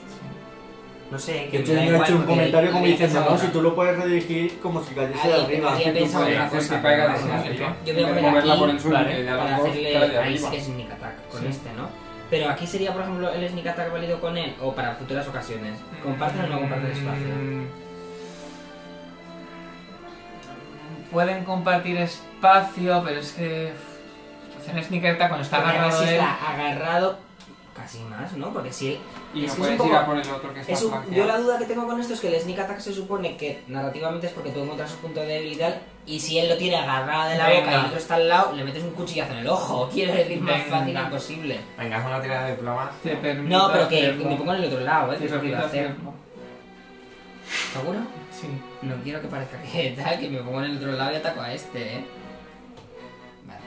S5: No sé, que
S4: Que
S5: me
S4: yo
S5: da
S4: he
S5: igual
S4: hecho un
S5: porque
S4: comentario
S5: le-
S4: como
S5: le haces
S4: diciendo,
S5: a
S4: no,
S5: otra.
S4: si tú lo puedes redirigir como si cayese de
S5: Ahí,
S4: arriba.
S5: había pensado
S3: Pueden
S5: una
S3: hacer
S5: cosa,
S3: que caiga
S5: pero
S3: desde
S5: no,
S3: arriba.
S5: Yo voy a
S3: En vez de
S5: poner
S3: moverla
S5: aquí
S3: por el suelo y que le
S5: para
S3: hagan dos, cae
S5: hacerle
S3: de
S5: ahí
S3: arriba.
S5: sí que es sneak attack con
S1: Sí.
S5: este, ¿no? Pero aquí sería, por ejemplo, el sneak attack válido con él o para futuras ocasiones. ¿Comparten o no comparten espacio?
S1: Mm. Pueden compartir espacio, pero es que. uf, Hacen sneaker attack cuando está
S5: Porque además
S1: agarrado
S5: si
S1: él.
S5: está agarrado casi más, ¿no? Porque si
S3: Y
S5: es
S3: no
S5: que es un
S3: puedes ir
S5: poco-
S3: a por el otro que está
S5: Es un- yo la
S3: flanqueado.
S5: duda que tengo con esto es que el sneak attack se supone que narrativamente es porque tú encuentras su punto débil y tal, y si él lo tiene agarrado de la boca y el
S1: Venga.
S5: otro está al lado, le metes un cuchillazo en el ojo. Quiero decir, más
S1: Venga.
S5: fácil imposible.
S2: Venga, haz una tirada de diplomas.
S1: Te permito
S5: No, pero que
S1: hacerlo.
S5: me pongo en el otro lado, ¿eh? Que
S1: Te
S5: es lo que
S1: permito
S5: iba a hacer.
S1: hacerlo.
S5: ¿Seguro?
S1: Sí.
S5: No quiero que parezca que tal, que me pongo en el otro lado y ataco a este, ¿eh? Vale.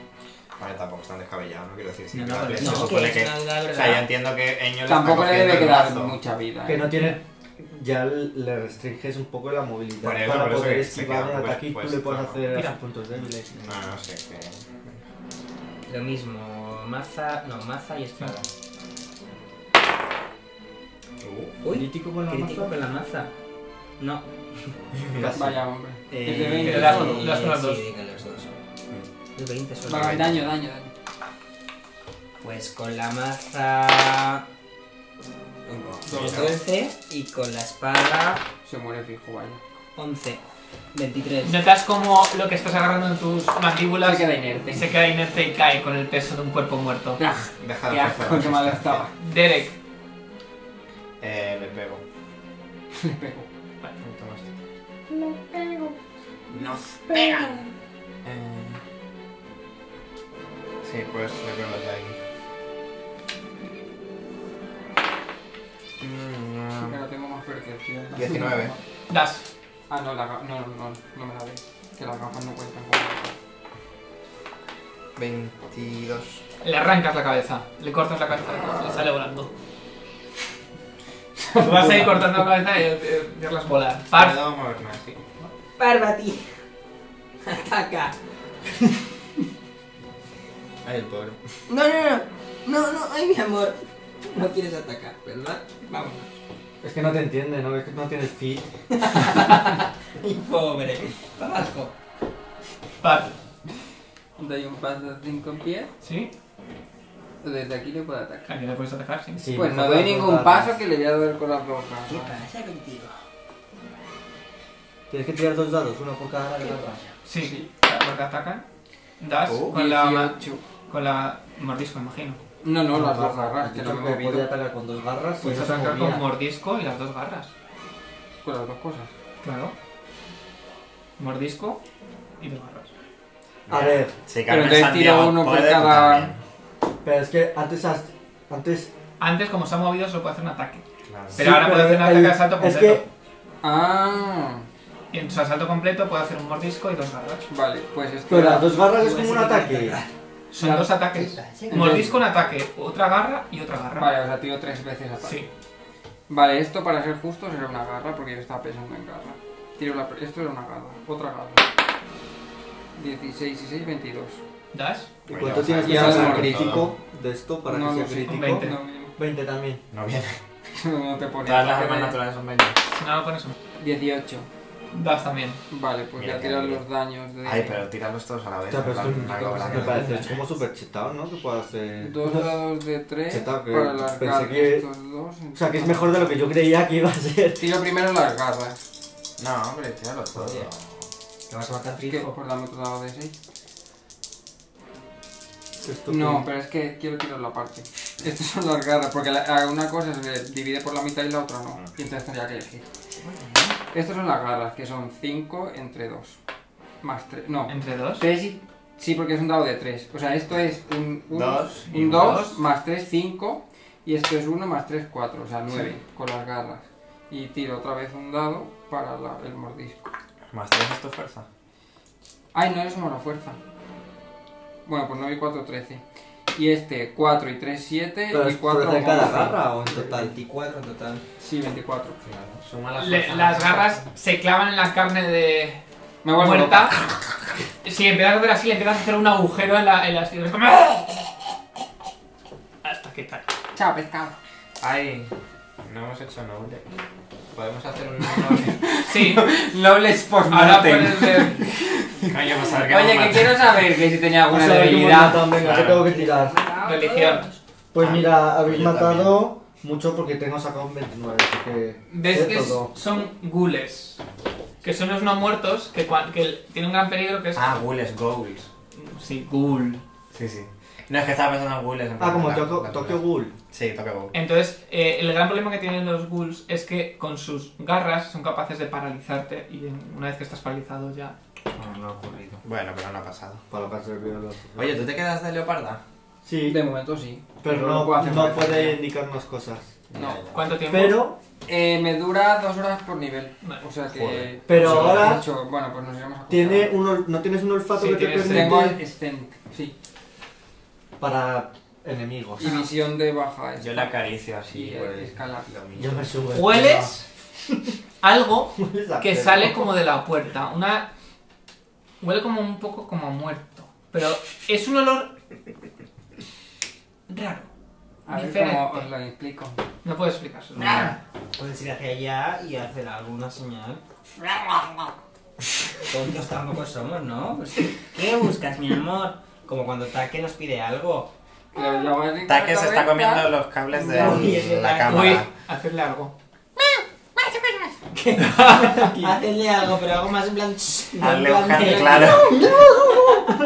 S2: Vale, tampoco es tan descabellado, no quiero decir.
S5: No,
S2: si
S5: no,
S2: la
S5: pero
S2: Play
S5: no,
S2: se
S5: que
S2: supone
S5: es
S2: que.
S5: una duda de
S2: O sea, yo
S5: verdad.
S2: entiendo que Eño le
S3: Tampoco
S2: está
S3: le debe
S2: cogiendo el
S3: quedar
S2: brazo.
S3: mucha vida.
S4: Que
S3: ¿eh?
S4: no tiene. Ya le restringes un poco la movilidad
S2: Por eso,
S4: para
S2: por eso
S4: poder
S2: que se
S4: esquivar
S2: queda
S4: un
S2: pues-
S4: ataque y tú
S2: pues,
S4: le puedes
S2: claro.
S4: hacer a
S1: Mira.
S4: sus puntos débiles.
S2: No, no sé, que.
S5: Lo mismo, maza, no, maza y espada.
S2: Uh,
S5: Uy,
S4: Crítico con la
S5: crítico
S4: maza.
S5: con la maza. No.
S3: Vaya hombre.
S5: Eh,
S3: Es de 20.
S1: Te das con-
S5: sí,
S1: das con las dos.
S5: Sí, con los dos. Los 20 son
S3: Vale,
S5: los
S3: daño, daño, daño.
S5: Pues con la maza. 12 y con la espada
S3: Se muere fijo, vaya.
S5: 11. 23.
S1: Notas como lo que estás agarrando en tus mandíbulas
S3: Se queda inerte.
S1: se queda inerte y cae con el peso de un cuerpo muerto.
S3: Ah,
S2: Deja de
S3: Qué
S2: hacer
S3: asco, qué mal
S2: resistencia.
S3: estaba.
S1: Derek,
S2: Eh, le pego.
S3: Le pego.
S2: Toma este. ¡Nos pegan! Eh... Sí, pues le pego desde aquí.
S3: Sí,
S2: Mm,
S3: pero tengo más percepción.
S2: 19.
S1: das.
S3: Ah, no, la, ga- no, no, no, no me la veis. Que las gafas no cuentan como.
S2: 22.
S1: Le arrancas la cabeza, le cortas la cabeza, le sale volando. Tú vas a ir cortando la cabeza y eh, verlas volar. Par,
S2: Puedo moverme así.
S5: Parvati. Ataca.
S2: Ay, el pobre.
S5: No, no, no. No, no, ay mi amor. No quieres atacar, ¿verdad? Vamos.
S4: Es que no te entiende, ¿no? Es que no tienes fit.
S5: Mi pobre. Para abajo.
S1: par.
S3: Doy un paso de 5 pies.
S1: ¿Sí?
S3: Desde aquí le puedo atacar.
S1: Aquí le puedes atacar, sí.
S4: Sí,
S3: pues
S4: mejor
S3: no
S4: las
S3: doy ningún
S4: dos
S3: paso
S4: dadas.
S3: que le voy a dar con las rojas.
S5: ¿Qué pasa contigo?
S4: Tienes que tirar dos dados, uno por cada lado.
S1: Sí, porque atacan. Das
S2: Oh.
S1: con, la, ma-
S3: 18.
S1: con la mordisco, imagino.
S5: Pues
S3: No, no, las dos garras, que
S4: Yo
S3: no me he
S4: tampoco podía
S3: movido.
S4: atacar con dos garras.
S2: Pues
S1: Puedes
S4: y no se
S1: atacar
S4: movía.
S1: con mordisco y las dos garras.
S3: Con las dos cosas.
S1: Claro. Mordisco y dos garras.
S4: A ver,
S2: Si
S3: Pero
S2: Carmen
S3: entonces
S2: Santiago
S3: tiro uno por
S2: puede, tú
S3: cada-
S2: también.
S4: pero es que antes. has- antes
S1: Antes, como se ha movido, solo puede hacer un ataque.
S2: Claro.
S1: Pero ahora puede hacer un ataque
S4: el-
S1: de asalto
S4: Es
S1: completo.
S4: que
S3: Ah,
S1: Y en su asalto completo puede hacer un mordisco y dos garras.
S3: vale, pues es que.
S4: Pero las dos garras es
S3: Pues
S4: como un ataque.
S1: Son dos ataques.
S5: Sí, sí.
S1: Mordisco un ataque, otra garra y otra garra.
S3: Vale, o sea, tiro tres veces ataque.
S1: Sí.
S3: Vale, esto para ser justos era una garra, porque yo estaba pensando en garra. Tiro la... pr- Esto era una garra, otra garra. 16 y 6, 22.
S1: ¿Das?
S10: ¿Y
S2: Bueno,
S10: cuánto
S2: Pues ya
S10: tienes
S2: está,
S10: que
S3: ya
S10: hacer
S3: está
S10: un
S2: todo.
S10: crítico de esto para
S3: no
S10: que
S3: lo
S10: sea
S3: sé.
S10: crítico?
S1: Un 20.
S3: No,
S4: 20 también.
S2: No viene.
S3: no te pone.
S2: Todas las
S3: Vale.
S2: armas naturales son 20.
S1: No, pones un...
S3: 18.
S1: Das también.
S3: Vale, pues
S2: Mira
S3: voy a
S2: qué
S3: tirar
S2: bien.
S3: los daños de.
S2: Ay, pero tirarlos todos a la vez.
S4: Ya, pero
S2: en plan,
S4: esto es
S2: algo
S4: un-
S2: grande.
S10: Me parece como súper chetado, ¿no? Que puedas hacer...
S3: Dos dados de 3
S10: Cheta, que
S3: para las
S10: eh. pensé
S3: garras.
S10: que-
S3: Estos dos.
S10: O sea, que es mejor de lo que yo creía que iba a ser.
S3: Tiro primero las garras.
S2: No, hombre, tíralos todos.
S5: Oye. ¿Te vas a matar
S3: Que
S5: fijo?
S3: por darme otro dado de 6.
S10: Esto
S3: No, pero es que quiero tirar la parte. Estas son las garras, porque la- a una cosa se divide por la mitad y la otra
S2: Ah.
S3: no. Y entonces tendría que elegir. Estas son las garras, que son 5 entre 2. Más 3. No,
S1: Entre dos.
S3: 3 y. Sí, porque es un dado de 3. O sea, esto es un 2
S2: Dos y
S3: un
S2: dos.
S3: 2 más 3, 5. Y esto es 1 más 3, 4. O sea, 9 con las garras. Y tiro otra vez un dado para la- el mordisco.
S2: Más 3 es tu fuerza.
S3: Ay, no, eso es la fuerza. Bueno, pues 9 y 4, 13. Y este, 4 y 3, 7.
S10: ¿Pero
S3: y
S10: es
S3: 4
S10: de cada garra o en total?
S5: 24 en total.
S3: Sí, 24.
S2: Suma la
S1: Le-
S2: fuerza.
S1: las garras se clavan en la carne de
S3: Me vuelvo
S1: muerta.
S3: loca.
S1: Si empiezas a hacer así, le empiezas a hacer un agujero en, la, en las piernas. como- Hasta que tal.
S3: Chao, pescado.
S2: Ay, no hemos hecho noble. Podemos hacer un noble.
S1: Sí,
S3: Nobles post
S1: ahora puedes ver.
S2: Coño, pues a ver qué
S3: Oye,
S2: vamos a
S3: que quiero saber que si tenía alguna
S4: O sea, hemos
S3: debilidad.
S4: matado, venga, ¿qué
S2: Claro.
S4: tengo que tirar?
S3: Ah,
S1: Religión.
S4: Pues mira, habéis
S2: yo
S4: matado mucho porque tengo sacado un 29, así que...
S1: Ves
S4: sé
S1: que es-
S4: todo.
S1: son gules. Que son los no muertos que, cua- que tienen un gran peligro que es.
S2: Ah, ghouls, ghouls.
S1: Sí, ghoul.
S2: Sí, sí. No, es que estaba pensando en ghouls. en
S4: Ah, como
S2: plan, la-
S4: Tokyo,
S2: la-
S4: Tokyo Ghoul.
S2: Sí, Tokyo Ghoul.
S1: Entonces, eh, el gran problema que tienen los ghouls es que con sus garras son capaces de paralizarte y en- una vez que estás paralizado ya.
S5: No, no ha ocurrido.
S2: Bueno, pero no ha pasado.
S10: Para pasar bien los...
S2: Ah, Oye, ¿tú te quedas de leoparda?
S4: Sí,
S3: De momento sí.
S4: pero
S3: no puedo
S4: no,
S3: hacer
S4: no
S3: referencia.
S4: puede indicarnos cosas.
S3: No.
S2: Ya, ya.
S1: ¿Cuánto tiempo?
S4: Pero,
S3: Eh, me dura dos horas por nivel.
S1: Vale.
S3: O sea que.
S2: Joder.
S4: Pero
S3: Sí,
S4: ahora
S3: de hecho, bueno, pues nos iremos a
S4: tiene
S3: acostar.
S4: un, ol- ¿no tienes un olfato
S1: Sí,
S4: que te
S1: tienes-
S4: permite?
S3: Tengo el Scent, sí.
S4: Para enemigos.
S3: Y visión de baja.
S2: Yo
S3: esta.
S2: la acaricio así,
S3: Y, eh,
S2: pues.
S3: escala.
S2: lo mismo.
S4: Yo me subo.
S1: Hueles algo
S4: Hueles a
S1: que
S4: pelo.
S1: sale como de la puerta. Una. Huele como un poco como a muerto. Pero es un olor. raro.
S3: A ver
S1: Diferente.
S3: cómo Ah. os lo explico.
S1: No puedo explicárselo.
S5: Puedes ir hacia allá y hacer alguna señal. Tontos tampoco somos, ¿no? Pues, ¿Qué buscas, mi amor? Como cuando Take nos pide algo.
S3: Claro, yo voy a decir
S2: Taque
S3: que
S2: se
S3: la
S2: está
S3: cabeza-
S2: comiendo los cables de
S5: Uy, es
S2: la
S5: verdad.
S1: Uy,
S2: cámara.
S1: hacerle algo.
S5: Hacerle algo, pero algo más en plan... no en
S2: Hazle un
S5: plan de-
S2: hand, claro.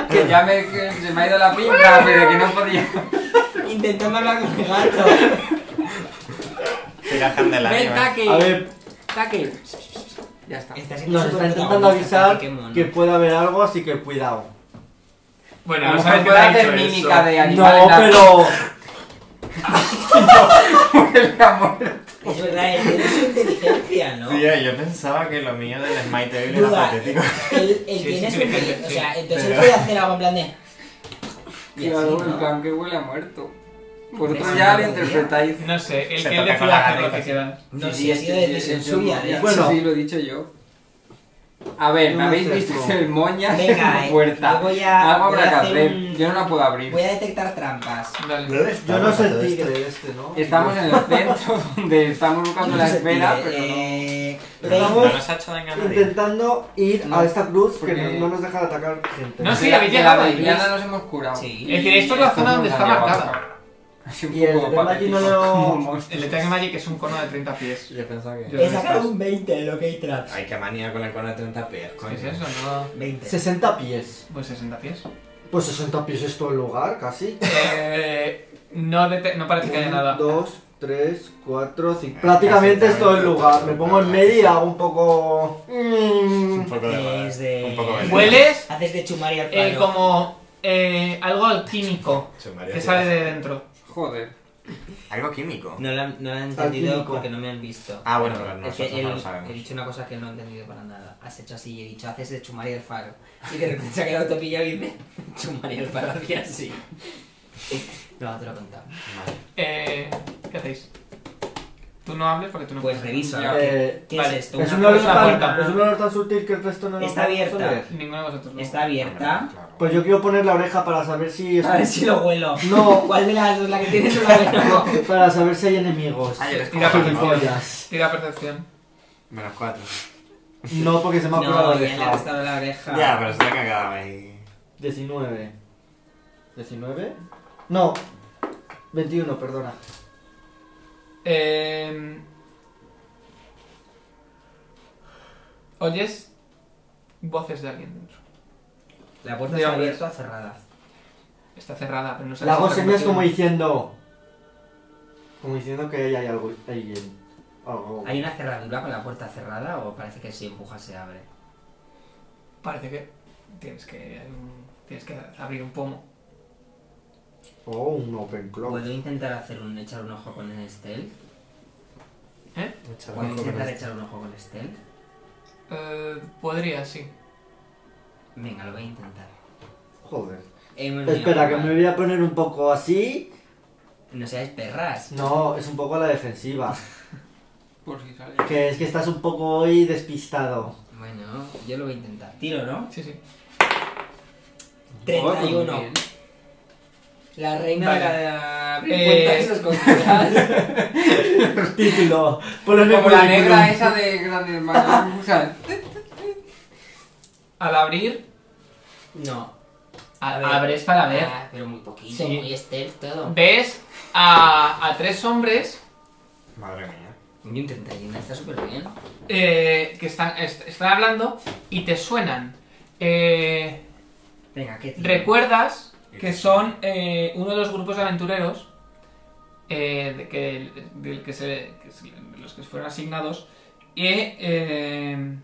S3: Que ya me, que se me ha ido la pinta, pero que no podía.
S5: Intentando hablar con mi gato.
S2: Tira hand del
S3: Ven,
S2: anime.
S3: Taki.
S4: A ver,
S3: Taki. Ya está.
S5: Estás siendo
S4: nos
S5: súper
S4: está intentando
S5: protagonista,
S4: avisar
S5: Pokémon.
S4: que puede haber algo, así que cuidado.
S1: Bueno,
S3: A lo
S1: no
S3: mejor
S1: sabes qué
S3: puede
S1: te ha
S3: hacer
S1: dicho eso.
S3: mímica de animal.
S4: No, pero...
S5: Es verdad, es es su inteligencia, ¿no?
S2: Tío, yo pensaba que lo mío del Smite Devil era
S5: Duda,
S2: patético.
S5: él, él
S1: Sí,
S5: tiene
S1: sí,
S5: su
S1: sí,
S5: inteligencia, o
S1: sí.
S5: sea, entonces él
S2: Pero-
S5: puede hacer algo en plan de... Y
S3: Claro,
S5: así,
S3: en
S5: ¿no?
S3: plan que huele a muerto. Vosotros
S5: Sí,
S3: ya
S5: sí,
S3: lo
S5: sí.
S3: interpretáis.
S1: No sé, el
S2: Se
S1: que él
S2: toca con
S1: decida hacer
S2: la
S1: lo
S2: garganta.
S1: que quieras.
S5: No,
S3: Sí,
S5: si ha
S3: sí,
S5: sido
S3: sí,
S5: decisión
S3: sí,
S5: suya. ¿eh?
S3: sí,
S5: de-
S4: Bueno.
S3: ¿eh? Sí, lo he dicho yo. A ver, me
S4: No
S3: habéis
S4: sé,
S3: visto
S4: no.
S3: el moña
S5: Venga,
S3: en
S5: eh,
S3: la puerta.
S5: yo voy a-
S3: Algo
S5: voy a
S3: habrá que
S5: hacer
S3: hacer.
S5: un-
S3: Yo no la puedo abrir.
S5: Voy a detectar trampas.
S1: Dale.
S4: Yo no soy el tigre este, ¿no?
S3: Estamos en el centro donde estamos buscando la esfera,
S5: Eh,
S3: pero no.
S5: eh,
S4: Pero
S5: Blake,
S4: vamos-
S2: No nos ha hecho daño a nadie.
S4: Intentando ir
S3: No,
S4: a esta cruz que
S3: porque-
S4: no, no nos deja de atacar gente.
S1: No, sí,
S3: De la-
S1: habéis
S3: de
S1: llegado,
S3: La
S1: habéis-
S3: lesbiana nos hemos curado.
S5: Sí.
S1: Es decir, esto es la zona donde está marcada.
S3: Así un
S4: Y el
S3: poco
S4: de Maki no lo-
S3: como monstruo.
S1: El Attack Magic es un cono de 30 pies.
S2: Yo pensaba que.
S1: Yo-
S5: He sacado un 20 en lo que hay traps.
S2: Ay, qué manía con el cono de 30 pies,
S1: ¿Qué
S2: coño.
S1: es pues eso? No.
S5: 20.
S4: 60 pies.
S1: Pues 60 pies.
S4: Pues 60 pies es todo el lugar, casi.
S1: Eh, no, dete- no parece que haya nada.
S4: 2, 3, 4, 5. Prácticamente
S2: casi
S4: es todo el
S2: todo el
S4: lugar.
S2: lugar.
S4: Me pongo en medio y hago un poco. mm,
S2: Un poco
S5: Es de-
S2: de. Un poco de.
S1: Hueles
S5: Haces de chumar y al
S1: eh, como eh, algo alquímico
S2: Sumario,
S1: que
S2: tío.
S1: sale de dentro.
S3: Joder.
S2: Algo químico.
S5: No lo han, no lo han entendido
S4: Alquímico.
S5: porque no me han visto.
S2: Ah, bueno, pero
S5: Es que
S2: nosotros no
S5: él-
S2: lo sabemos.
S5: He dicho una cosa que él no ha entendido para nada. Has hecho así y he dicho, haces de chumar y el faro. Y de repente se ha quedado todo pillado y dice, chumar y el faro hacía así. No, te lo he contado.
S2: Vale.
S1: Eh, ¿Qué hacéis? Tú no hables porque tú no
S5: Pues
S1: puedes
S5: revisa.
S3: Ya.
S4: Eh,
S5: ¿Qué
S1: Vale,
S5: es esto?
S4: es,
S5: Una
S4: un olor
S1: cosa
S4: tan,
S1: buena.
S4: es un olor tan sutil que el resto no lo
S5: Está
S4: podemos
S5: abierta.
S4: oler.
S1: Ninguno de vosotros lo-
S5: Está abierta.
S2: Claro.
S4: Pues yo quiero poner la oreja para saber si es
S5: A ver si lo huelo.
S4: No.
S5: ¿Cuál de las dos? ¿La que tienes o la que no?
S4: para saber si hay enemigos.
S2: Ay, eres
S1: Eh, Tira
S2: cojo, ¿no?
S4: Gilipollas.
S1: Tira percepción.
S2: Menos cuatro.
S4: No, porque se me ha curado la
S5: No, ya le ha
S4: oreja.
S5: restado la oreja.
S2: Ya, pero está cagada ahí.
S4: 19. ¿19? No. 21, perdona.
S1: Eh, Oyes voces de alguien dentro.
S5: La puerta
S1: Ya,
S5: está
S1: pues.
S5: abierta o cerrada.
S1: Está cerrada, pero no sabes
S4: La
S1: si
S4: voz
S1: está
S4: en mí es
S1: convertida.
S4: como diciendo. Como diciendo que ahí hay Oh, algo. Ahí en- algo.
S5: ¿Hay una cerradura con la puerta cerrada o parece que si empujas se abre?
S1: Parece que tienes que tienes que abrir un pomo.
S4: Oh, un open clock.
S5: ¿Puedo intentar hacer un echar un ojo con el stealth? ¿Puedo intentar
S2: Muchas
S5: echar un ojo con stealth?
S1: Eh, podría, sí.
S5: Venga, lo voy a intentar. Eh,
S4: Joder.
S5: Hemos
S4: Espera, que
S5: mirado
S4: me
S5: mal.
S4: voy a poner un poco así.
S5: No seáis perras.
S4: No, es un poco a la defensiva.
S3: Por si sale.
S4: Que es que estás un poco hoy despistado.
S5: Bueno, yo lo voy a intentar. Tiro, ¿no?
S1: Sí, sí.
S3: Oh,
S5: 31.
S3: muy bien.
S5: La reina
S1: Vale.
S5: de la...
S1: Eh,
S5: Cuentas escondidas.
S4: Título. Ponlo en el
S3: Como la
S4: currículum.
S3: negra esa de Gran Hermano. O sea,
S1: Al abrir,
S5: No.
S1: a-
S5: A ver.
S1: abres para ver.
S5: Ah, pero muy poquito,
S1: Sí.
S5: muy stealth todo.
S1: Ves a, a tres hombres
S2: Madre mía.
S5: Yo intenté, está súper bien.
S1: eh, que están, est- están hablando y te suenan. Eh,
S5: Venga, ¿qué tiro?
S1: Recuerdas que son eh, uno de los grupos de aventureros eh, de que, del que se- que se- los que fueron asignados y, eh,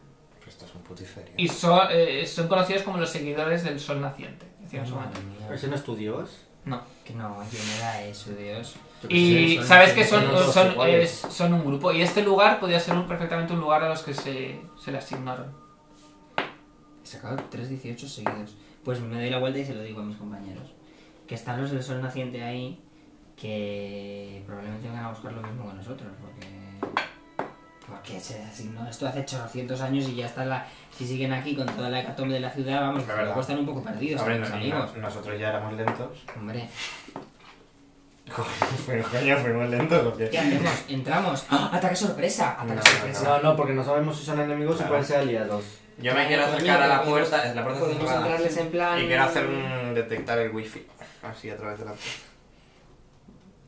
S2: Pues esto es un putiferio.
S1: y son, eh, son conocidos como los seguidores del sol naciente. decían en su momento.
S5: Madre mía.
S4: ¿Eso no es tu dios?
S1: No.
S5: Que no, yo me da eso, Dios.
S4: Yo qué sé,
S1: Y
S5: son-
S1: sabes que son,
S4: son todos
S1: son,
S4: iguales.
S1: es- son un grupo. Y este lugar podía ser un- perfectamente un lugar a los que se, se le asignaron.
S5: He sacado 3.18 seguidos. Pues me doy la vuelta y se lo digo a mis compañeros. Que están los del sol naciente ahí, que probablemente van a buscar lo mismo que nosotros, porque... Porque se asignó esto hace 800 años y ya está la... Si siguen aquí con toda la hecatombe de la ciudad, vamos,
S2: La
S5: a lo
S2: verdad.
S5: mejor están un poco perdidos,
S2: Hombre,
S5: mis
S2: no-
S5: amigos.
S2: no- nosotros ya éramos lentos.
S5: Hombre,
S2: Pero coño, fuimos lentos o qué?
S5: ¿qué hacemos? ¿Entramos? ¡Ah! ¡Ataque sorpresa! ¡Ataque
S2: No, no,
S5: sorpresa!
S4: No, no, porque no sabemos si son enemigos
S2: Claro.
S4: o pueden ser aliados.
S2: Yo me quiero
S5: Coño,
S2: acercar a la
S5: podemos-
S2: puerta, la puerta está
S5: Podemos
S2: cerrada.
S5: entrarles en plan...
S2: Y quiero hacer un detectar el wifi. Así a través de la puerta.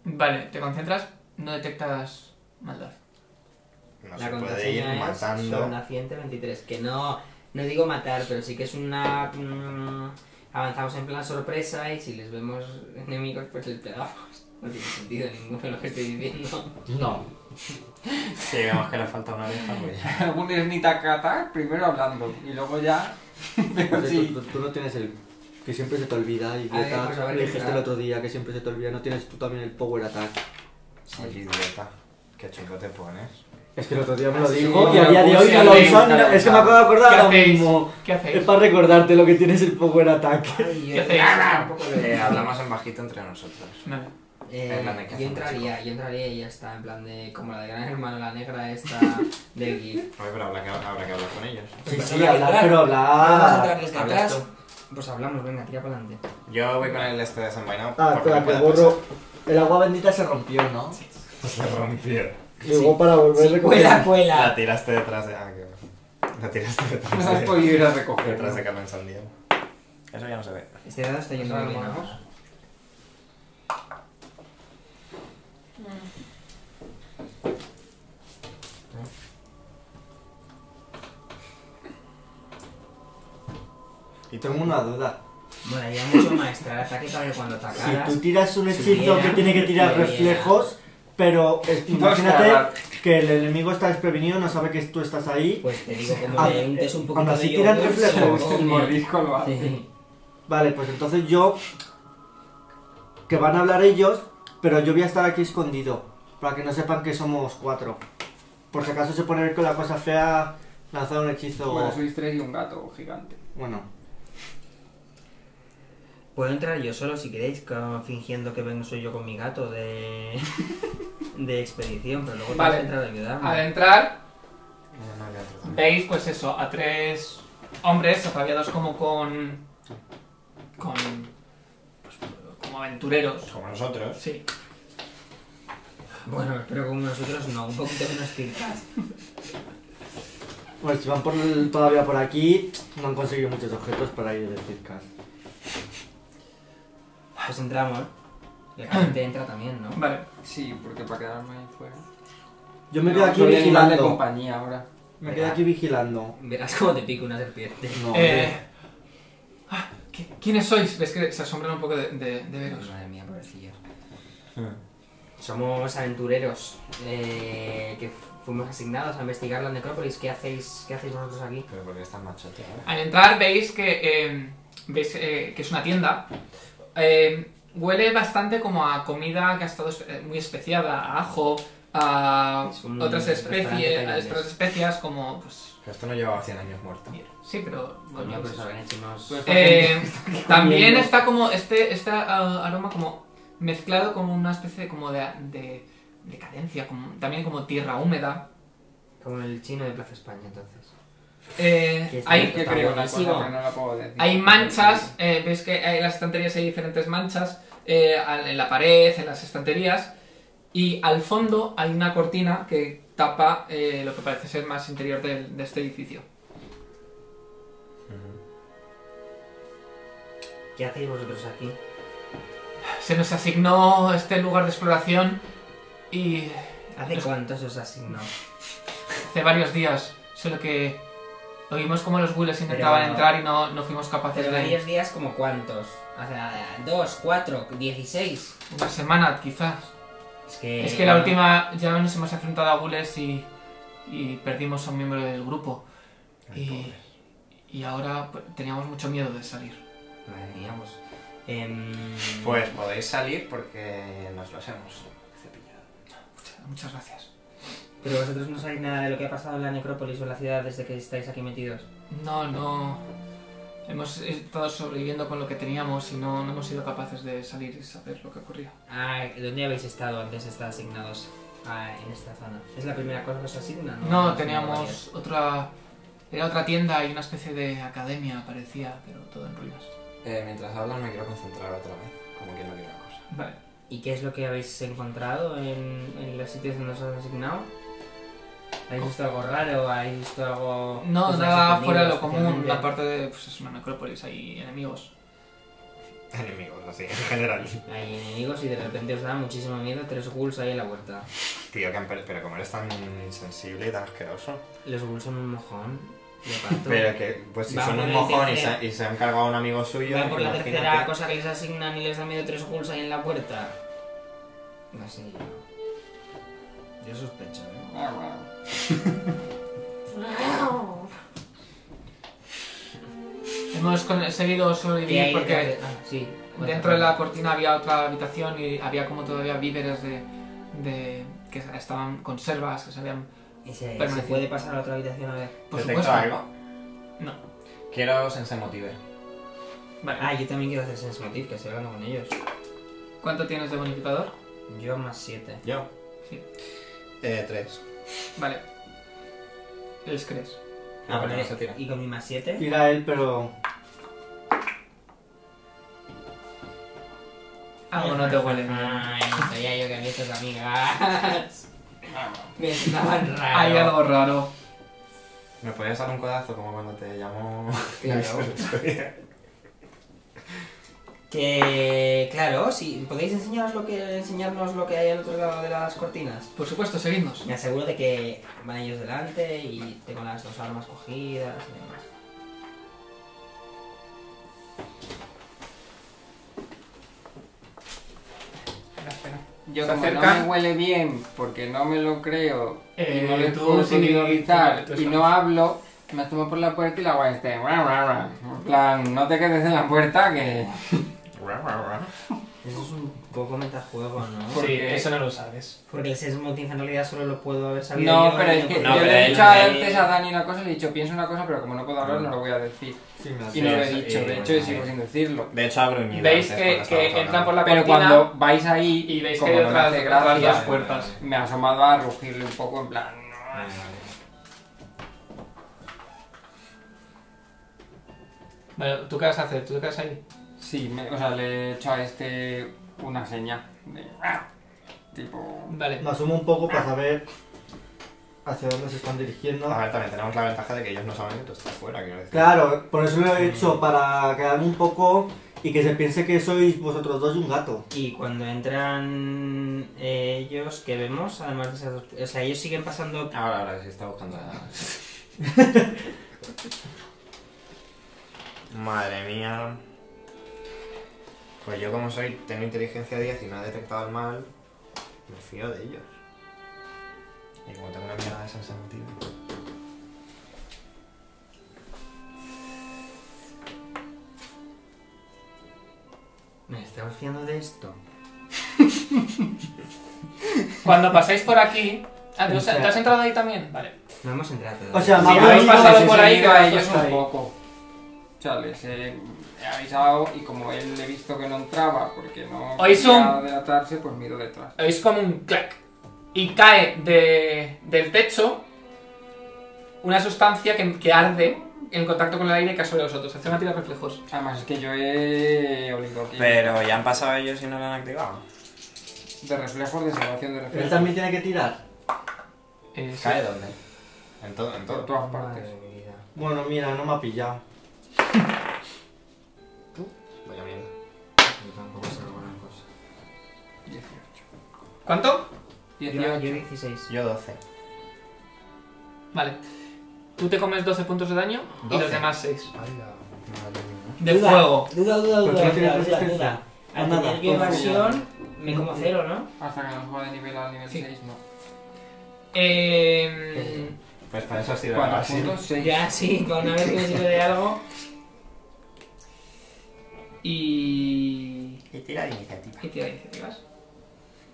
S1: Vale, te concentras, no detectas maldad.
S2: No
S5: La
S2: se puede ir
S5: contraseña es
S2: matando.
S5: naciente 23, que no, no digo matar, pero sí que es una... mm, avanzamos en plan sorpresa y si les vemos enemigos pues les pegamos. No tiene sentido ninguno lo que estoy diciendo.
S4: No.
S2: Si vemos que le falta una oreja, pues ya.
S3: algún es ni tacata, primero hablando. Y luego ya. Pero
S4: Tú-
S3: sí.
S4: Tú, tú no tienes el. Que siempre se te olvida,
S5: A ver,
S4: idiota.
S5: pues a ver,
S4: Le dijiste
S5: claro.
S4: el otro día que siempre se te olvida. No tienes tú también el power attack.
S2: Oye, idiota. Qué chulo te pones.
S4: Es que el otro día me lo
S3: Ah, sí,
S4: dijo
S3: me
S4: y a
S3: lo
S4: día de
S3: puse
S4: hoy no
S3: al
S4: lo
S3: link,
S4: usan.
S3: claro,
S4: Es que me
S3: claro.
S4: acabo de acordar
S1: ¿Qué
S4: ahora
S1: hacéis?
S4: mismo.
S1: ¿Qué
S4: Es
S1: hacéis?
S4: para recordarte lo que tienes el power attack.
S5: Ay,
S1: ¿Qué hacéis?
S5: tampoco lo
S2: Eh,
S5: veo.
S2: hablamos en bajito entre nosotros.
S1: Vale.
S5: Eh,
S2: En plan de que
S5: yo
S2: hacemos,
S5: entraría, yo entraría y ya está, en plan de como la de Gran Hermano, la negra esta del GIF.
S2: Oye, pero habrá que, habrá que hablar con ellos.
S4: Sí,
S5: Pero
S4: sí,
S5: habrá que
S4: hablar,
S5: entrar.
S4: pero
S5: Vamos a
S4: hablar.
S5: entrar desde
S2: Ah, hablas
S5: atrás.
S2: tú.
S5: Pues hablamos, venga, tira para adelante.
S2: Yo voy con el este desenvainado.
S4: Ah,
S2: porque
S4: espera,
S2: no
S4: que el
S2: puede
S4: gorro. El agua bendita se rompió, ¿no?
S2: pasar. Se rompió.
S4: Llegó para volver a
S5: Sí, cuela, cuela.
S2: La tiraste detrás de. Ah, qué bueno. La tiraste
S3: No
S2: detrás
S3: has
S2: de.
S3: podido ir a recoger.
S2: Detrás de Carmen Sandiego. Eso ya no se ve.
S5: Este dado está
S2: Pues
S5: yendo
S3: ¿Eso
S5: muy
S3: lo
S5: bien. ¿no?
S3: mandamos?
S4: Y tengo una duda.
S5: Bueno, ya mucho maestrar ataque para que cuando atacaras.
S4: Si tú tiras un
S5: si
S4: hechizo
S5: hubiera-
S4: que tiene que tirar
S5: hubiera.
S4: reflejos, pero es-
S3: No escalar.
S4: imagínate que el enemigo está desprevenido, no sabe que tú estás ahí.
S5: Pues te digo, como
S4: Ah,
S5: le untes un poquito
S4: cuando
S5: de
S4: así tiran
S5: yogur, se
S4: reflejos,
S5: lo
S3: El
S5: come.
S3: mordisco lo hace.
S5: Sí.
S4: Vale, pues entonces yo. Que van a hablar ellos, pero yo voy a estar aquí escondido. Para que no sepan que somos cuatro. Por si acaso se pone con la cosa fea, lanzar un hechizo.
S3: Bueno, sois tres y un gato gigante.
S4: Bueno,
S5: Puedo entrar yo solo si queréis, con- fingiendo que vengo soy yo con mi gato de... de expedición, pero luego
S1: Vale.
S5: te has entrado a ayudarme.
S1: Adentrar,
S2: No, no le atro-
S1: veis pues eso, a tres hombres ataviados como con... con... pues, como aventureros.
S2: Como nosotros.
S1: Sí.
S5: Bueno, pero como nosotros no, un poquito menos tirtas.
S10: Pues si van por, todavía por aquí, no han conseguido muchos objetos para ir de circas.
S5: Pues entramos. Y la gente entra también, ¿no?
S1: Vale.
S3: Sí, porque para quedarme ahí fuera.
S10: Yo me quedo
S3: No,
S10: aquí
S3: soy animal de
S10: vigilando.
S3: compañía ahora.
S10: Me quedo aquí vigilando.
S5: Verás cómo te pica una serpiente.
S10: No,
S1: Eh, ah, ¿qui- ¿Quiénes sois? Ves que se asombran un poco de, de- de veros.
S5: Madre mía, pobrecillos.
S2: Hmm.
S5: Somos aventureros eh, que fu- fuimos asignados a investigar la necrópolis. ¿Qué hacéis, qué hacéis vosotros aquí?
S2: Pero porque están machote ahora.
S1: Al entrar veis que, eh, veis, eh, que es una tienda. Eh, huele bastante como a comida que ha estado espe- eh, muy especiada, a ajo, a
S5: Es un
S1: otras
S5: restaurante
S1: especies, a
S5: tailandés.
S1: otras especias como... Pues,
S2: Pero esto no llevaba 100 años muerto.
S1: sí, pero... bueno, pues
S5: Coño, pues
S1: eso.
S5: habían hecho unos...
S3: Pues-
S1: Eh, también
S3: comiendo.
S1: está como este, este ah, aroma como mezclado con una especie de, como de, de, de cadencia, como- también como tierra húmeda.
S5: Como el chino de Plaza España, entonces.
S1: Eh,
S5: Que está
S1: hay,
S5: bien.
S3: Que creo una cosa,
S5: buenísimo.
S3: pero no la puedo decir.
S1: hay manchas, eh, ves que en las estanterías hay diferentes manchas, eh, al- en la pared, en las estanterías, y al fondo hay una cortina que tapa eh, lo que parece ser más interior del- de este edificio.
S5: ¿Qué hacéis vosotros aquí?
S1: Se nos asignó este lugar de exploración y Pues
S5: ¿Hace cuánto se os asignó?
S1: hace varios días, solo que oímos como los Willis intentaban
S5: Pero-
S1: entrar y no, no fuimos capaces
S5: Hace
S1: de
S5: varios días, como cuántos? O sea, dos, cuatro, dieciséis.
S1: una semana quizás.
S5: Es que...
S1: Es que la última ya nos hemos enfrentado a Gules y, y perdimos a un miembro del grupo.
S2: Ay,
S1: Y,
S2: pobre.
S1: y ahora pues, teníamos mucho miedo de salir.
S5: Madre mía, pues... em,
S2: Pues podéis salir porque nos los hemos cepillado.
S1: Muchas, muchas gracias.
S5: Pero vosotros no sabéis nada de lo que ha pasado en la necrópolis o en la ciudad desde que estáis aquí metidos.
S1: No, no. Hemos estado sobreviviendo con lo que teníamos y no, no hemos sido capaces de salir y saber lo que ocurría.
S5: Ah, ¿dónde habéis estado antes de estar asignados ah, en esta zona? ¿Es la primera cosa que os asignan?
S1: No,
S5: varias.
S1: teníamos otra. Era otra tienda y una especie de academia, parecía, pero todo en ruinas.
S2: Eh, mientras hablan me quiero concentrar otra vez. Como que no quiero una cosa.
S1: Vale.
S5: ¿Y qué es lo que habéis encontrado en, en los sitios donde os han asignado? ¿Habéis visto algo raro? ¿Habéis visto algo.?
S1: No,
S5: que os haya
S1: nada
S5: sorprendido
S1: fuera de lo común.
S5: Pues especialmente?
S1: Aparte de. Pues es una necrópolis, hay enemigos.
S2: Enemigos, así, en general.
S5: Hay enemigos y de repente os da muchísimo miedo tres ghouls ahí en la vuelta.
S2: Tío, que han per- pero como eres tan insensible y tan asqueroso.
S5: Los ghouls son un mojón. De pato.
S2: Pero que, pues si
S5: Va
S2: son
S5: por
S2: un
S5: el
S2: mojón y se,
S5: tercer-
S2: y se han cargado a un amigo suyo,
S5: Va por la
S2: imagínate.
S5: tercera cosa que les asignan y les da miedo tres ghouls ahí en la puerta. No sé yo. Yo sospecho, ¿eh?
S3: Ah, bueno.
S1: Hemos conseguido
S5: ¿Qué hay
S1: sobrevivir
S5: detrás
S1: porque
S5: de- Ah, sí. Bueno,
S1: dentro de la cortina había otra habitación y había como todavía víveres de, de- que estaban conservas que se habían
S5: ¿Y se, se
S1: permanecido.
S5: puede pasar a otra habitación a ver?
S1: por
S2: ¿Detecto
S1: supuesto.
S2: algo?
S1: No.
S2: Quiero sense motive.
S1: Vale.
S5: Ah, yo también quiero hacer Sense Motive, que estoy hablando con ellos.
S1: ¿Cuánto tienes de bonificador?
S5: Yo más 7.
S2: ¿Yo?
S1: Sí.
S2: Eh, tres.
S1: Vale. Les crees.
S2: Ah, pero no se tira.
S5: ¿Y con mi más 7?
S10: tira él, pero
S5: Ah,
S1: Algo no te huele.
S5: Ay, Ah, no sabía yo que había estas amigas. Me estaban raro.
S1: Hay algo raro.
S2: ¿Me podías dar un codazo como cuando te llamó?
S5: Claro. Que, claro, si podéis enseñaros lo que, enseñarnos lo que hay al otro lado de las cortinas.
S1: Por supuesto, seguidnos.
S5: Me aseguro de que van ellos delante y tengo las dos armas cogidas y demás.
S1: Espera, espera.
S3: Yo
S1: Se
S3: como
S1: acercan.
S3: no me huele bien porque no me lo creo
S1: Eh,
S3: y no le
S1: tú
S3: puedo
S1: sí,
S3: ignorizar
S1: tú
S3: y
S1: sabes.
S3: no hablo, me asomo por la puerta y la guay este. En plan, no te quedes en la puerta que...
S5: Eso es un poco metajuego, ¿no?
S3: ¿Por
S11: Sí,
S3: qué?
S11: eso no lo sabes.
S5: Porque el Sesmotif en realidad solo lo puedo haber sabido.
S3: No,
S5: yo
S3: pero
S5: el
S3: es
S5: año
S3: que
S11: No,
S3: yo
S5: pasado.
S11: pero
S3: le he
S11: él
S3: dicho
S11: no
S3: a-
S11: es-
S3: antes a Dani una cosa, le he dicho, pienso una cosa, pero como no puedo hablar, no lo voy a decir.
S4: Sí, me
S3: Y
S4: hace.
S3: no lo he
S2: sí,
S3: dicho, de
S2: sí,
S3: hecho, y
S2: sí.
S3: sigo sin decirlo.
S2: Eh, De hecho, abro y miro
S1: Veis
S2: antes
S1: que,
S2: cuando
S1: que
S2: estábamos
S1: entran por
S2: hablando.
S1: la
S3: Pero
S1: cortina
S3: cuando vais ahí,
S1: y veis que
S3: como
S1: hay
S3: no me
S1: otras,
S3: hace
S1: otras dos
S3: gracia,
S1: puertas.
S3: me ha asomado a rugirle un poco, en plan...
S2: Ah,
S3: "No".
S1: Vale, ¿tú qué vas a hacer? ¿Tú te quedas ahí?
S3: Sí, me- o sea, le he hecho a este una seña. de, "Ah", Tipo...
S1: Vale.
S4: Me asomo un poco para saber hacia dónde se están dirigiendo.
S10: Ah.
S2: A ver, también tenemos la ventaja de que ellos no saben que tú estás fuera, quiero decir.
S10: Claro, por eso lo he hecho, para quedarme un poco y que se piense que sois vosotros dos y un gato.
S5: Y cuando entran eh, ellos, que vemos? Además de esas dos. O sea, ellos siguen pasando.
S2: Ahora, ahora sí está buscando la... Madre mía. Pues yo como soy, tengo inteligencia 10 y no he detectado el mal, me fío de ellos. Y como tengo una mirada de San Sentido.
S5: Me estamos fiando de esto.
S1: Cuando pasáis por aquí. Ah, ¿tú, has-
S5: O sea-
S1: ¿te has entrado ahí también? Vale.
S5: No hemos entrado todavía.
S10: O sea,
S2: Sí,
S10: me
S3: Sí,
S10: habrá
S3: habéis
S10: ido-
S3: pasado
S1: sí,
S3: por
S1: sí,
S3: ahí
S1: sí,
S3: yo
S1: sí,
S3: a ellos
S1: sí,
S3: un
S1: sí.
S3: poco. O sea, les he, he avisado y como él he visto que no entraba porque no
S1: Oís
S3: podía delatarse, pues miro detrás.
S1: Oís como un clac. Y cae de, del techo una sustancia que, que arde en contacto con el aire que has sobre vosotros. Hace una tira de reflejos.
S3: Además es que yo he olido aquí
S2: Pero ya han pasado ellos y no lo han activado.
S3: de reflejos, de salvación de
S10: Él
S3: reflejos.
S10: también tiene que tirar.
S1: Eh, sí.
S2: ¿Cae dónde? En todo, en
S3: Por
S2: todo.
S3: todas
S5: Madre
S3: partes.
S5: de mi vida.
S10: Bueno, mira, no me ha pillado.
S2: Vaya mierda.
S5: Yo tampoco sé alguna cosa.
S3: 18.
S1: ¿Cuánto?
S5: Yo, yo
S3: 18.
S5: 16.
S2: Yo 12.
S1: Vale. Tú te comes 12 puntos de daño y
S2: 12.
S1: los demás 6.
S2: Madre mía.
S1: De fuego.
S5: Duda, duda,
S10: Pero tú
S5: duda,
S10: no tienes
S5: duda, duda,
S10: resistencia.
S5: duda. Al
S10: Nada,
S5: tener
S10: todo
S5: violación, me como cero, ¿no?
S3: Hasta que nos suba de nivel al nivel
S1: Sí.
S3: 6, no.
S1: Eh,
S2: Pues para eso ha sido algo
S3: ¿Cuántos
S2: así.
S3: puntos? 6.
S5: Ya, sí, con una vez que me sirve de algo.
S1: y.
S2: Y tira de iniciativa.
S1: ¿Qué tira de iniciativas?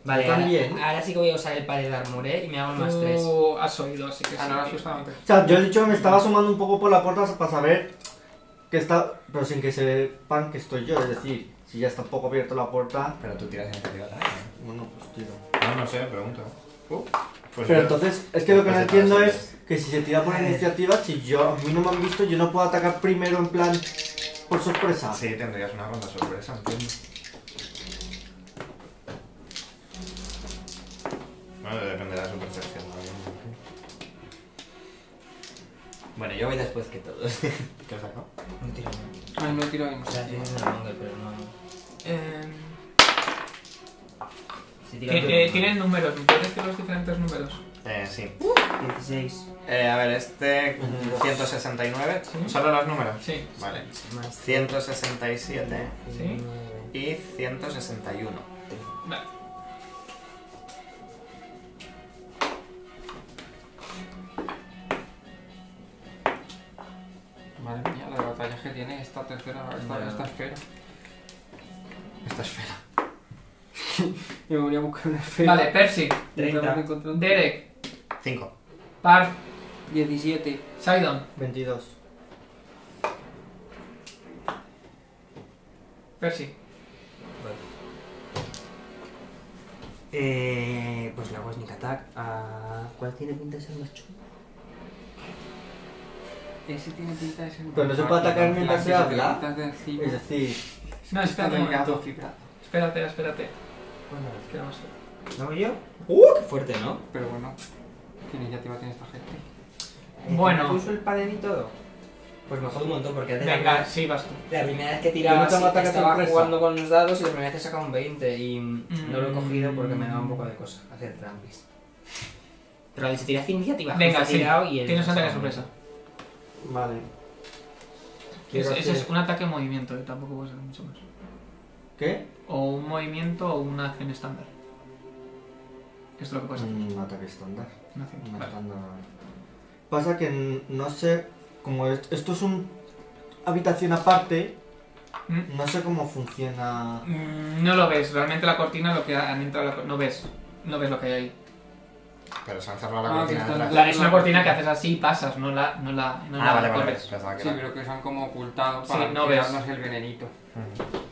S5: Vale,
S10: Yo también.
S5: ahora, ahora sí que voy a usar el par de Armor, ¿eh? Y me hago el más 3.
S1: Tú has oído, así que.
S3: Ah,
S1: sí.
S3: no lo has usado antes.
S10: O sea, yo he dicho que me estaba asomando un poco por la puerta para saber que está, pero sin que sepan que estoy yo. Es decir, si ya está un poco abierto la puerta,
S2: Pero tú tiras iniciativa también. ¿eh?
S10: bueno, pues tiro.
S2: No, no sé, pregunto. Pues
S10: Uh. Pero
S2: yo-
S10: entonces, es que lo que no
S2: Pues
S10: entiendo
S2: entonces-
S10: es que si se tira por iniciativa, si yo, a mí no me han visto, yo no puedo atacar primero en plan por sorpresa.
S2: Ah, Sí, tendrías una ronda sorpresa, entiendo. Bueno, dependerá de su percepción también. Bueno, yo voy después que todos. ¿Qué os sacado?
S5: No tiro nada.
S3: Ay, no tiro de
S5: O sea,
S3: iniciativa.
S5: tienes una manga, pero no.
S1: Eh,
S5: Si tiro
S1: ti- eh, tienen números, ¿me puedes decir los diferentes números?
S2: Eh, sí.
S5: 16
S2: Eh, a ver, este 169, solo los números.
S1: Sí.
S2: Vale.
S5: más
S2: 167
S1: ¿Sí?
S5: 9.
S2: y 161.
S1: Vale.
S3: Madre mía, la batalla que tiene esta tercera, esta, esta esfera.
S2: Esta esfera.
S3: Yo me voy a buscar una esfera.
S1: Vale, Percy,
S3: Estamos
S5: 30.
S3: encontrando-
S1: Derek,
S2: 5.
S1: Parth,
S3: 17.
S1: Sidon,
S10: 22.
S1: Percy.
S5: Eh, pues la hago Sneak Attack. Ah, ¿Cuál tiene pinta de ser más chulo?
S3: Ese tiene pinta de ser.
S10: Pero no se puede atacar mientras se habla. Es
S3: Ese
S10: decir,
S1: No,
S3: está
S1: espérate un
S3: delgado,
S1: momento.
S3: fibrado.
S1: Espérate, espérate. Queda más cerca.
S5: ¿No voy yo? ¡Uh! ¡Qué fuerte, ¿no?
S3: Pero bueno, ¿qué iniciativa tiene esta gente?
S1: Bueno.
S5: Eh, ¿Puso el panel y todo? Pues me jode un montón porque antes la,
S1: Venga,
S5: primera,
S1: sí, vas tú.
S5: la primera vez que tiraba
S10: Yo no tengo
S5: así,
S10: ataque
S5: estaba
S10: sorpresa.
S5: jugando con los dados y la primera vez que sacaba un 20 y no lo he
S1: Mm.
S5: cogido porque me daba un poco de cosa hacer trampis. Pero la iniciativa iniciativa.
S1: Venga,
S5: justo
S1: sí.
S5: he tirado y el-
S1: Tienes un ataque de sorpresa.
S10: vale. Quiero
S1: Ese ese es
S10: hacer-
S1: un ataque movimiento, eh, tampoco puedes hacer mucho más.
S10: ¿Qué?
S1: O un movimiento o una acción estándar. Esto es lo que puedes hacer.
S10: Un ataque estándar.
S1: Una acción.
S10: Una
S1: Mm. Vale.
S10: estándar. Pasa que n- no sé, como es- esto es un habitación aparte,
S4: No sé cómo funciona.
S1: Mm, No lo ves, realmente la cortina lo que han entrado, la co- no ves, no ves lo que hay ahí.
S2: Pero se han cerrado la
S3: Ah,
S2: cortina
S3: que están-
S2: detrás.
S1: La- es una cortina que haces así y pasas, no la, no la, no
S2: Ah,
S1: la
S2: vale, vale.
S1: corres.
S2: Pensaba que
S3: Sí,
S2: era-
S3: pero que se han como ocultado
S1: Sí,
S3: para
S1: no ves.
S3: tirarnos el venenito.
S2: Ujú.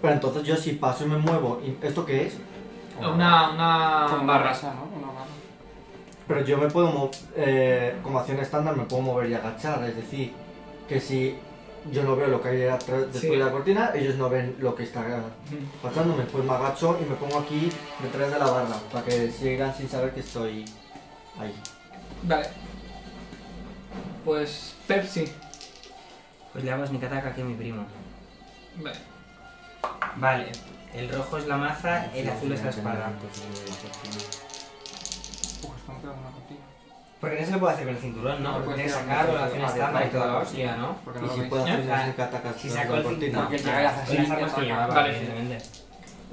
S4: Pero entonces yo si paso y me muevo, ¿y ¿esto qué es?
S1: Oh, Una,
S10: Ah,
S1: una
S3: Con una
S1: barra.
S3: rasa, ¿no? Una barra.
S4: Pero yo me puedo mover, como acción estándar me puedo mover y agachar, es decir, que si yo no veo lo que hay atrás- después
S1: Sí.
S4: de la cortina, ellos no ven lo que está
S1: Mm,
S4: pasándome, pues me agacho y me pongo aquí detrás de la barra, para que sigan sin saber que estoy ahí.
S1: Vale. Pues Percy.
S5: Pues le hago sneak attack aquí a mi primo.
S1: Vale.
S5: Vale. El rojo es la maza, Ah, el azul es la espada.
S4: eh,
S3: Uf, están pegando una cortina.
S5: Porque no se lo puede hacer con el cinturón, ¿no?
S3: No,
S5: Porque
S3: pues
S5: tiene que
S3: tiene
S5: sacar
S3: que-
S5: la acción
S3: ah,
S5: estándar y toda la
S3: claro.
S5: hostia, ¿no?
S3: Porque no
S4: Y
S3: lo
S4: si
S3: veis.
S4: puedo hacer
S1: Ah,
S4: sneak attack
S5: Si
S4: atrás de la
S5: sacó el
S4: cortina.
S5: cinturón,
S3: Porque llega y hace
S5: con las
S3: así,
S5: armas que
S3: ataca.
S5: llevaba,
S1: Vale, sí.
S5: evidentemente.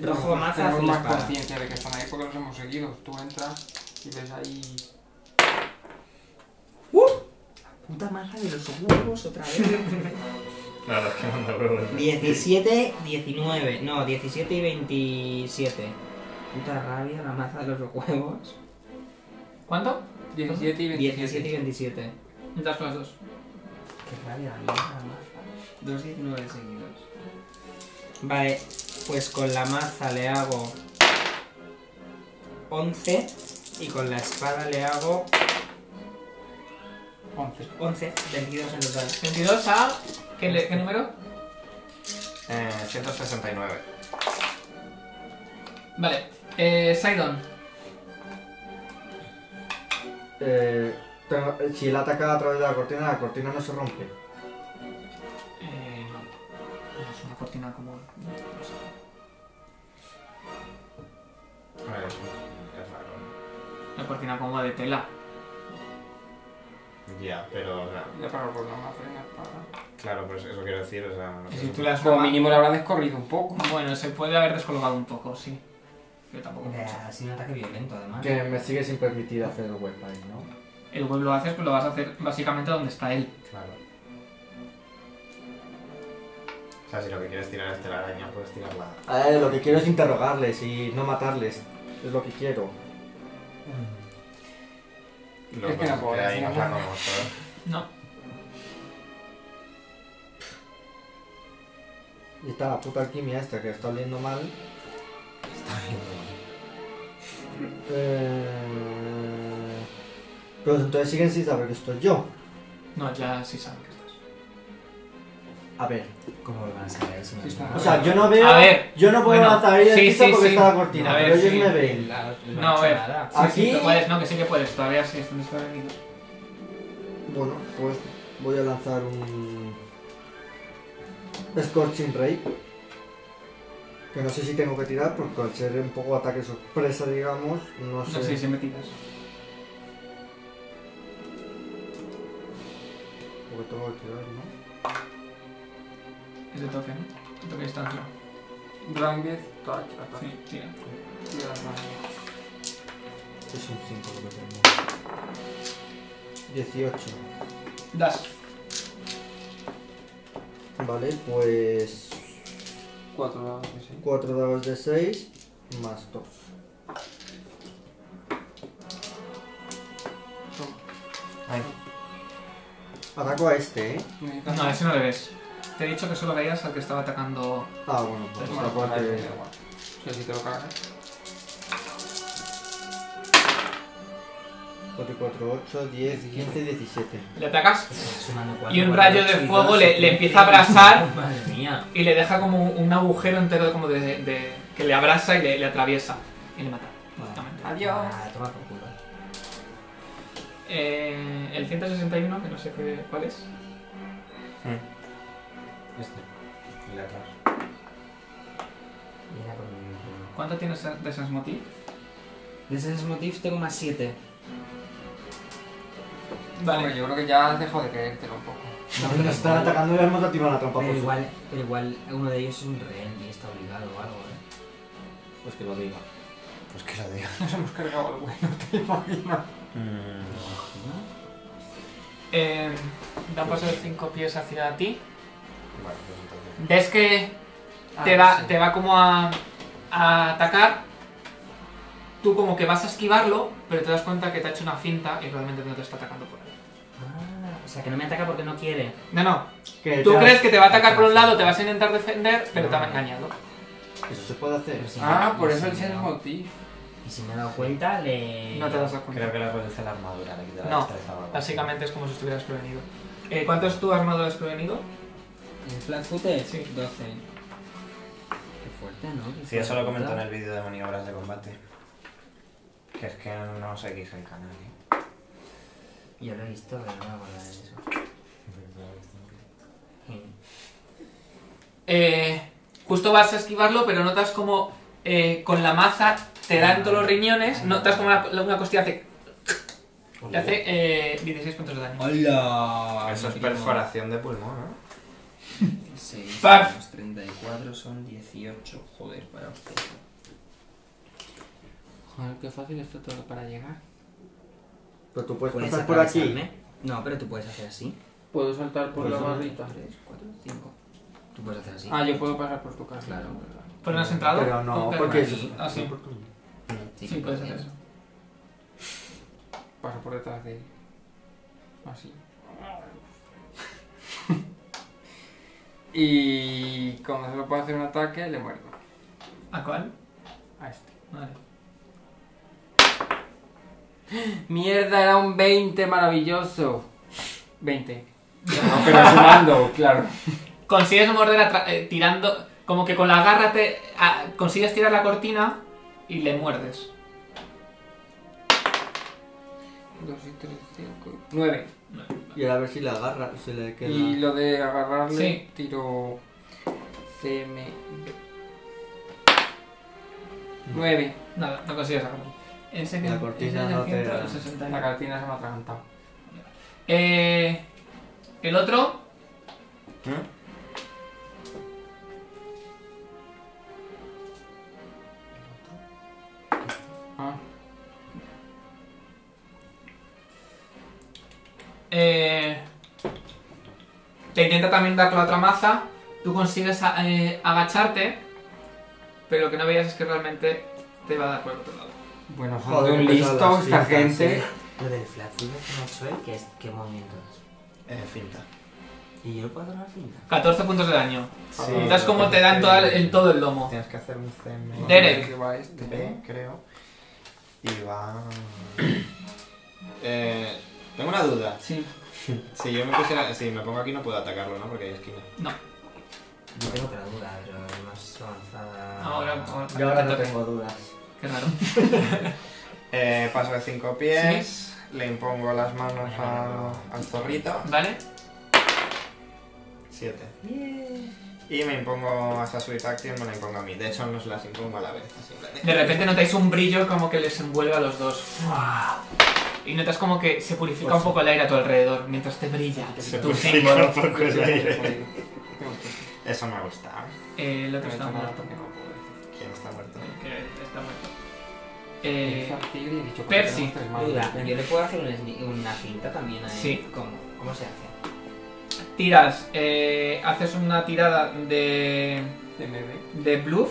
S5: Rojo, maza,
S3: Tenemos
S5: azul,
S3: más
S5: espada.
S3: conciencia de que están ahí porque los hemos seguido. Tú entras y ves ahí.
S5: Puta maza de los huevos otra vez.
S2: Claro, es que manda huevos.
S5: 17, 19, no, 17 y 27. Puta rabia, la maza de los huevos.
S1: ¿Cuánto?
S3: 17 y
S5: 17 y
S3: 27.
S5: 27.
S1: Das con las dos.
S5: Qué rabia, la mierda, la maza. 2, 19 seguidos. Vale, pues con la maza le hago 11 y con la espada le hago
S3: 11.
S5: 11, 22 en total.
S1: 22 a... ¿Qué, le- qué número?
S2: Eh, 169.
S1: Vale. Eh, Sidon.
S4: Eh, tengo- si él ataca a través de la cortina, la cortina no se rompe.
S1: Eh, no. Es una cortina como... no sé.
S2: A ver, es es raro.
S1: Una cortina como de tela.
S2: Ya, pero, na-
S3: Ya para por la más frena, para.
S2: claro, pues eso quiero decir, o sea...
S1: Y si tú le das
S3: Como
S1: una ma-
S3: mínimo le habrá descorrido un poco.
S1: Bueno, se puede haber descolgado un poco, sí. Yo tampoco
S5: Eh,
S1: mucho.
S5: Ha sido un ataque violento, además.
S4: Que me sigue sin permitir hacer el web ahí, ¿no?
S1: El web lo haces, pues lo vas a hacer básicamente donde está él.
S2: Claro. O sea, si lo que quieres tirar es telaraña, puedes tirarla.
S4: Eh, lo que quiero es interrogarles y no matarles. Es lo que quiero.
S2: Lo
S3: Es que no puedo
S2: ahí
S3: decir
S2: nos la
S3: nada.
S2: comemos todos.
S1: No.
S4: Y está la puta alquimia esta que está oliendo mal. Eh... Pero entonces siguen sin saber que estoy yo.
S1: No, ya sí saben que estás.
S4: A ver.
S5: ¿Cómo lo van a saber? Es una
S3: Sí, está-
S5: mierda.
S4: O sea, yo no veo.
S1: A ver.
S4: Yo no puedo
S1: Bueno,
S4: lanzar ahí el
S1: sí,
S4: hechizo
S1: sí,
S4: porque
S1: sí.
S4: está la cortina.
S1: A ver,
S4: pero ellos
S1: sí.
S4: me ven.
S5: La- la
S1: No, a ver.
S5: chorrada.
S1: Sí, sí,
S4: Aquí-
S1: que puedes, no, que sí que puedes. Todavía sí están desprevenidos.
S4: Bueno, pues voy a lanzar un. Scorching Ray. Que no sé si tengo que tirar porque al ser un poco ataque sorpresa, digamos, no sé.
S1: No sé si me tiras.
S4: Porque tengo que tirar, ¿no?
S1: Es de toque, ¿no? De toque de distancia.
S3: Ranged, touch,
S1: Sí,
S3: attack.
S1: tira.
S3: Y ahora ranged.
S4: Es un 5 lo que tengo. 18.
S1: Das.
S4: Vale, pues.
S3: Cuatro dados de seis.
S4: 4 dados de 6 más 2.
S3: Toma.
S4: Ataco a este, ¿eh?
S3: Necesitas-
S1: No, ese no le ves. Te he dicho que solo veías al que estaba atacando.
S4: Ah, bueno, pues
S3: Bueno, eh,
S4: ataco al
S3: vale,
S4: que.
S3: da igual. O sea, si te lo cargas.
S4: 4, 4, 8, 10, 15, 17.
S1: Le atacas
S5: Sumando cuatro,
S1: Y un
S5: cuatro,
S1: rayo
S5: ocho
S1: de
S5: y
S1: fuego
S5: dos,
S1: le-
S5: siete,
S1: le empieza a
S5: ocho.
S1: abrasar.
S5: Madre mía.
S1: y le deja como un agujero entero como de, de- que le abrasa y le, le atraviesa. Y le mata. básicamente.
S3: Adiós.
S5: Ah, toma por culo.
S1: Eh, el 161, que no sé qué- cuál es.
S2: Este. El de atrás.
S5: Mira por mi culo.
S1: ¿Cuánto tienes de Sensmotiv?
S5: De esos motivos tengo más 7.
S1: Vale.
S3: Hombre, yo creo que ya has dejado de creértelo un poco.
S4: No, pero nos están atacando y le hemos activado la trampa.
S5: Pero
S4: pues-
S5: igual, pero igual uno de ellos es un rehén y está obligado o algo, ¿eh?
S4: Pues que lo diga.
S2: Pues que lo diga.
S3: Nos hemos cargado al bueno, te imagino.
S2: Mm.
S10: Pues
S1: Eh, da un paso de 5 pies hacia ti.
S2: Vale, pues entonces.
S1: Ves que te
S10: Ah,
S1: va,
S10: sí.
S1: te va como a, a atacar. Tú como que vas a esquivarlo, pero te das cuenta que te ha hecho una finta y realmente no te está atacando por ahí.
S5: Ah, o sea, que no me ataca porque no quiere.
S1: No, no.
S10: Que
S1: Tú
S10: te ha-
S1: crees que te va a atacar por un lado, te vas a intentar defender, pero te ha engañado.
S10: Eso se puede hacer.
S5: Pero si
S3: Ah,
S5: no-
S3: por
S5: y
S3: eso
S5: si
S3: el Shadow
S5: no-
S3: Motif.
S5: Y si me he dado cuenta, le.
S1: No te das cuenta.
S2: Creo que le reduce la armadura, le quita la
S1: No,
S2: destreza o algo.
S1: Básicamente es como si estuvieras prevenido. Eh, ¿Cuánto es tu armadura desprevenido?
S5: ¿El flat footed?
S1: Sí.
S5: 12. Qué fuerte, ¿no? Qué
S2: Sí, eso lo
S5: fuerte.
S2: comentó en el vídeo de maniobras de combate. Que es que no seguís el canal, ¿eh?
S5: Yo lo he visto, pero no me acuerdo de eso. Sí.
S1: Eh, justo vas a esquivarlo, pero notas como eh, con la maza te dan todos los riñones, notas como una, una costilla hace... Le hace eh, 16 puntos de daño.
S5: ¡Hola!
S2: Ah, Eso es
S5: Mi primo.
S2: perforación de pulmón, ¿no?
S5: 6
S1: Paf.
S5: menos 34 son 18. Joder, para usted.
S3: Joder, qué fácil esto todo para llegar.
S10: Pero tú puedes,
S5: ¿Puedes
S10: pasar por aquí.
S5: atravesarme? No, pero tú puedes hacer así.
S3: Puedo saltar por
S10: Pues
S3: la
S10: no.
S3: barrita.
S5: 3, 4, 5. Tú puedes hacer así.
S3: Ah, yo puedo pasar por tu casa.
S5: Claro.
S1: ¿Pero no has entrado?
S10: Pero no,
S1: Ok.
S10: porque eso es
S5: sí.
S1: Ah, sí.
S5: Sí,
S1: Sí,
S5: que
S1: puedes
S5: podrías.
S1: hacer eso.
S3: Paso por detrás de él. Así. y como solo puedo hacer un ataque, le muerdo.
S1: ¿A cuál?
S3: A este.
S1: Vale.
S3: Mierda, era un 20 maravilloso. 20. No, pero sumando, claro.
S1: Consigues morder atra- eh, tirando... Como que con la garra te... ah, consigues tirar la cortina y le muerdes.
S3: 2 y 3, 5. 9.
S10: Y ahora a ver si la agarra, si le queda.
S3: Y lo de agarrarle,
S1: Sí.
S3: tiro CM. 9.
S1: Nada, no consigues agarrarlo. Enseña-
S10: La cortina
S1: enseña
S10: no te da.
S1: 160.
S3: La cartina se me ha atragantado.
S1: Eh, el otro
S3: Ah,
S1: Eh, te intenta también dar con la otra maza. Tú consigues a- eh, agacharte, pero lo que no veías es que realmente te va a dar por el otro lado.
S3: bueno, son
S10: Joder,
S3: de un
S10: empezado
S3: listo
S10: las
S3: esta
S10: fiestas,
S3: gente.
S5: Lo del flat footed que me ha hecho él, ¿qué, es, qué movimiento es?
S2: Eh, finta.
S5: ¿Y yo puedo dar finta?
S1: 14 puntos de daño.
S2: Sí,
S1: Notas como te dan toda el- en todo el lomo.
S2: Ah. Tienes que hacer un CM.
S1: Derek.
S3: Que va este.
S2: B, creo. Y va. Eh, tengo una duda.
S1: Sí.
S2: Si yo me pusiera. Si me pongo aquí no puedo atacarlo, ¿no? Porque hay esquina.
S5: Yo tengo otra duda, pero más avanzada.
S1: Ahora, ahora,
S10: Yo ahora
S1: te
S10: no
S1: toca.
S10: tengo dudas.
S1: Qué raro.
S2: Eh, paso de 5 pies. Le impongo las manos al- al zorrito.
S1: ¿Vale?
S2: 7. Y me impongo hasta Swift Action, me la impongo a mí. De hecho, no se las impongo a la vez. así, en plan de-
S1: De repente notáis un brillo como que les envuelve a los dos. Y notas como que se purifica un poco el aire a tu alrededor mientras te brilla.
S2: Se
S1: tu
S2: purifica
S1: símbolo.
S2: un poco el aire.
S3: Qué gusto.
S2: Eso me gusta.
S1: Eh, el
S3: Me
S1: otro
S3: he
S1: está
S3: hecho mal
S1: muerto.
S3: porque no puedo decir.
S2: ¿Quién está muerto?
S1: Que está muerto.
S3: He
S1: Eh,
S3: hecho al este. tigre y he dicho,
S1: Percy,
S3: tenemos tres manos.
S5: Duda,
S3: Ven.
S5: yo le puedo hacer un sni- una finta también a él.
S1: Sí.
S5: ¿Cómo? ¿Cómo se hace?
S1: Tiras, eh, haces una tirada de,
S3: Se me ve.
S1: de bluff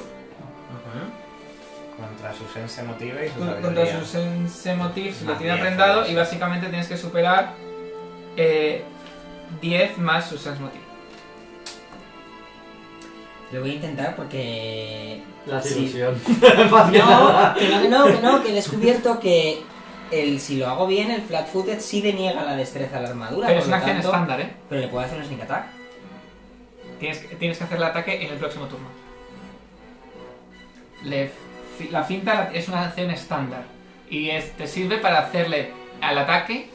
S5: Ajá.
S2: Contra su sense motive y su
S1: con-
S2: sabiduría.
S1: contra sus sense motifs, lo
S2: Más
S1: tiene
S2: diez,
S1: prendado
S2: pues.
S1: y básicamente tienes que superar eh, 10 más sus sense motive.
S5: Lo voy a intentar porque.
S10: La
S5: Sí.
S10: ilusión.
S5: No, que no, que no, que no, que he descubierto que. El, si lo hago bien, el flat footed sí deniega la destreza a la armadura.
S1: Pero
S5: por
S1: es una
S5: lo
S1: acción
S5: tanto-
S1: estándar, ¿eh?
S5: Pero le puedo hacer un sneak attack.
S1: Tienes, que- tienes que hacer el ataque en el próximo turno. Le fi- la finta la- es una acción estándar y es- te sirve para hacerle al ataque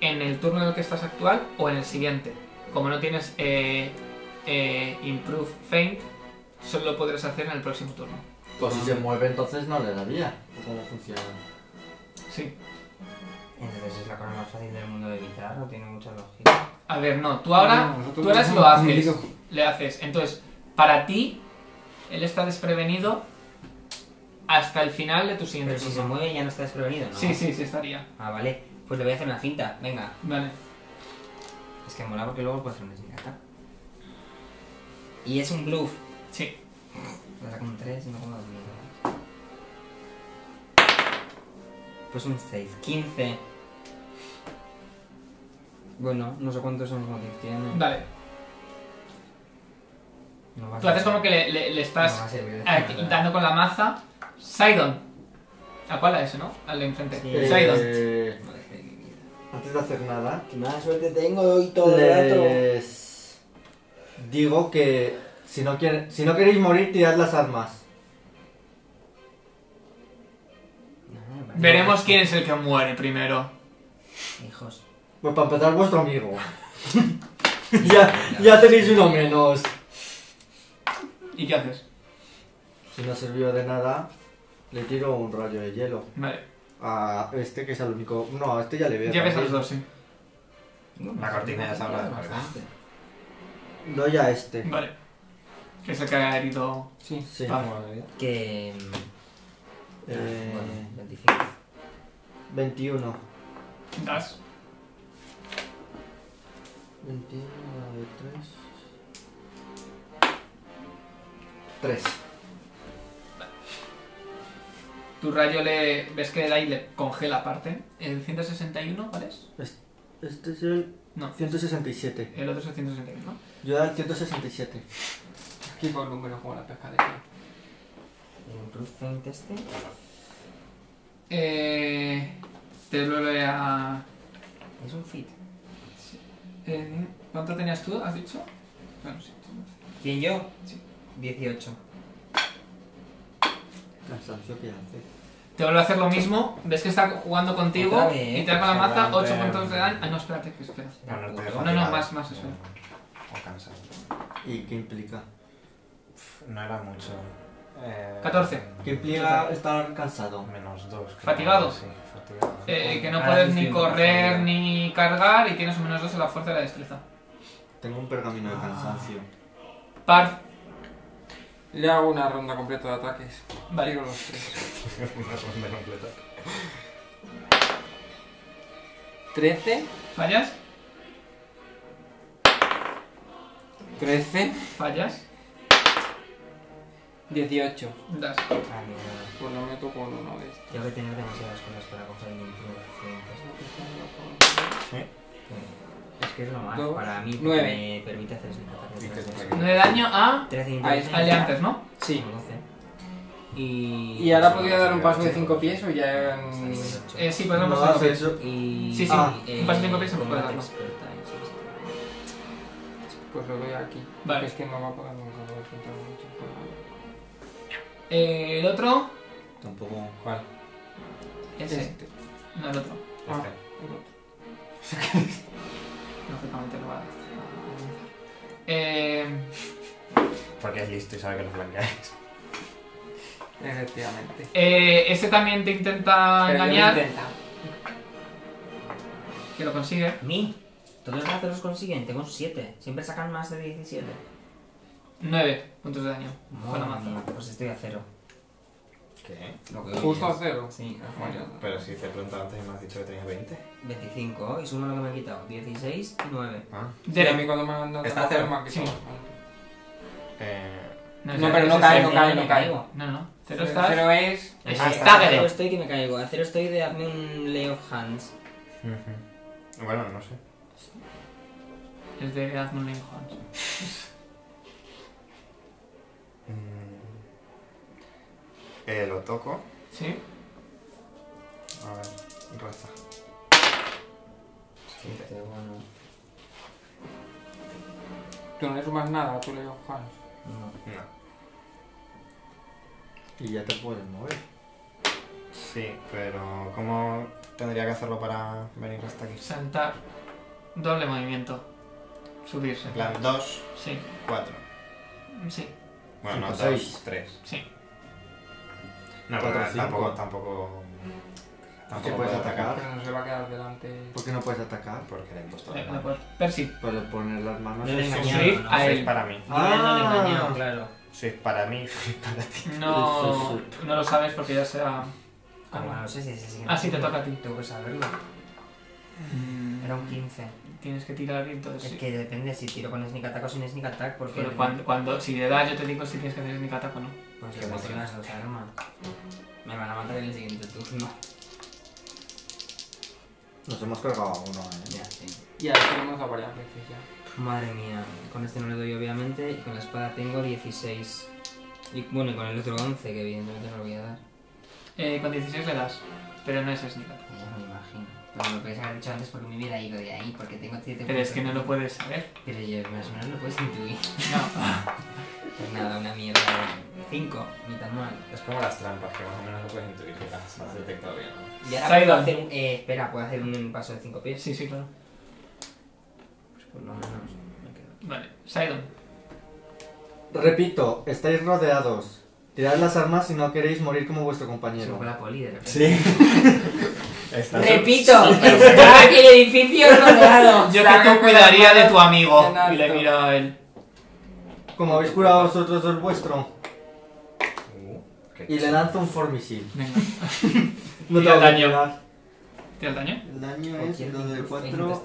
S1: en el turno en el que estás actual o en el siguiente. Como no tienes eh, eh, Improve Feint, solo lo podrás hacer en el próximo turno.
S10: Pues si se mueve entonces no le daría. Porque no funciona.
S1: Sí.
S5: Entonces es la cosa más fácil del mundo de evitar, no tiene mucha lógica.
S1: A ver, no, tú ahora,
S3: No, nosotros
S1: tú ahora
S3: no
S1: se lo
S3: hemos
S1: haces.
S3: cumplido.
S1: Le haces. Entonces, para ti, él está desprevenido hasta el final de tu siguiente
S5: Pero si se
S1: turno.
S5: mueve ya no está desprevenido, ¿no?
S1: Sí, sí, sí estaría.
S5: Ah, vale. Pues le voy a hacer una cinta, venga.
S1: Vale.
S5: Es que mola porque luego puedo hacer un sneak attack. Y es un bluff.
S1: Sí.
S5: Me saco un 3 y no como dos mil. Pues un 6, 15. Bueno, no sé cuántos son los que tiene.
S1: Vale.
S5: No va a
S1: Tú haces
S5: servir.
S1: como que le, le- le
S5: No va a
S1: estás
S5: servir de
S1: aquí,
S5: nada.
S1: dando con la maza. Sidon. ¿A cuál a ese, no? Al de enfrente.
S5: Sí.
S1: Sidon.
S4: Eh,
S5: No dejé de vivir.
S4: antes de hacer nada,
S5: Qué mala suerte tengo hoy todo el rato.
S4: les digo que si no, quiere- si no queréis morir, tirad las armas.
S5: No, me parece-
S1: Veremos quién es el que muere primero.
S5: Hijos.
S4: Pues para empezar, vuestro amigo. ya, ya tenéis uno menos.
S1: ¿Y qué haces?
S4: Si no sirvió de nada, le tiro un rayo de hielo.
S1: Vale.
S4: A este que es el único. No, a este ya le veo.
S1: Ya ves a los
S4: también.
S1: dos, sí.
S5: No,
S2: La cortina ya se habrá
S5: bastante.
S4: Doy a este.
S1: Vale. Que es el que ha herido.
S3: Sí.
S4: Sí.
S1: Vale.
S5: Que.
S4: Eh,
S5: Ah, Bueno, 25.
S4: 21.
S1: Das.
S4: 21 de 3. 3.
S1: Tu rayo le. ves que le da y le congela aparte. El 161, ¿cuál es?
S4: Este es el
S1: No.
S4: 167.
S1: El otro es el 161, ¿no?
S4: Yo era el 167.
S3: Aquí por número juego la pescadilla.
S5: Un plus 20 este.
S1: Eh. Te vuelve a.
S5: Es un fit.
S1: eh, ¿Cuánto tenías tú? ¿Has dicho? Bueno, sí.
S5: ¿Quién yo?
S1: Sí.
S5: 18.
S4: Cansancio que hace.
S1: Te vuelve a hacer lo mismo. Ves que está jugando contigo.
S5: Otra vez, eh.
S1: Y te da con la maza
S2: seguramente-
S1: 8 puntos de daño. Ah, no, espérate, que espera.
S2: Ponerte
S1: No, no,
S2: fatigado.
S1: más, más, espera.
S2: O cansado.
S4: ¿Y qué implica?
S2: Pf, No era mucho. Eh,
S1: 14.
S4: ¿Qué implica estar cansado?
S2: Menos 2.
S1: ¿Fatigado?
S2: Sí, fatigado.
S1: Eh, que no
S5: Ahora
S1: puedes
S5: ah, sí
S1: ni
S5: estoy más
S1: correr
S5: jodido.
S1: ni cargar y tienes un menos 2 en la fuerza de la destreza.
S4: Tengo un pergamino de cansancio.
S1: Par.
S3: Le hago una ronda completa de ataques.
S1: Vale.
S3: Tiro los tres.
S2: Más o menos completa.
S3: 13,
S1: ¿Fallas?
S3: 13,
S1: ¿Fallas?
S3: 18.
S1: Das.
S5: Ah, mierda.
S3: Pues lo meto con uno de estos.
S5: Tengo que tener demasiadas cosas para coger el plus 200.
S3: Pues
S5: Es que es lo más
S3: Dos,
S5: para mí porque
S3: nueve.
S5: me permite hacer sneak attack
S2: Y
S5: de
S2: que
S5: tres
S2: te
S5: veces.
S2: pegue.
S1: 9 daño a
S5: 13
S3: Ahí
S5: intentos.
S3: está.
S1: aliantes, ¿no?
S3: Sí.
S5: Son 12. Y...
S3: ¿Y ahora podría dar un paso de 5 pies o ya en...
S1: Eh, sí, pues
S4: No
S1: vamos
S4: has
S1: a
S4: hecho.
S5: Y...
S1: Sí, sí,
S4: Ah.
S1: un paso de cinco pies se puede
S5: combate
S1: dar, ¿no?
S5: experta, eso es.
S3: Pues lo doy aquí.
S1: Vale.
S3: Porque es que no va a pagar nunca, voy a juntar mucho.
S1: Eh, el otro.
S4: Tampoco.
S2: ¿Cuál?
S1: Ese.
S3: Este.
S1: No, el otro.
S3: Ah.
S2: Este.
S3: el otro.
S1: Lógicamente lo va a dar. Eh,
S2: Este. Porque es listo y sabe que lo flanqueáis.
S3: Efectivamente.
S1: eh, ese también te intenta
S3: Pero yo lo
S1: engañar,
S3: intento.
S1: que lo consigue.
S5: Mí. Todos los datos los consiguen. Tengo un 7. Siempre sacan más de 17.
S1: 9 puntos de daño con la
S5: Madre
S1: maza.
S5: mía, Pues estoy a cero.
S2: ¿Qué?
S5: Lo que
S3: Justo a cero.
S5: Sí.
S3: Ah, bueno.
S2: Pero si te he preguntado antes y me has dicho que tenías 20.
S5: 25. Y suma lo que me he quitado. 16 y 9.
S2: Ah.
S3: Sí, a
S1: Derek.
S3: mí cuando me han dado
S2: Está a cero.
S3: más que
S1: Sí.
S3: todo.
S2: Eh,
S3: No,
S1: es
S3: pero no
S1: ese,
S3: cae,
S1: ese.
S3: no cae, no cae.
S1: No, no. Cero
S3: Cero
S1: estás.
S3: cero es...
S5: A
S2: Ah,
S5: cero-
S2: está
S5: a
S1: cero.
S5: cero estoy que me caigo. A cero estoy de hazme un lay of hands.
S2: ujú. Bueno, no sé.
S1: Es de Hazme un Lane Hunt.
S2: Mm. Eh, lo toco.
S1: Sí.
S2: A ver, reza.
S5: Pero bueno,
S3: Tú no le sumas nada, tú le Juan.
S5: no.
S2: No.
S4: Y ya te puedes mover.
S2: Sí, pero ¿cómo tendría que hacerlo para venir hasta aquí?
S1: Saltar. Doble movimiento. Subirse.
S2: En plan, 2,
S1: Sí.
S2: 4.
S1: Sí.
S2: Bueno, no,
S4: Cinco,
S2: 2,
S4: seis.
S2: 3.
S1: Sí.
S2: No,
S4: Cuatro,
S2: pero tampoco,
S4: cinco.
S2: tampoco.
S4: ¿Qué
S2: Tampoco
S4: puedes
S2: puedo
S4: atacar? Pues-
S3: Pero no se va a quedar delante...
S4: ¿Por qué no puedes atacar?
S2: Porque le he puesto
S1: Le-
S2: la
S1: le
S2: mano.
S1: puedes- Percy.
S4: Para poner las manos.
S5: Le he
S4: en-
S5: engañado,
S1: Swift
S5: ¿no?
S1: a
S2: Sois
S1: él.
S2: para mí.
S5: Yo le- no le he
S4: Ah.
S5: engañado, claro.
S2: Sois para mí. sois para ti.
S1: No,
S4: Sí,
S1: no lo sabes porque ya sea.
S5: Ah, bueno, no sé si es el siguiente.
S1: Ah, sí, te toca a ti.
S3: Mm,
S5: Tengo que saberlo. Era un 15.
S1: tienes que tirar y entonces
S5: Es
S1: Pues sí.
S5: que depende si tiro con sneak attack o sin sneak attack, porque...
S1: Pero cuando, cuando, si le das, yo te digo si tienes que hacer sneak attack o no.
S5: Pues que me las dos armas. Me van a matar en el siguiente turno.
S4: Nos hemos cargado a uno, eh.
S5: Ya, sí.
S3: Y ahí tenemos la variable veces ya.
S5: Madre mía, con este no le doy obviamente y con la espada tengo 16. Y bueno, y con el otro 11, que evidentemente no lo voy a dar.
S1: Eh, con 16 le das, pero no es sneak attack.
S5: Ya me imagino. Pero me lo podéis haber dicho antes porque me hubiera ido de ahí, porque tengo 7
S1: Pero es que no lo puedes saber.
S5: Pero yo más o menos lo puedes intuir.
S1: No.
S5: Pues nada, una mierda. 5, ni tan mal.
S2: Es como las trampas, que más o menos lo puedes intuir, que las has detectado bien. ¿no?
S5: Y ahora
S1: Sidon.
S5: puedo hacer un... Eh, espera, ¿puedo hacer un paso de 5 pies?
S1: Sí, sí, claro.
S5: Pues por lo menos me quedo.
S1: Vale, Sidon.
S4: Repito, estáis rodeados. Tirad las armas si no queréis morir como vuestro
S5: Se me
S4: compañero.
S5: fue la poli de repente.
S2: Sí. Está
S5: Repito, está el edificio rodeado.
S1: Yo
S3: Saca
S1: que tú
S3: con
S1: cuidaría
S3: la mano
S1: de tu amigo.
S3: en alto.
S1: Y le mira a él.
S4: Como habéis curado vosotros dos vuestro.
S2: Uh, qué
S4: Y le lanzo un formisil.
S1: Venga,
S4: No
S1: Tira
S4: tengo que
S1: daño.
S4: tirar.
S1: tira el daño.
S12: El daño es 2
S5: Pues,
S12: de 4.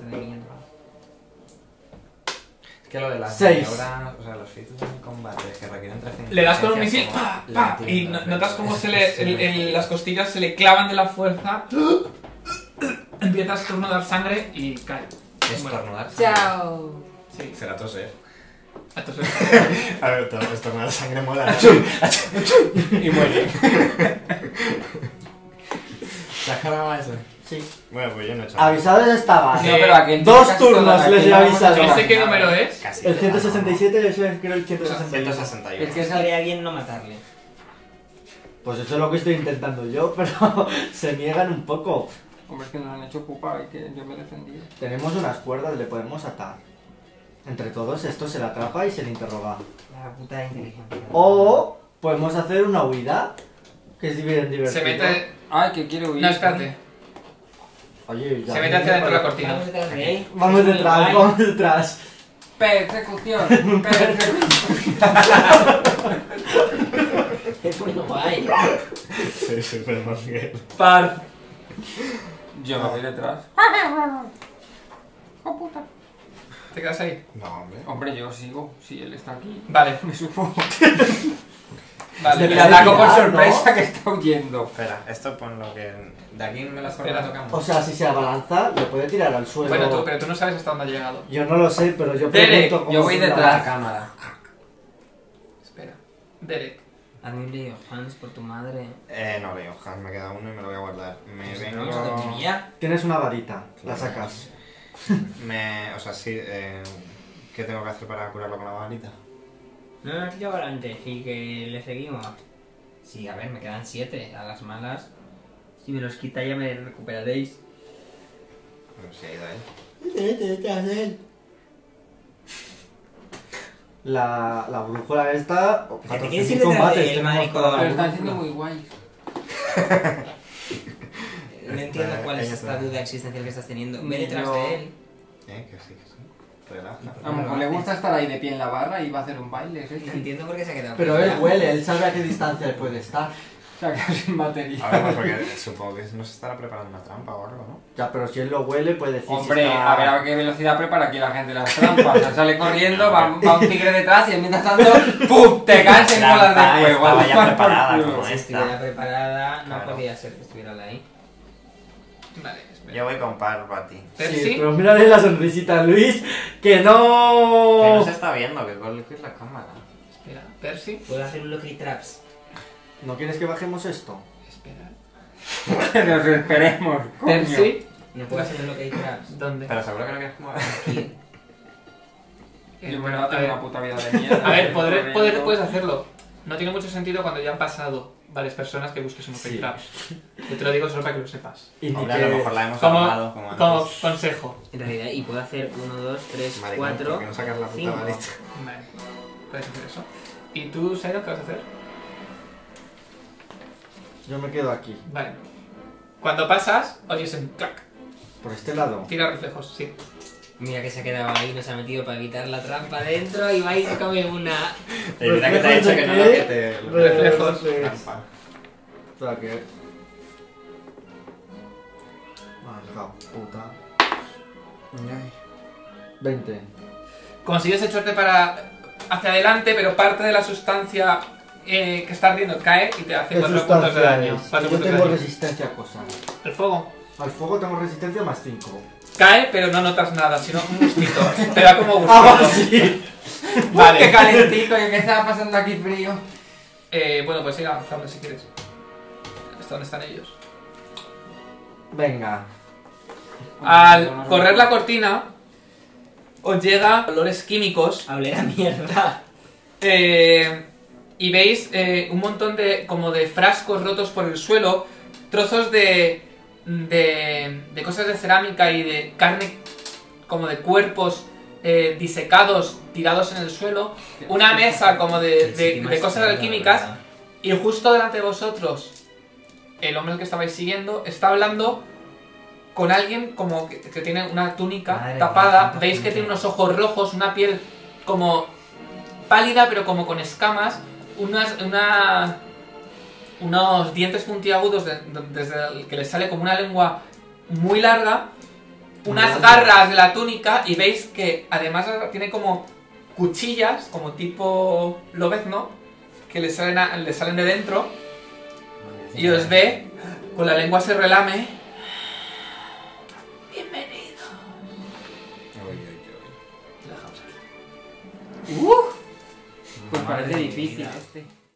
S2: Es que lo de las
S4: Seis.
S2: maniobras, o sea, los feats en combate que requieren 300.
S1: Le das con un misil, pa, pa, y no- notas como se le, el- el- las costillas se le clavan de la fuerza. Empiezas a estornudar sangre y cae.
S2: Estornudar.
S5: Chao.
S1: Sí,
S2: Será toser.
S1: a tu suerte.
S2: A ver, to- estornudar sangre mola.
S3: Y muere.
S2: ¿Te has cargado eso?
S4: Sí.
S2: Bueno, pues yo no he hecho nada.
S4: Avisados estaban.
S1: Sí.
S3: No, Ah, pero aquel
S4: Dos
S3: casi toda-
S4: turnos
S3: aquel
S4: les he
S3: no hemos
S4: avisado.
S3: hecho
S1: No sé
S3: casi
S1: qué
S3: nada.
S1: número ¿eh? es.
S2: Casi.
S4: El 167 yo soy creo el 168.
S2: 161.
S3: Es que
S5: Que
S3: es
S5: sabría bien no matarle.
S4: Pues eso es lo que estoy intentando yo, pero se niegan un poco.
S3: Hombre, es que nos han hecho pupa y que yo me defendí.
S4: Tenemos unas cuerdas, le podemos atar. Entre todos, esto se le atrapa y se le
S5: Ah.
S4: interroga.
S5: La puta inteligencia.
S4: O podemos hacer una huida, que es bien divertido.
S1: Se mete.
S3: Ay, que quiero huir.
S1: No, espérate.
S4: Oye, ya
S1: Se mete hacia dentro de la
S5: Vamos
S1: cortina.
S5: detrás de él.
S4: Vamos detrás, vamos detrás.
S3: Persecución. Persecución.
S5: Es muy guay.
S2: Soy super Miguel.
S1: Par.
S3: Yo me voy detrás. Oh, puta.
S1: ¿Te quedas ahí?
S2: No, hombre.
S3: Hombre, yo sigo. Si él está aquí,
S1: Vale,
S3: me supo.
S1: vale.
S4: Este
S3: Le
S1: mira,
S4: plan-
S1: la-
S3: ataco por
S4: ¿no?
S3: sorpresa que está huyendo.
S2: Espera, esto pon lo que. De aquí me las
S1: Espera.
S2: la tocamos.
S4: O sea, si se abalanza, le puede tirar al suelo.
S1: Bueno, tú, pero tú no sabes hasta dónde ha llegado.
S4: Yo no lo sé, pero yo
S1: Derek,
S4: pregunto cómo
S3: yo voy
S4: se la-
S3: detrás.
S5: cámara.
S1: Espera. Derek.
S5: Hazme un video, Hans, por tu madre.
S2: Eh, no leo, Hans, me queda uno y me lo voy a guardar. Me
S5: Pues
S2: vengo.
S5: vamos a continuar.
S4: Tienes una varita, la sacas.
S2: Me. O sea, sí. Eh, ¿Qué tengo que hacer para curarlo con la varita?
S5: No, no, tío, adelante. Y que le seguimos. Sí, a ver, me quedan 7 a las malas. Si me los quita ya me recuperaréis.
S2: Bueno, Pues si ha ido él.
S4: La, la brújula esta.
S5: te
S4: 14.000
S5: quieres ir detrás
S4: combates,
S5: de él,
S4: tenemos
S5: maricón.
S4: toda la
S3: Pero están
S4: brújula.
S3: siendo muy guays.
S5: No entiendo cuál es
S2: ella
S5: esta
S2: está-
S5: duda existencial que estás teniendo. Ve
S3: Ni
S5: detrás
S3: yo.
S5: de él.
S2: Eh, que sí, que sí. Relaja.
S3: A lo mejor le gusta estar ahí de pie en la barra y va a hacer un baile. ¿sí?
S5: No entiendo por qué se ha quedado.
S4: Pero
S5: pillado.
S4: él huele, él sabe a qué distancia él puede estar.
S3: O sea, que sin
S2: A ver,
S3: batería.
S2: pues porque supongo que no se estará preparando una trampa o algo, ¿no?
S4: Ya, pero si él lo huele, puede decir. si
S3: Hombre,
S4: está-
S3: a ver a qué velocidad prepara aquí la gente las trampas. O sea, sale corriendo, va, va un tigre detrás y mientras tanto, ¡pum! Te caes en bolas de fuego.
S2: Estaba
S3: Por
S2: ya preparada
S3: culo.
S2: como
S5: Si estuviera
S2: esta.
S5: preparada, no
S2: Claro.
S5: podía ser que estuviera ahí.
S1: Vale, espera.
S2: Yo voy con Parvati.
S1: Percy.
S4: Sí, pero mírale la sonrisita a Luis, que
S1: Oh.
S4: no.
S2: Que no se está viendo, que cuál es la cámara.
S1: Espera. Percy.
S5: Puedo hacer un Lucky Traps.
S4: ¿No quieres que bajemos esto?
S1: Espera.
S3: Que nos esperemos. coño.
S1: Percy.
S5: No puedo hacer un Lucky Traps.
S1: ¿Dónde?
S2: Pero seguro que no quieres como.
S5: Aquí.
S3: Yo en
S1: Eh, a
S3: verdad tengo
S1: ver.
S3: una puta vida de mierda.
S1: A ver, poder,
S3: corriendo.
S1: poder puedes hacerlo. No tiene mucho sentido cuando ya han pasado varias personas que busques un open
S4: Sí.
S1: traps. Yo te lo digo solo para que lo sepas.
S4: Y ni
S2: Hombre, a
S4: que-
S2: lo mejor la hemos armado
S1: Como,
S2: como antes.
S1: como consejo.
S5: En realidad, y puedo hacer 1, 2, 3,
S2: Maricón, ¿por
S5: 4,
S2: qué no sacas la puta
S5: 5.
S2: varita?
S1: Vale. Puedes hacer eso. ¿Y tú, Sairo, qué vas a hacer?
S4: Yo me quedo aquí.
S1: Vale. Cuando pasas, oyes un clac.
S4: Por este lado.
S1: Tira reflejos, sí.
S5: Mira que se ha quedado ahí, nos ha metido para evitar la trampa dentro y vais a come una.
S2: Y mira que te he dicho que no lo que te. lo que
S1: Reflejos.
S2: te-
S4: Reflejos.
S2: Trampa.
S4: O sea que. Ah, Marca, puta. 20.
S1: Consigues echarte este para hacia adelante, pero parte de la sustancia eh, que está ardiendo cae y te hace
S10: ¿Qué
S1: 4 puntos de
S10: sustancia
S1: daño.
S10: es?
S1: Cuatro
S10: Yo
S1: puntos de
S10: tengo
S1: daño.
S10: resistencia a cosas.
S1: El fuego
S10: Al fuego tengo resistencia más 5.
S1: cae, pero no notas nada, sino un gustito. te da como gustito.
S3: Vale.
S1: Vale.
S3: ¡Qué calentito! ¿Qué estaba pasando aquí frío?
S1: Eh, bueno, pues sigue avanzando si quieres. ¿Hasta dónde están ellos?
S10: Venga.
S1: Al correr la cortina, os llega olores químicos
S5: A oler a mierda.
S1: eh, y veis eh, un montón de como de frascos rotos por el suelo, trozos de, de, de cosas de cerámica y de carne como de cuerpos eh, disecados tirados en el suelo, una mesa como de, de- de cosas alquímicas Y justo delante de vosotros, el hombre al que estabais siguiendo está hablando con alguien como que, que tiene una túnica
S5: Madre mía,
S1: tapada.
S5: cuánta
S1: Veis que
S5: gente.
S1: tiene unos ojos rojos, una piel como pálida pero como con escamas, unas, una, unos dientes puntiagudos de- de- desde el que le sale como una lengua muy larga, unas garras de la túnica y veis que además tiene como cuchillas, como tipo lobezno, que le salen, a- le salen de dentro y os ve, con la lengua se relame. Bienvenido.
S2: Uy, uy, uy.
S1: Lo dejamos aquí.
S3: Pues parece difícil este.